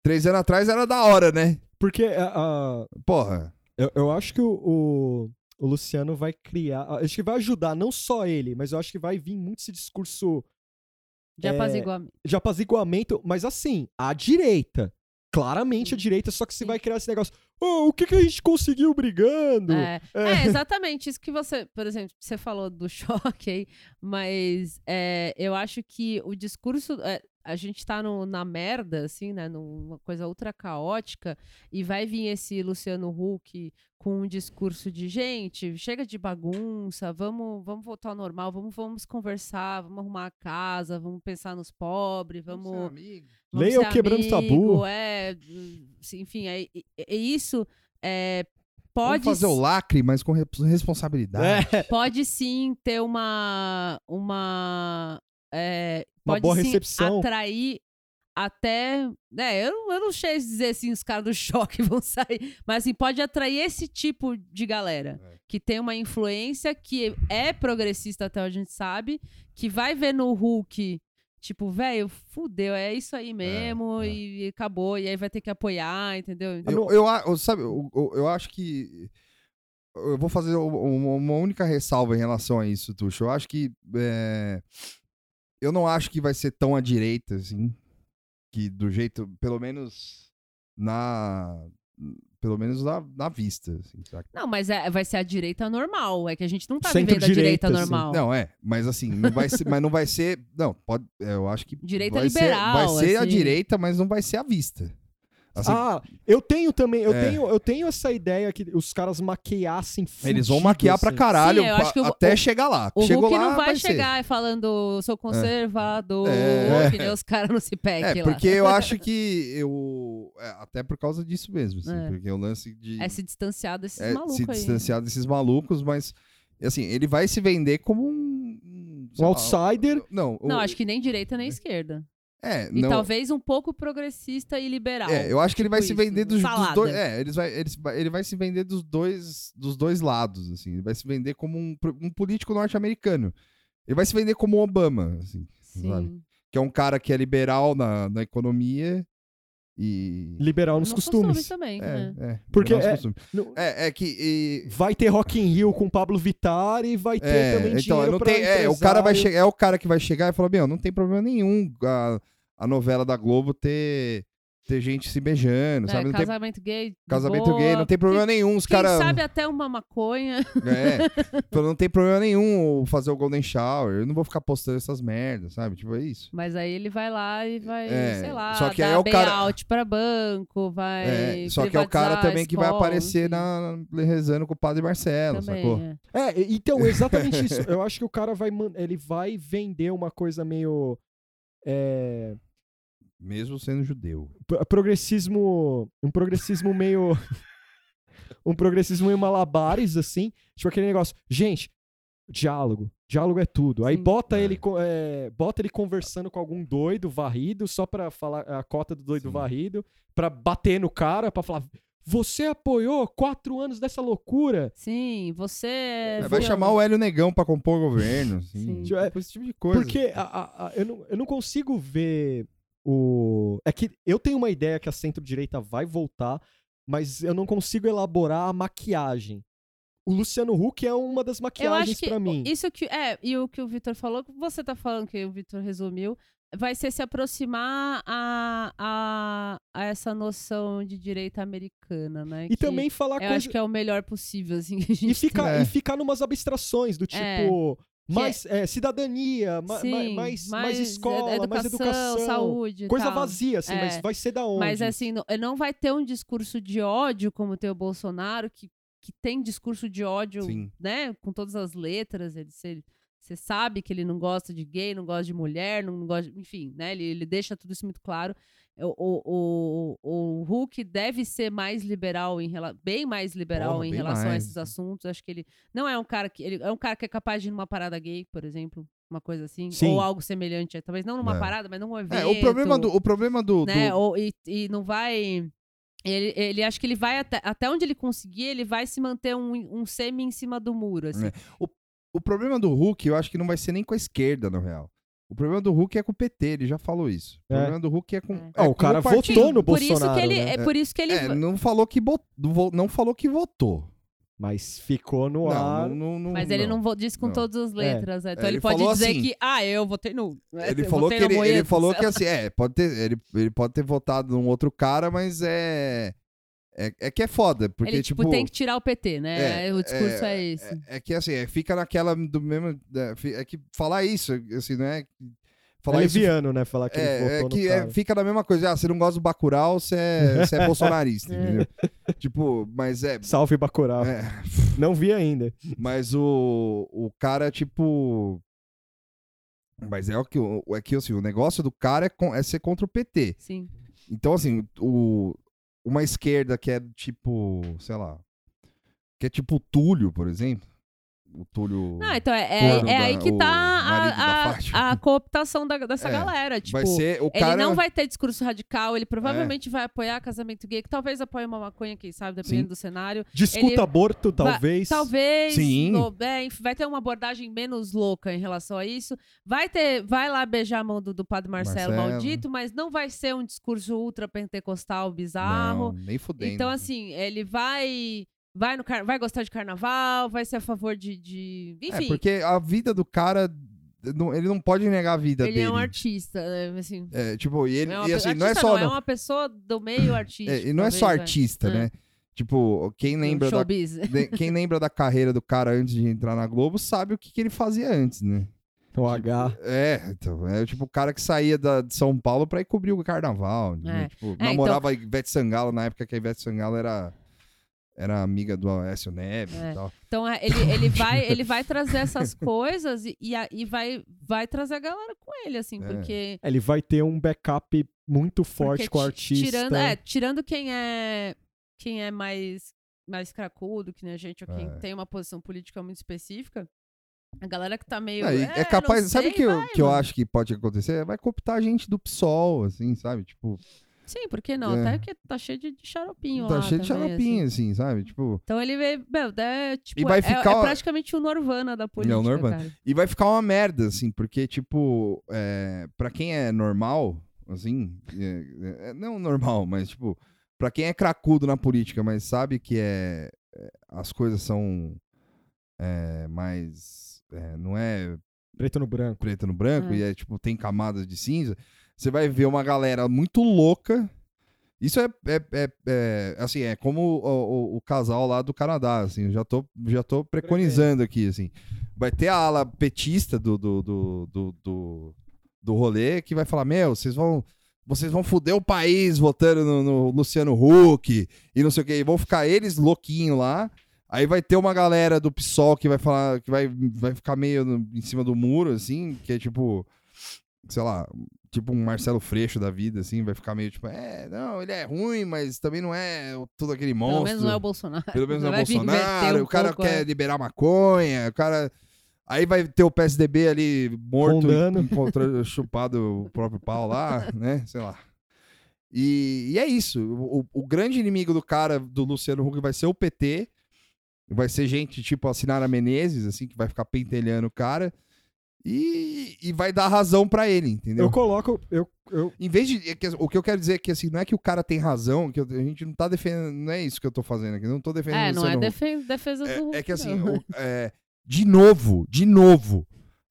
três anos atrás era da hora, né?
Porque ah, ah,
Porra.
eu, eu acho que o, o- o Luciano vai criar. ah, Acho que vai ajudar, não só ele, mas eu acho que vai vir muito esse discurso
De
é,
apaziguamento.
de apaziguamento, mas assim, a direita. Claramente a
Sim.
direita, só que você
Uhum. Sim.
vai criar esse negócio. "Oh, o que, que a gente conseguiu brigando?
É, é, exatamente isso que você, por exemplo, você falou do choque aí, mas é, eu acho que o discurso. é, a gente tá no- na merda, assim, né? Numa coisa ultra caótica, e vai vir esse Luciano Huck com um discurso de gente, chega de bagunça, vamos, vamos voltar ao normal, vamos, vamos conversar, vamos arrumar a casa, vamos pensar nos pobres, vamos. Vamos
Leia o
ser
Quebrando
amigo,
Tabu.
É, hum, se- enfim, é, e- e- e isso é,
Pode
pode,
fazer o lacre, mas com re- responsabilidade.
É,
pode sim ter uma. Uma, é,
Uma
pode
boa
sim
recepção.
Atrair até. né, eu, não- eu não sei dizer assim, os caras do choque vão sair, mas assim, pode atrair esse tipo de galera
É.
que tem uma influência que é progressista, até onde a gente sabe, que vai ver no Hulk. Tipo, velho, fudeu, é isso aí mesmo
é.
E, e acabou. E aí vai ter que apoiar, entendeu?
Eu, eu, a- eu- sabe, eu, eu- eu acho que. Eu vou fazer u- uma, uma única ressalva em relação a isso, Tuxo. Eu acho que. é, eu não acho que vai ser tão à direita, assim. Que do jeito. Pelo menos. Na. Pelo menos na, na vista. assim, saca?
Não, mas é- vai ser a direita normal. É que a gente não tá vivendo a
Centro-direita,
direita
assim.
normal.
Não, é. Mas assim, não vai ser. mas não vai ser. Não, pode. é, Eu acho que.
Direita
vai
liberal,
Ser, vai ser à
assim.
direita, mas não vai ser à vista. Assim,
Ah, eu tenho também, eu,
É.
tenho, eu tenho essa ideia que os caras maquiassem
eles vão
fudido,
maquiar pra
assim.
caralho
Sim, eu
pa-
acho que o-
até
o-
chegar lá.
O
Chegou
Hulk
lá,
não vai,
ser.
chegar falando, sou conservador,
É.
que nem os caras no CPEC
É,
lá.
porque eu acho que eu. é, até por causa disso mesmo, assim,
É.
porque o lance de
É se distanciar desses
é,
malucos
se
aí. né?
distanciar desses malucos, mas assim, ele vai se vender como um. um, sei lá,
Um outsider.
Não,
Não, acho que nem direita nem esquerda.
É,
E
não,
talvez um pouco progressista e liberal.
é, eu acho que ele vai
tipo
se
isso,
vender dos, dos
salada.
dois. É, eles vai, eles, vai- ele vai se vender dos dois, dos dois lados, assim. Ele vai se vender como um, pro- um político norte-americano. Ele vai se vender como Obama, assim,
Sim.
sabe? que é um cara que é liberal na, na economia e.
Liberal nos
Nos
costumes.
também,
É,
né?
é.
Porque
liberal nos
é-
costumes.
No-
É, é que. e-
Vai ter Rock in Rio com Pablo Vittar e vai ter
é,
também
então,
dinheiro
não
pra
tem, é, o cara vai
empresário.
chegar, é o cara que vai chegar e falar, meu, não tem problema nenhum a, a novela da Globo ter ter gente se beijando,
É,
sabe? Não tem
casamento gay. de
casamento
boa.
gay, não tem problema nenhum. Os
Quem
caras.
sabe até uma maconha.
É, então não tem problema nenhum fazer o Golden Shower. Eu não vou ficar postando essas merdas, sabe? Tipo, é isso.
Mas aí ele vai lá e vai,
É,
sei lá,
só que aí
dar
é o cara-
bailout pra banco, vai.
É, só que é o cara
privatizar a
também que vai
escola,
aparecer
enfim,
na, rezando com o padre Marcelo,
também,
sacou?
é.
É, e- então, exatamente isso. Eu acho que o cara vai, man- ele vai vender uma coisa meio é,
Mesmo sendo judeu.
pro- progressismo, um progressismo meio um progressismo meio malabares assim, tipo aquele negócio, gente, diálogo, diálogo é tudo. Aí
Sim.
bota
É.
ele co- é, bota ele conversando com algum doido varrido só pra falar a cota do doido
Sim.
varrido, pra bater no cara, pra falar, você apoiou quatro anos dessa loucura.
Sim, você. é
vai
vilão.
chamar o Hélio Negão pra compor o governo. Assim,
Sim.
tipo, é, esse tipo de coisa.
Porque a- a- a- eu, não, eu não consigo ver o. É que eu tenho uma ideia que a centro-direita vai voltar, mas eu não consigo elaborar a maquiagem. O Luciano Huck é uma das
Eu acho
maquiagens
que
pra mim.
isso que é e o que o Vitor falou, que você tá falando que o Vitor resumiu, vai ser se aproximar a, a, a essa noção de direita americana, né?
E
que
também falar
eu
coisa.
acho que é o melhor possível, assim. Que
E
a gente
ficar
É.
e ficar numas abstrações do tipo.
É.
Mais é, cidadania, ma- ma-
Sim,
mais, mais, escola,
educação,
mais educação.
saúde, e
coisa
tal.
vazia, assim,
É.
mas vai ser da onde?
Mas assim, não, não vai ter um discurso de ódio como tem o Bolsonaro, que, que tem discurso de ódio,
Sim.
né? Com todas as letras. Ele, se- você sabe que ele não gosta de gay, não gosta de mulher, não, gosta. de- enfim, né? Ele, ele deixa tudo isso muito claro. É, O, o, o, o Hulk deve ser mais liberal em rela- bem mais liberal
Porra,
em
bem
relação a
mais. né.
esses assuntos. Acho que ele não é um cara que. Ele é um cara que é capaz de ir numa parada gay, por exemplo. Uma coisa assim.
Sim.
Ou algo semelhante. Talvez não numa
É.
parada, mas num evento
É, o problema do. O problema do,
né?
do-
Ou, e, e não vai. Ele, ele acha que ele vai até, até onde ele conseguir, ele vai se manter um, um semi em cima do muro. Assim.
É. o problema do Hulk, eu acho que não vai ser nem com a esquerda, na real. O problema do Hulk é com o PT, ele já falou isso. O
É.
problema do Hulk é com.
É.
é
Ah, o
com
cara
partido.
votou no
por isso
Bolsonaro,
que ele
né?
É por isso que ele.
É, não falou que bot- vo- não falou que votou.
Mas ficou no
Não,
ar.
não, não, não,
mas ele não, vo- disse com
não.
todas as letras. né? Então
É,
ele,
ele
pode
falou
dizer
assim-
que, ah, eu votei no. né?
Ele
eu
falou que
votei no
ele, ele
Moedo,
falou
sei
que assim, é, pode ter, ele, ele pode ter votado num outro cara, mas é é, é que é foda, porque
ele,
tipo,
tipo, tem que tirar o PT, né?
É,
Aí o discurso é, esse.
é, é que assim, é, fica naquela do mesmo é, fi- é que falar isso, assim, não é
é
falar isso
leviano, né? Falar que ele
é, é
votou
que
no
é,
cara.
fica na mesma coisa, ah, você não gosta do Bacurau, você é, você é bolsonarista,
É.
entendeu? Tipo, mas é,
Salve Bacurau.
é
Não vi ainda.
Mas o, o cara, tipo. Mas é o que, o- é que assim, o negócio do cara é, con- é ser contra o PT.
Sim.
Então, assim, o, uma esquerda que é tipo, sei lá. Que é tipo o Túlio, por exemplo. O Túlio.
Não, então é, é,
Corno
é
da-
aí que
o
tá
marido da
a,
Fátima.
a, a cooptação da- dessa
É,
galera. Tipo,
vai ser. O
Ele
cara. É.
não vai ter discurso radical, ele provavelmente vai apoiar casamento gay, que talvez apoie uma maconha, quem sabe, dependendo
Sim.
do cenário.
Discuta
Ele-
aborto,
Va-
talvez.
Talvez
Sim.
no- é, enf- vai ter uma abordagem menos louca em relação a isso. Vai ter, vai lá beijar a mão do, do padre Marcelo,
Marcelo.
maldito, mas não vai ser um discurso ultra pentecostal
Não,
bizarro.
nem fudendo.
então, assim, ele vai. Vai, no car- vai gostar de carnaval, vai ser a favor de. de-
É,
Enfim,
porque a vida do cara. não- Ele não pode negar a vida
ele
dele.
é um artista. né, Assim,
É, tipo, e ele.
é uma
e,
pe-
assim, não é
artista
só.
é
não-
uma pessoa do meio artístico.
é, e não é só
talvez, né?
artista,
É. Um
né? Tipo, quem
Do
lembra da
showbiz.
De- quem lembra da carreira do cara antes de entrar na Globo sabe o que, que ele fazia antes, né?
O H.
É, então, é tipo o cara que saía da, de São Paulo pra ir cobrir o carnaval. né?
É.
Tipo,
então-
namorava a Ivete Sangalo na época que a Ivete Sangalo era, era amiga do Aécio Neves
É.
e tal.
Então é, ele, ele, vai, ele vai trazer essas coisas e, e, a- e vai, vai trazer a galera com ele, assim,
É.
porque.
Ele vai ter um backup muito forte
porque
com o
ti-
artista.
Tirando, é, tirando quem é quem é mais, mais cracudo, que nem a gente, ou quem
É.
tem uma posição política muito específica, a galera que tá meio.
Não, e
"É,
é capaz,
não
sabe
sei,
que eu,
vai,
que eu
mano."
acho que pode acontecer? Vai cooptar gente do PSOL, assim, sabe? Tipo,
Sim, por que não?
É.
Até porque tá cheio de, de xaropinho
tá
lá.
cheio de
também,
xaropinho,
assim.
assim, sabe? Tipo,
Então ele vê, meu, é, tipo,
E vai
é-
ficar- é
é, praticamente o Norvana da política.
Norvana.
cara.
E vai ficar uma merda, assim, porque, tipo, é, pra quem é normal, assim, é, é, não normal, mas, tipo, pra quem é cracudo na política, mas sabe que é, é, as coisas são é, mais. é, não é
Preto no branco.
preto no branco,
É.
e é, tipo, tem camadas de cinza, você vai ver uma galera muito louca Isso é, é- é- é, assim, é como o, o- o casal lá do Canadá, assim, eu já tô, já tô preconizando aqui, assim. Vai ter a ala petista do, do, do, do, do, do rolê que vai falar, meu, vocês vão, vocês vão fuder o país votando no, no Luciano Huck e não sei o quê, e vão ficar eles louquinhos lá, aí vai ter uma galera do PSOL que vai falar, que vai, vai ficar meio no- em cima do muro, assim, que é tipo, sei lá, tipo um Marcelo Freixo da vida, assim, vai ficar meio tipo, é, não, ele é ruim, mas também não é tudo aquele monstro.
Pelo menos não é o Bolsonaro.
Pelo menos não é
Vai vir
Bolsonaro,
inverter um
o cara
pouco,
quer
é.
liberar maconha, o cara. Aí vai ter o PSDB ali morto,
Rondando.
encontra- eh, chupado o próprio pau lá, né? Sei lá. E, e é isso. O, o- o grande inimigo do cara, do Luciano Huck, vai ser o PT. Vai ser gente tipo a Sinara Menezes, assim, que vai ficar pentelhando o cara. E, e vai dar razão pra ele, entendeu?
Eu coloco. Eu, eu,
Em vez de. é que, O que eu quero dizer é que assim, não é que o cara tem razão, que eu- a gente não tá defendendo. Não é isso que eu tô fazendo aqui. eu Não tô defendendo
É,
o
não é
Luciano Huck.
defe- defesa do Hulk,
É, é que assim,
não.
o- é, de novo, de novo,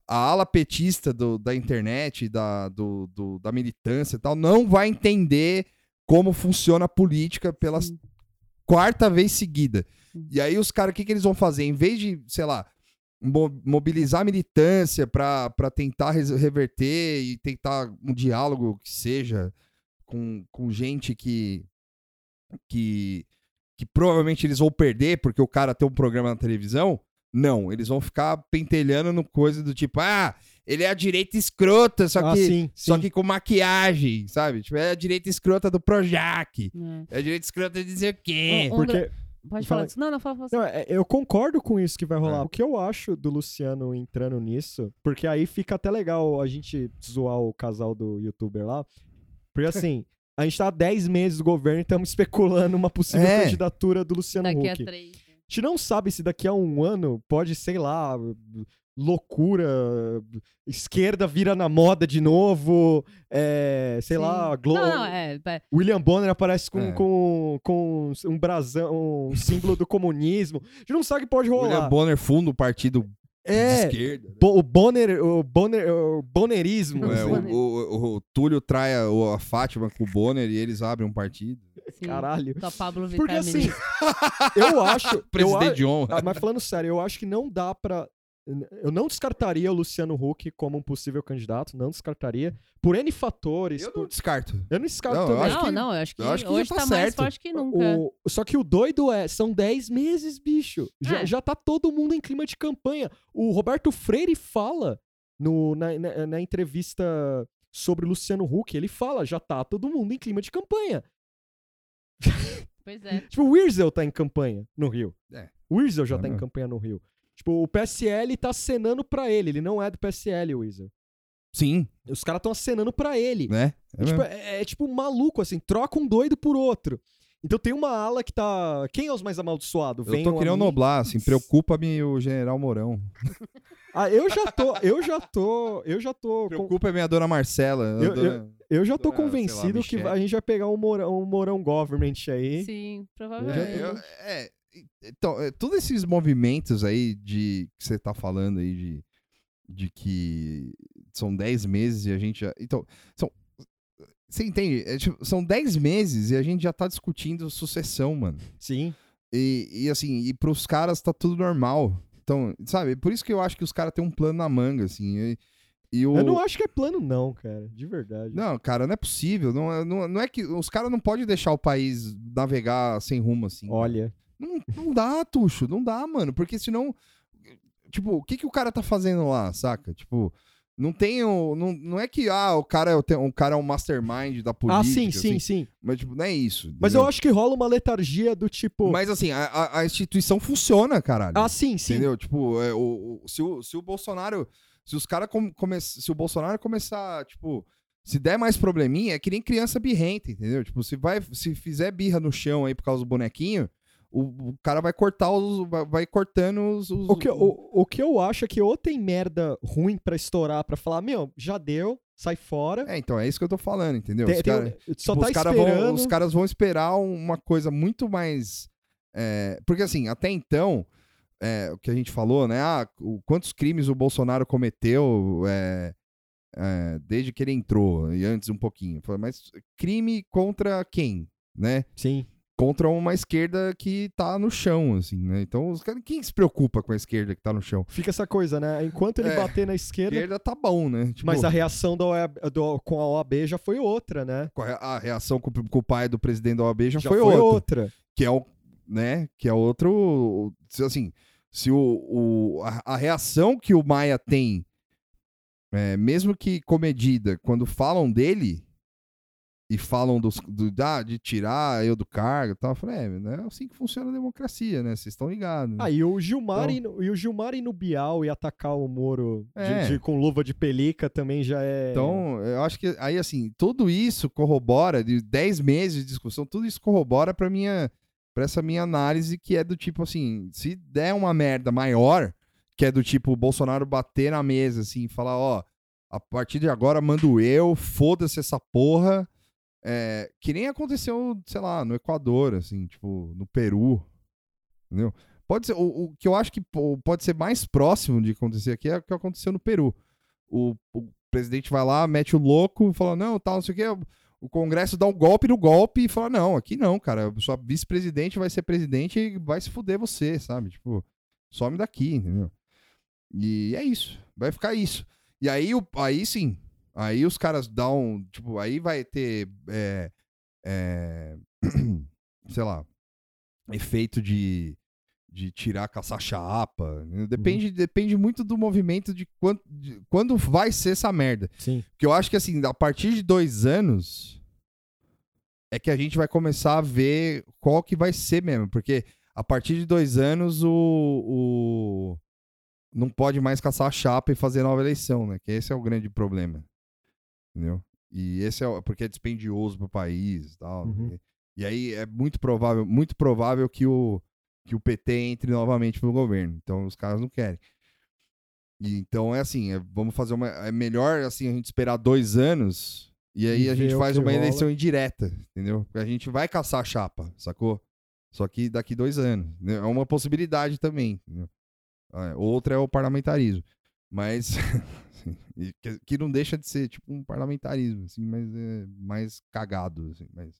a ala petista do- da internet, da, do- do- da militância e tal, não vai entender como funciona a política pela
Sim.
quarta vez seguida.
Sim.
E aí os caras, o que, que eles vão fazer? Em vez de, sei lá, mo- mobilizar a militância pra pra tentar res- reverter e tentar um diálogo que seja com, com gente que, que que provavelmente eles vão perder porque o cara tem um programa na televisão. Não, eles vão ficar pentelhando no coisa do tipo, ah, ele é a direita escrota, só
ah,
que
sim,
só
sim.
que com maquiagem, sabe? Tipo, é a direita escrota do Projac,
É.
é a direita escrota de dizer o quê?
Ô, ô,
Porque, Fala
Pode falar
aí.
disso. Não, não, fala, fala.
não, é- eu concordo com isso que vai rolar.
É.
O que eu acho do Luciano entrando nisso, porque aí fica até legal a gente zoar o casal do youtuber lá. Porque assim, a gente tá há 10 meses do governo e estamos especulando uma possível
É.
candidatura do Luciano
Daqui a
Huck.
três.
A gente não sabe se daqui a um ano pode, sei lá, loucura, esquerda vira na moda de novo, é, sei
Sim.
lá, Globo.
Não, não, é. é.
William Bonner aparece com,
É.
com, com um brasão, um símbolo do comunismo. A gente não sabe o que pode rolar.
William Bonner funda o partido de
é,
esquerda. né?
bo- o Bonner, o Bonner, o Bonnerismo.
Não
É,
assim.
sei.
o, o- o- o Túlio trai a, o- a Fátima com o Bonner e eles abrem um partido.
Sim.
Caralho.
Só Pablo Vittar
Porque assim,
Menezes.
eu acho, eu, a-
Presidente de honra.
Ah, mas falando sério, eu acho que não dá pra. Eu não descartaria o Luciano Huck como um possível candidato, não descartaria. Por N fatores.
Eu
por-
não descarto.
eu não descarto
Não, eu
também.
acho
não,
que-
não, eu acho que,
eu acho que
hoje
já
tá,
tá
mais
certo.
forte que nunca.
O- Só que o doido é, são 10 meses, bicho. Já,
É.
já tá todo mundo em clima de campanha. O Roberto Freire fala no- na, na- na entrevista sobre o Luciano Huck, ele fala, já tá todo mundo em clima de campanha.
Pois é.
Tipo, o Wierzel tá em campanha no Rio.
É.
O Wierzel já tá em
Também.
campanha no Rio. Tipo, o PSL tá acenando pra ele. Ele não é do PSL, o Wierzel.
Sim,
Os caras tão acenando pra ele.
né? É
É, tipo,
mesmo.
é- é tipo maluco, assim, troca um doido por outro. Então tem uma ala que tá. Quem é os mais amaldiçoados? um
eu tô querendo noblar,
noblar.
assim, preocupa-me o general Mourão.
Ah, eu já tô, eu já tô, eu já tô. con-
Preocupa-me a dona Marcela. a
Eu-
dona-
Eu já
Sei
tô
lá, é.
convencido que
Michele.
a gente vai pegar um Morão, um Morão Government aí.
Sim,
É,
provavelmente.
eu- é, e- então, é, todos esses movimentos aí de que você tá falando aí de, de que são 10 meses e a gente já. Então, são. Você entende? É, tipo, são 10 meses e a gente já tá discutindo sucessão, mano.
Sim.
E, e assim, e pros caras tá tudo normal. Então, sabe, por isso que eu acho que os caras têm um plano na manga, assim. E, e o...
Eu não acho que é plano, não, cara. De verdade.
Não, cara, não é possível. Não, é- não, não é que. Os caras não podem deixar o país navegar sem rumo, assim.
Olha.
Não, não dá, Tuxo, não dá, mano. Porque senão. Tipo, o que, que o cara tá fazendo lá, saca? Tipo, não tem o. Não, não é que, ah, o cara, é o, te- o cara é um mastermind da política.
ah, sim, sim,
assim,
sim.
Mas, tipo, não é isso.
Mas
entendeu?
eu acho que rola uma letargia do tipo.
Mas assim, a, a- a instituição funciona, caralho.
Ah, sim, sim.
Entendeu? Tipo, é, o, o- se, o, se o Bolsonaro. Se os caras come, come- Se o Bolsonaro começar, tipo. Se der mais probleminha, é que nem criança birrenta, entendeu? Tipo, se, vai, se fizer birra no chão aí por causa do bonequinho, o, o cara vai cortar os. Vai, vai cortando os. os-
O que, o, o que eu acho é que ou tem merda ruim pra estourar, pra falar, meu, já deu, sai fora.
É, então, é isso que eu tô falando, entendeu?
Tem-
os
tem-
cara-
só
tipo,
tá
os cara vão-
esperando.
os caras vão esperar um, uma coisa muito mais. é, porque assim, até então, é, o que a gente falou, né? Ah, o- quantos crimes o Bolsonaro cometeu é, é, desde que ele entrou, e antes um pouquinho. Foi, Mas crime contra quem? né?
Sim.
Contra uma esquerda que tá no chão, assim, né? Então, os caras, quem se preocupa com a esquerda que tá no chão?
Fica essa coisa, né? Enquanto ele
É.
bater na esquerda,
esquerda tá bom, né? Tipo,
mas a reação da OAB do- com a OAB já foi outra, né?
com a- a reação com, com o pai do presidente da OAB já,
Já
foi,
outra.
outra, Que é o, né? Que é outro. se, Assim, se o, o- a, a reação que o Maia tem, é, mesmo que comedida, quando falam dele e falam dos, do, da, de tirar eu do cargo e tal, eu falei, é, né, é assim que funciona a democracia, né? Vocês estão ligados. Né?
Aí o Gilmar e no- e o Gilmar e no Bial e atacar o Moro de-
Então É.
de- com luva de pelica também já é
Então, eu acho que aí, assim, tudo isso corrobora, de 10 meses de discussão, tudo isso corrobora pra minha para essa minha análise que é do tipo assim, se der uma merda maior, que é do tipo o Bolsonaro bater na mesa assim, e falar, ó, a partir de agora mando eu, foda-se essa porra. É, que nem aconteceu, sei lá, no Equador, assim, tipo, no Peru. Entendeu? Pode ser, o, o que eu acho que po- pode ser mais próximo de acontecer aqui é o que aconteceu no Peru. O, o presidente vai lá, mete o louco, fala, não, tal, não sei o quê. O Congresso dá um golpe no golpe e fala, não, aqui não, cara. Sua vice-presidente vai ser presidente e vai se fuder você, sabe? Tipo, some daqui, entendeu? E é isso. Vai ficar isso. E aí, o, aí sim. Aí os caras dão. Tipo, aí vai ter. É, é, sei lá. Efeito de. De tirar, caçar chapa. né? Depende, depende muito do movimento de, quant, de quando vai ser essa merda.
Sim.
Porque eu acho que, assim, a partir de dois anos. É que a gente vai começar a ver qual que vai ser mesmo. Porque a partir de dois anos o. o- Não pode mais caçar a chapa e fazer nova eleição, né? Que esse é o grande problema. Entendeu? E esse é. o- Porque é dispendioso pro país e tal.
Uhum.
E aí é muito provável, muito provável que o, que o PT entre novamente pro governo. Então os caras não querem. E, então é assim, é- vamos fazer uma. É melhor assim a gente esperar dois anos e aí
E
a
ver
gente
o
faz
que
uma
rola.
eleição indireta, entendeu? Porque a gente vai caçar a chapa, sacou? Só que daqui dois anos. né? É uma possibilidade também. entendeu? É, Outra é o parlamentarismo. Mas. assim, e que- que não deixa de ser tipo um parlamentarismo, assim, mas é mais cagado, assim, mas.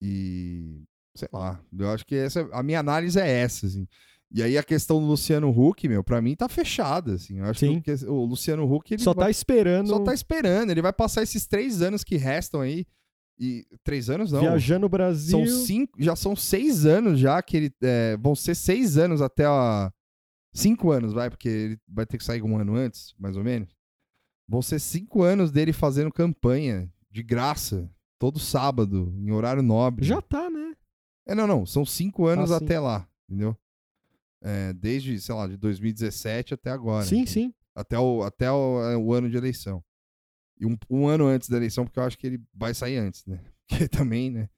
E. Sei lá. Eu acho que essa, a minha análise é essa, assim. E aí a questão do Luciano Huck, meu, pra mim tá fechada, assim. Eu acho
Sim.
que o, que- o Luciano Huck. Ele
Só
vai-
tá esperando
só tá esperando. Ele vai passar esses três anos que restam aí. E três anos não.
viajar no Brasil.
São cinco, já são seis anos já que ele. é, vão ser seis anos até a. Cinco anos, vai, porque ele vai ter que sair um ano antes, mais ou menos. Vão ser cinco anos dele fazendo campanha de graça, todo sábado, em horário nobre.
Já tá, né?
É, não, não. São cinco anos
Ah, sim.
até lá, entendeu? É, desde, sei lá, de 2017 até agora.
Sim, sim.
Até o, até o, é, o ano de eleição. E um, um ano antes da eleição, porque eu acho que ele vai sair antes, né? Porque também, né?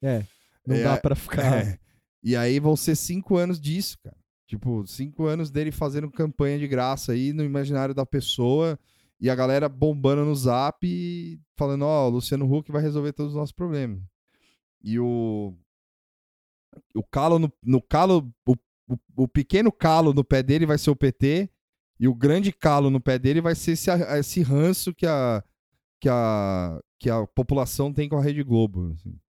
Não
É,
dá pra ficar.
É. E aí vão ser cinco anos disso, cara. Tipo, cinco anos dele fazendo campanha de graça aí no imaginário da pessoa e a galera bombando no zap e falando, ó, o Luciano Huck vai resolver todos os nossos problemas. E o. O calo no, no calo. O, o, o pequeno calo no pé dele vai ser o PT e o grande calo no pé dele vai ser esse, a- esse ranço que a. Que a, que a população tem com a Rede Globo. assim.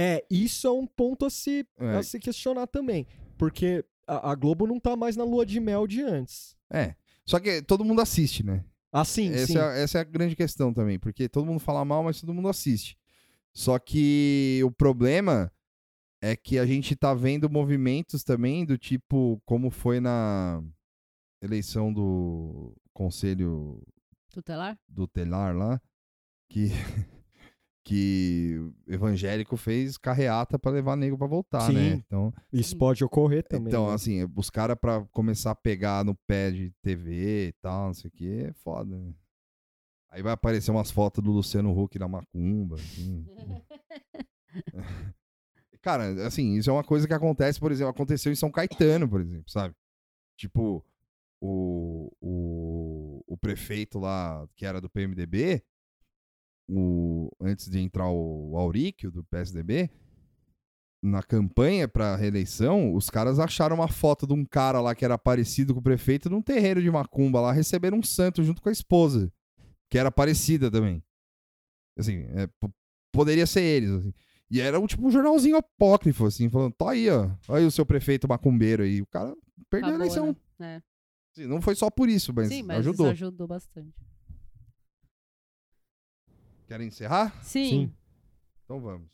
É, isso é um ponto a se,
É.
a se questionar também. Porque a, a Globo não tá mais na lua de mel de antes.
É. Só que todo mundo assiste, né?
Ah, sim,
essa,
sim.
É, essa é a grande questão também, porque todo mundo fala mal, mas todo mundo assiste. Só que o problema é que a gente tá vendo movimentos também do tipo, como foi na eleição do Conselho
Tutelar?
do Telar lá, que, que evangélico fez carreata pra levar negro pra voltar, né?
Sim.
Então,
Isso pode ocorrer também.
então,
né?
assim, os caras pra começar a pegar no pé de TV e tal, não sei o que, é foda, né? Aí vai aparecer umas fotos do Luciano Huck na macumba, assim. Cara, assim, isso é uma coisa que acontece, por exemplo, aconteceu em São Caetano, por exemplo, sabe? Tipo, o, o, o prefeito lá, que era do PMDB, o, antes de entrar o, o Auríquio, do PSDB, na campanha pra reeleição, os caras acharam uma foto de um cara lá que era parecido com o prefeito num terreiro de macumba lá, receberam um santo junto com a esposa, que era parecida também. Assim, é, po- poderia ser eles, assim. E era um, tipo um jornalzinho apócrifo, assim, falando, tá aí, ó. Olha aí o seu prefeito macumbeiro aí. O cara perdeu a
Acabou,
eleição.
né?
Assim, Não foi só por isso,
É.
é mas,
Sim, mas
ajudou.
isso ajudou bastante.
Querem encerrar?
Sim.
Então vamos.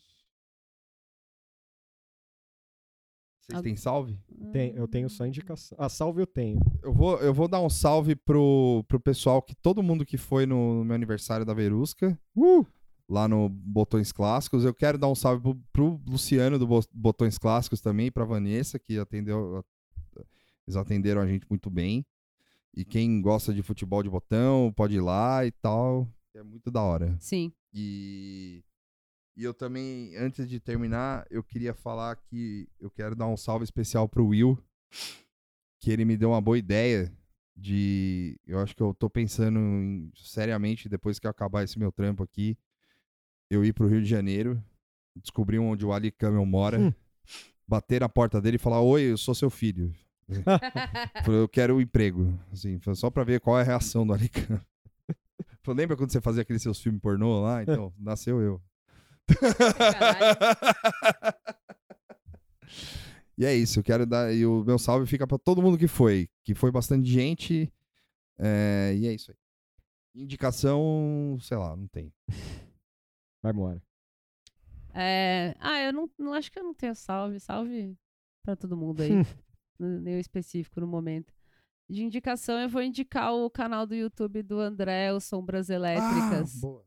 Vocês
Algu-
têm salve?
Tem- eu tenho só indicação. Ah, salve eu tenho.
Eu vou, eu vou dar um salve pro, pro pessoal que todo mundo que foi no meu aniversário da Verusca,
Uh!
lá no Botões Clássicos. Eu quero dar um salve pro, pro Luciano do Bo- Botões Clássicos também, pra Vanessa, que atendeu. a- Eles atenderam a gente muito bem. E quem gosta de futebol de botão, pode ir lá e tal. É muito da hora.
Sim.
E, e eu também, antes de terminar, eu queria falar que eu quero dar um salve especial pro Will, que ele me deu uma boa ideia de. Eu acho que eu tô pensando em- seriamente, depois que eu acabar esse meu trampo aqui, eu ir pro Rio de Janeiro, descobrir onde o Ali Camel mora,
Hum.
bater na porta dele e falar: Oi, eu sou seu filho. Falei, eu quero um emprego. Assim, foi só pra ver qual é a reação do Ali Camel. Falei, lembra quando você fazia aqueles seus filmes pornô lá? Então, nasceu eu. e é isso, eu quero dar. E o meu salve fica pra todo mundo que foi. Que foi bastante gente. é, e é isso aí. Indicação, sei lá, não tem.
Vai embora.
É, Ah, eu não, não acho que eu não tenho salve. Salve pra todo mundo aí. N- Nenhum específico no momento. De indicação, eu vou indicar o canal do YouTube do André, o Sombras Elétricas,
Ah, boa.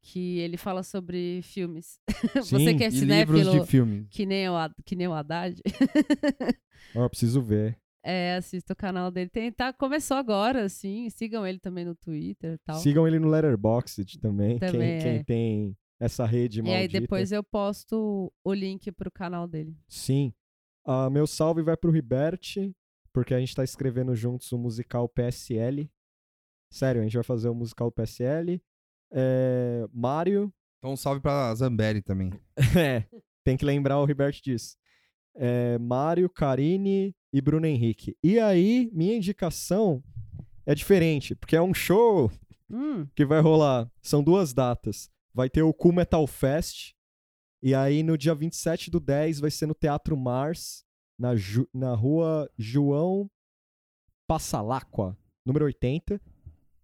que ele fala sobre filmes. Você
Sim,
que é
E livros
cinéfilo,
de filme.
que, nem o, Ad- que nem o Haddad,
Ó, eu preciso ver.
é, assista o canal dele. Tem, tá, começou agora, assim. Sigam ele também no Twitter e tal.
Sigam ele no Letterboxd também. quem,
Também
quem
é.
tem essa rede
E aí
maldita.
depois eu posto o link pro canal dele.
Sim. Ah, meu salve vai pro Riberte, porque a gente tá escrevendo juntos o musical PSL. Sério, a gente vai fazer o musical PSL. É, Mário,
Então, um salve pra Zambelli também.
É, tem que lembrar o Ribert disso. É, Mário, Karine e Bruno Henrique. E aí, minha indicação é diferente, porque é um show
Hum,
que vai rolar. São duas datas. Vai ter o Cool Metal Fest. E aí, no dia 27 do 10, vai ser no Teatro Mars, na, Ju- na rua João Passalacqua, número 80.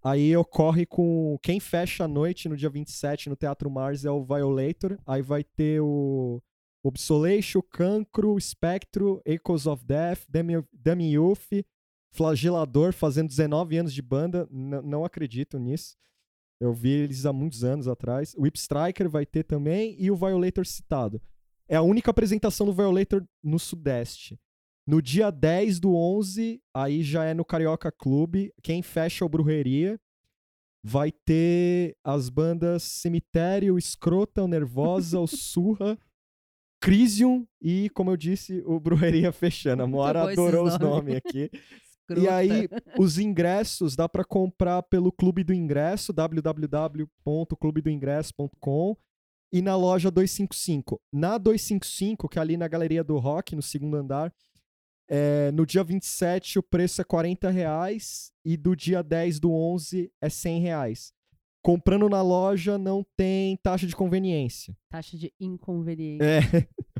Aí ocorre com. Quem fecha a noite no dia 27 no Teatro Mars é o Violator. Aí vai ter o. Obsolation, Cancro, Spectro, Echoes of Death, Demi, Demi Youth, Flagelador fazendo 19 anos de banda, n- não acredito nisso. Eu vi eles há muitos anos atrás. O Whip Striker vai ter também e o Violator citado. É a única apresentação do Violator no Sudeste. No dia 10 do 11, aí já é no Carioca Clube. Quem fecha é o Brujeria. Vai ter as bandas Cemitério, Escrota, o Nervosa, o Surra, Crisium e, como eu disse, o Brujeria fechando. A
Muito
Moara
bom esses
adorou os
nomes.
nomes aqui.
escrota.
E aí, os ingressos dá pra comprar pelo Clube do Ingresso, www.clubedoingresso.com e na loja 255. Na 255, que é ali na Galeria do Rock, no segundo andar, é, no dia 27 o preço é 40 reais e do dia 10 do 11 é 100 reais. Comprando na loja não tem taxa de conveniência.
Taxa de inconveniência.
É,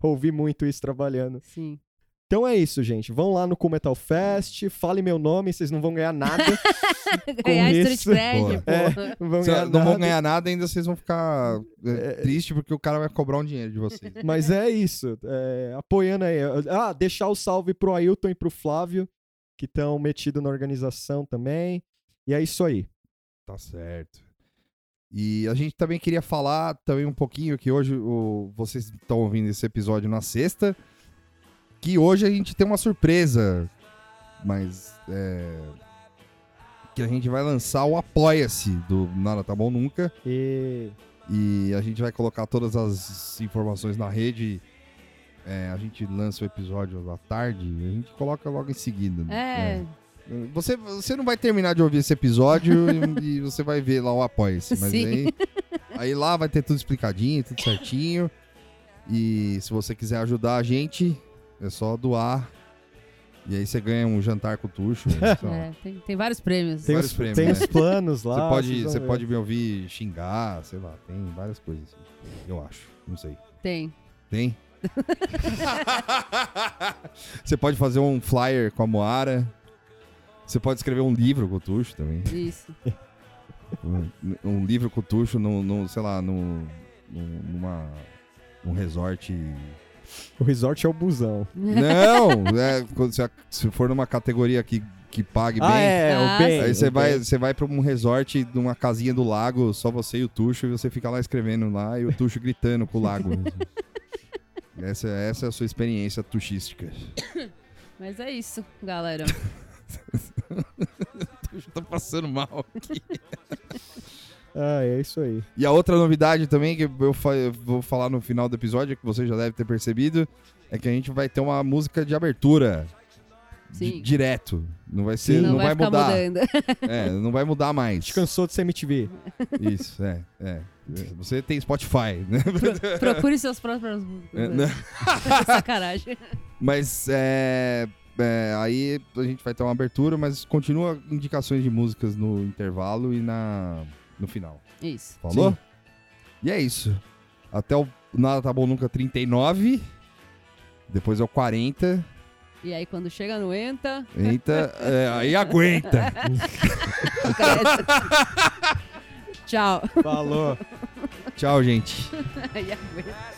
ouvi muito isso trabalhando.
É.
Sim.
Então é isso, gente. Vão lá no Cool Metal Fest, fale meu nome, vocês não vão ganhar nada.
Ganhar Street
isso-
Cred,
Boa.
pô.
não vão
Cê-
ganhar
não
nada.
vão ganhar nada, ainda vocês vão ficar é, triste porque o cara vai cobrar um dinheiro de vocês.
Mas é isso. é, apoiando aí. Ah, deixar o salve pro Ailton e pro Flávio, que estão metidos na organização também. E é isso aí.
Tá certo. E a gente também queria falar também um pouquinho que hoje o, vocês estão ouvindo esse episódio na sexta, que hoje a gente tem uma surpresa, mas é, que a gente vai lançar o Apoia-se do Nada Tá Bom Nunca
E
e a gente vai colocar todas as informações na rede. É, a gente lança o episódio à tarde, a gente coloca logo em seguida. né?
É,
Você, você não vai terminar de ouvir esse episódio e, e você vai ver lá o Apoia-se. Mas
Sim.
aí, aí lá vai ter tudo explicadinho, tudo certinho. E se você quiser ajudar a gente, é só doar. E aí você ganha um jantar com o Tuxo. né? Sei lá.
é, tem, tem vários prêmios.
tem,
Vários
os,
prêmios,
tem
né?
os planos lá.
Você, pode,
Ah, vocês vão
você
ver.
pode me ouvir xingar, sei lá, tem várias coisas. assim, Eu acho. Não sei.
Tem.
Tem? Você pode fazer um flyer com a Moara. Você pode escrever um livro com o Tuxo também.
Isso.
Um, um livro com o Tuxo num, num, sei lá, num, num- numa, num resort.
O resort é o busão.
Não! é, quando você- se for numa categoria que, que pague bem.
é,
Ah, sim.
Aí você
o
vai,
bem.
você vai pra um resort, numa casinha do lago, só você e o Tuxo, e você fica lá escrevendo lá e o Tuxo gritando com o lago. essa, essa é a sua experiência tuxística.
Mas é isso, galera.
Tuxo tá passando mal.
Ah, é isso aí.
E a outra novidade também, que eu fa- eu vou falar no final do episódio, que você já deve ter percebido, é que a gente vai ter uma música de abertura. Di-
Sim.
Direto. Não vai ser. Não, vai,
ficar
mudar.
mudando.
É, não vai mudar
A
mais.
gente cansou de ser MTV.
Isso, é, é. Você tem Spotify, né?
Pro- procure seus próprios
É, né?
Sacanagem.
Mas é, é, aí a gente vai ter uma abertura, mas continua indicações de músicas no intervalo e na no final.
Isso.
Falou?
Sim.
E é isso. Até o Nada Tá Bom Nunca 39. Depois é o 40.
E aí, quando chega no Enta,
Eita, é, aí aguenta.
tchau.
Falou.
Tchau, gente.
Aí aguenta.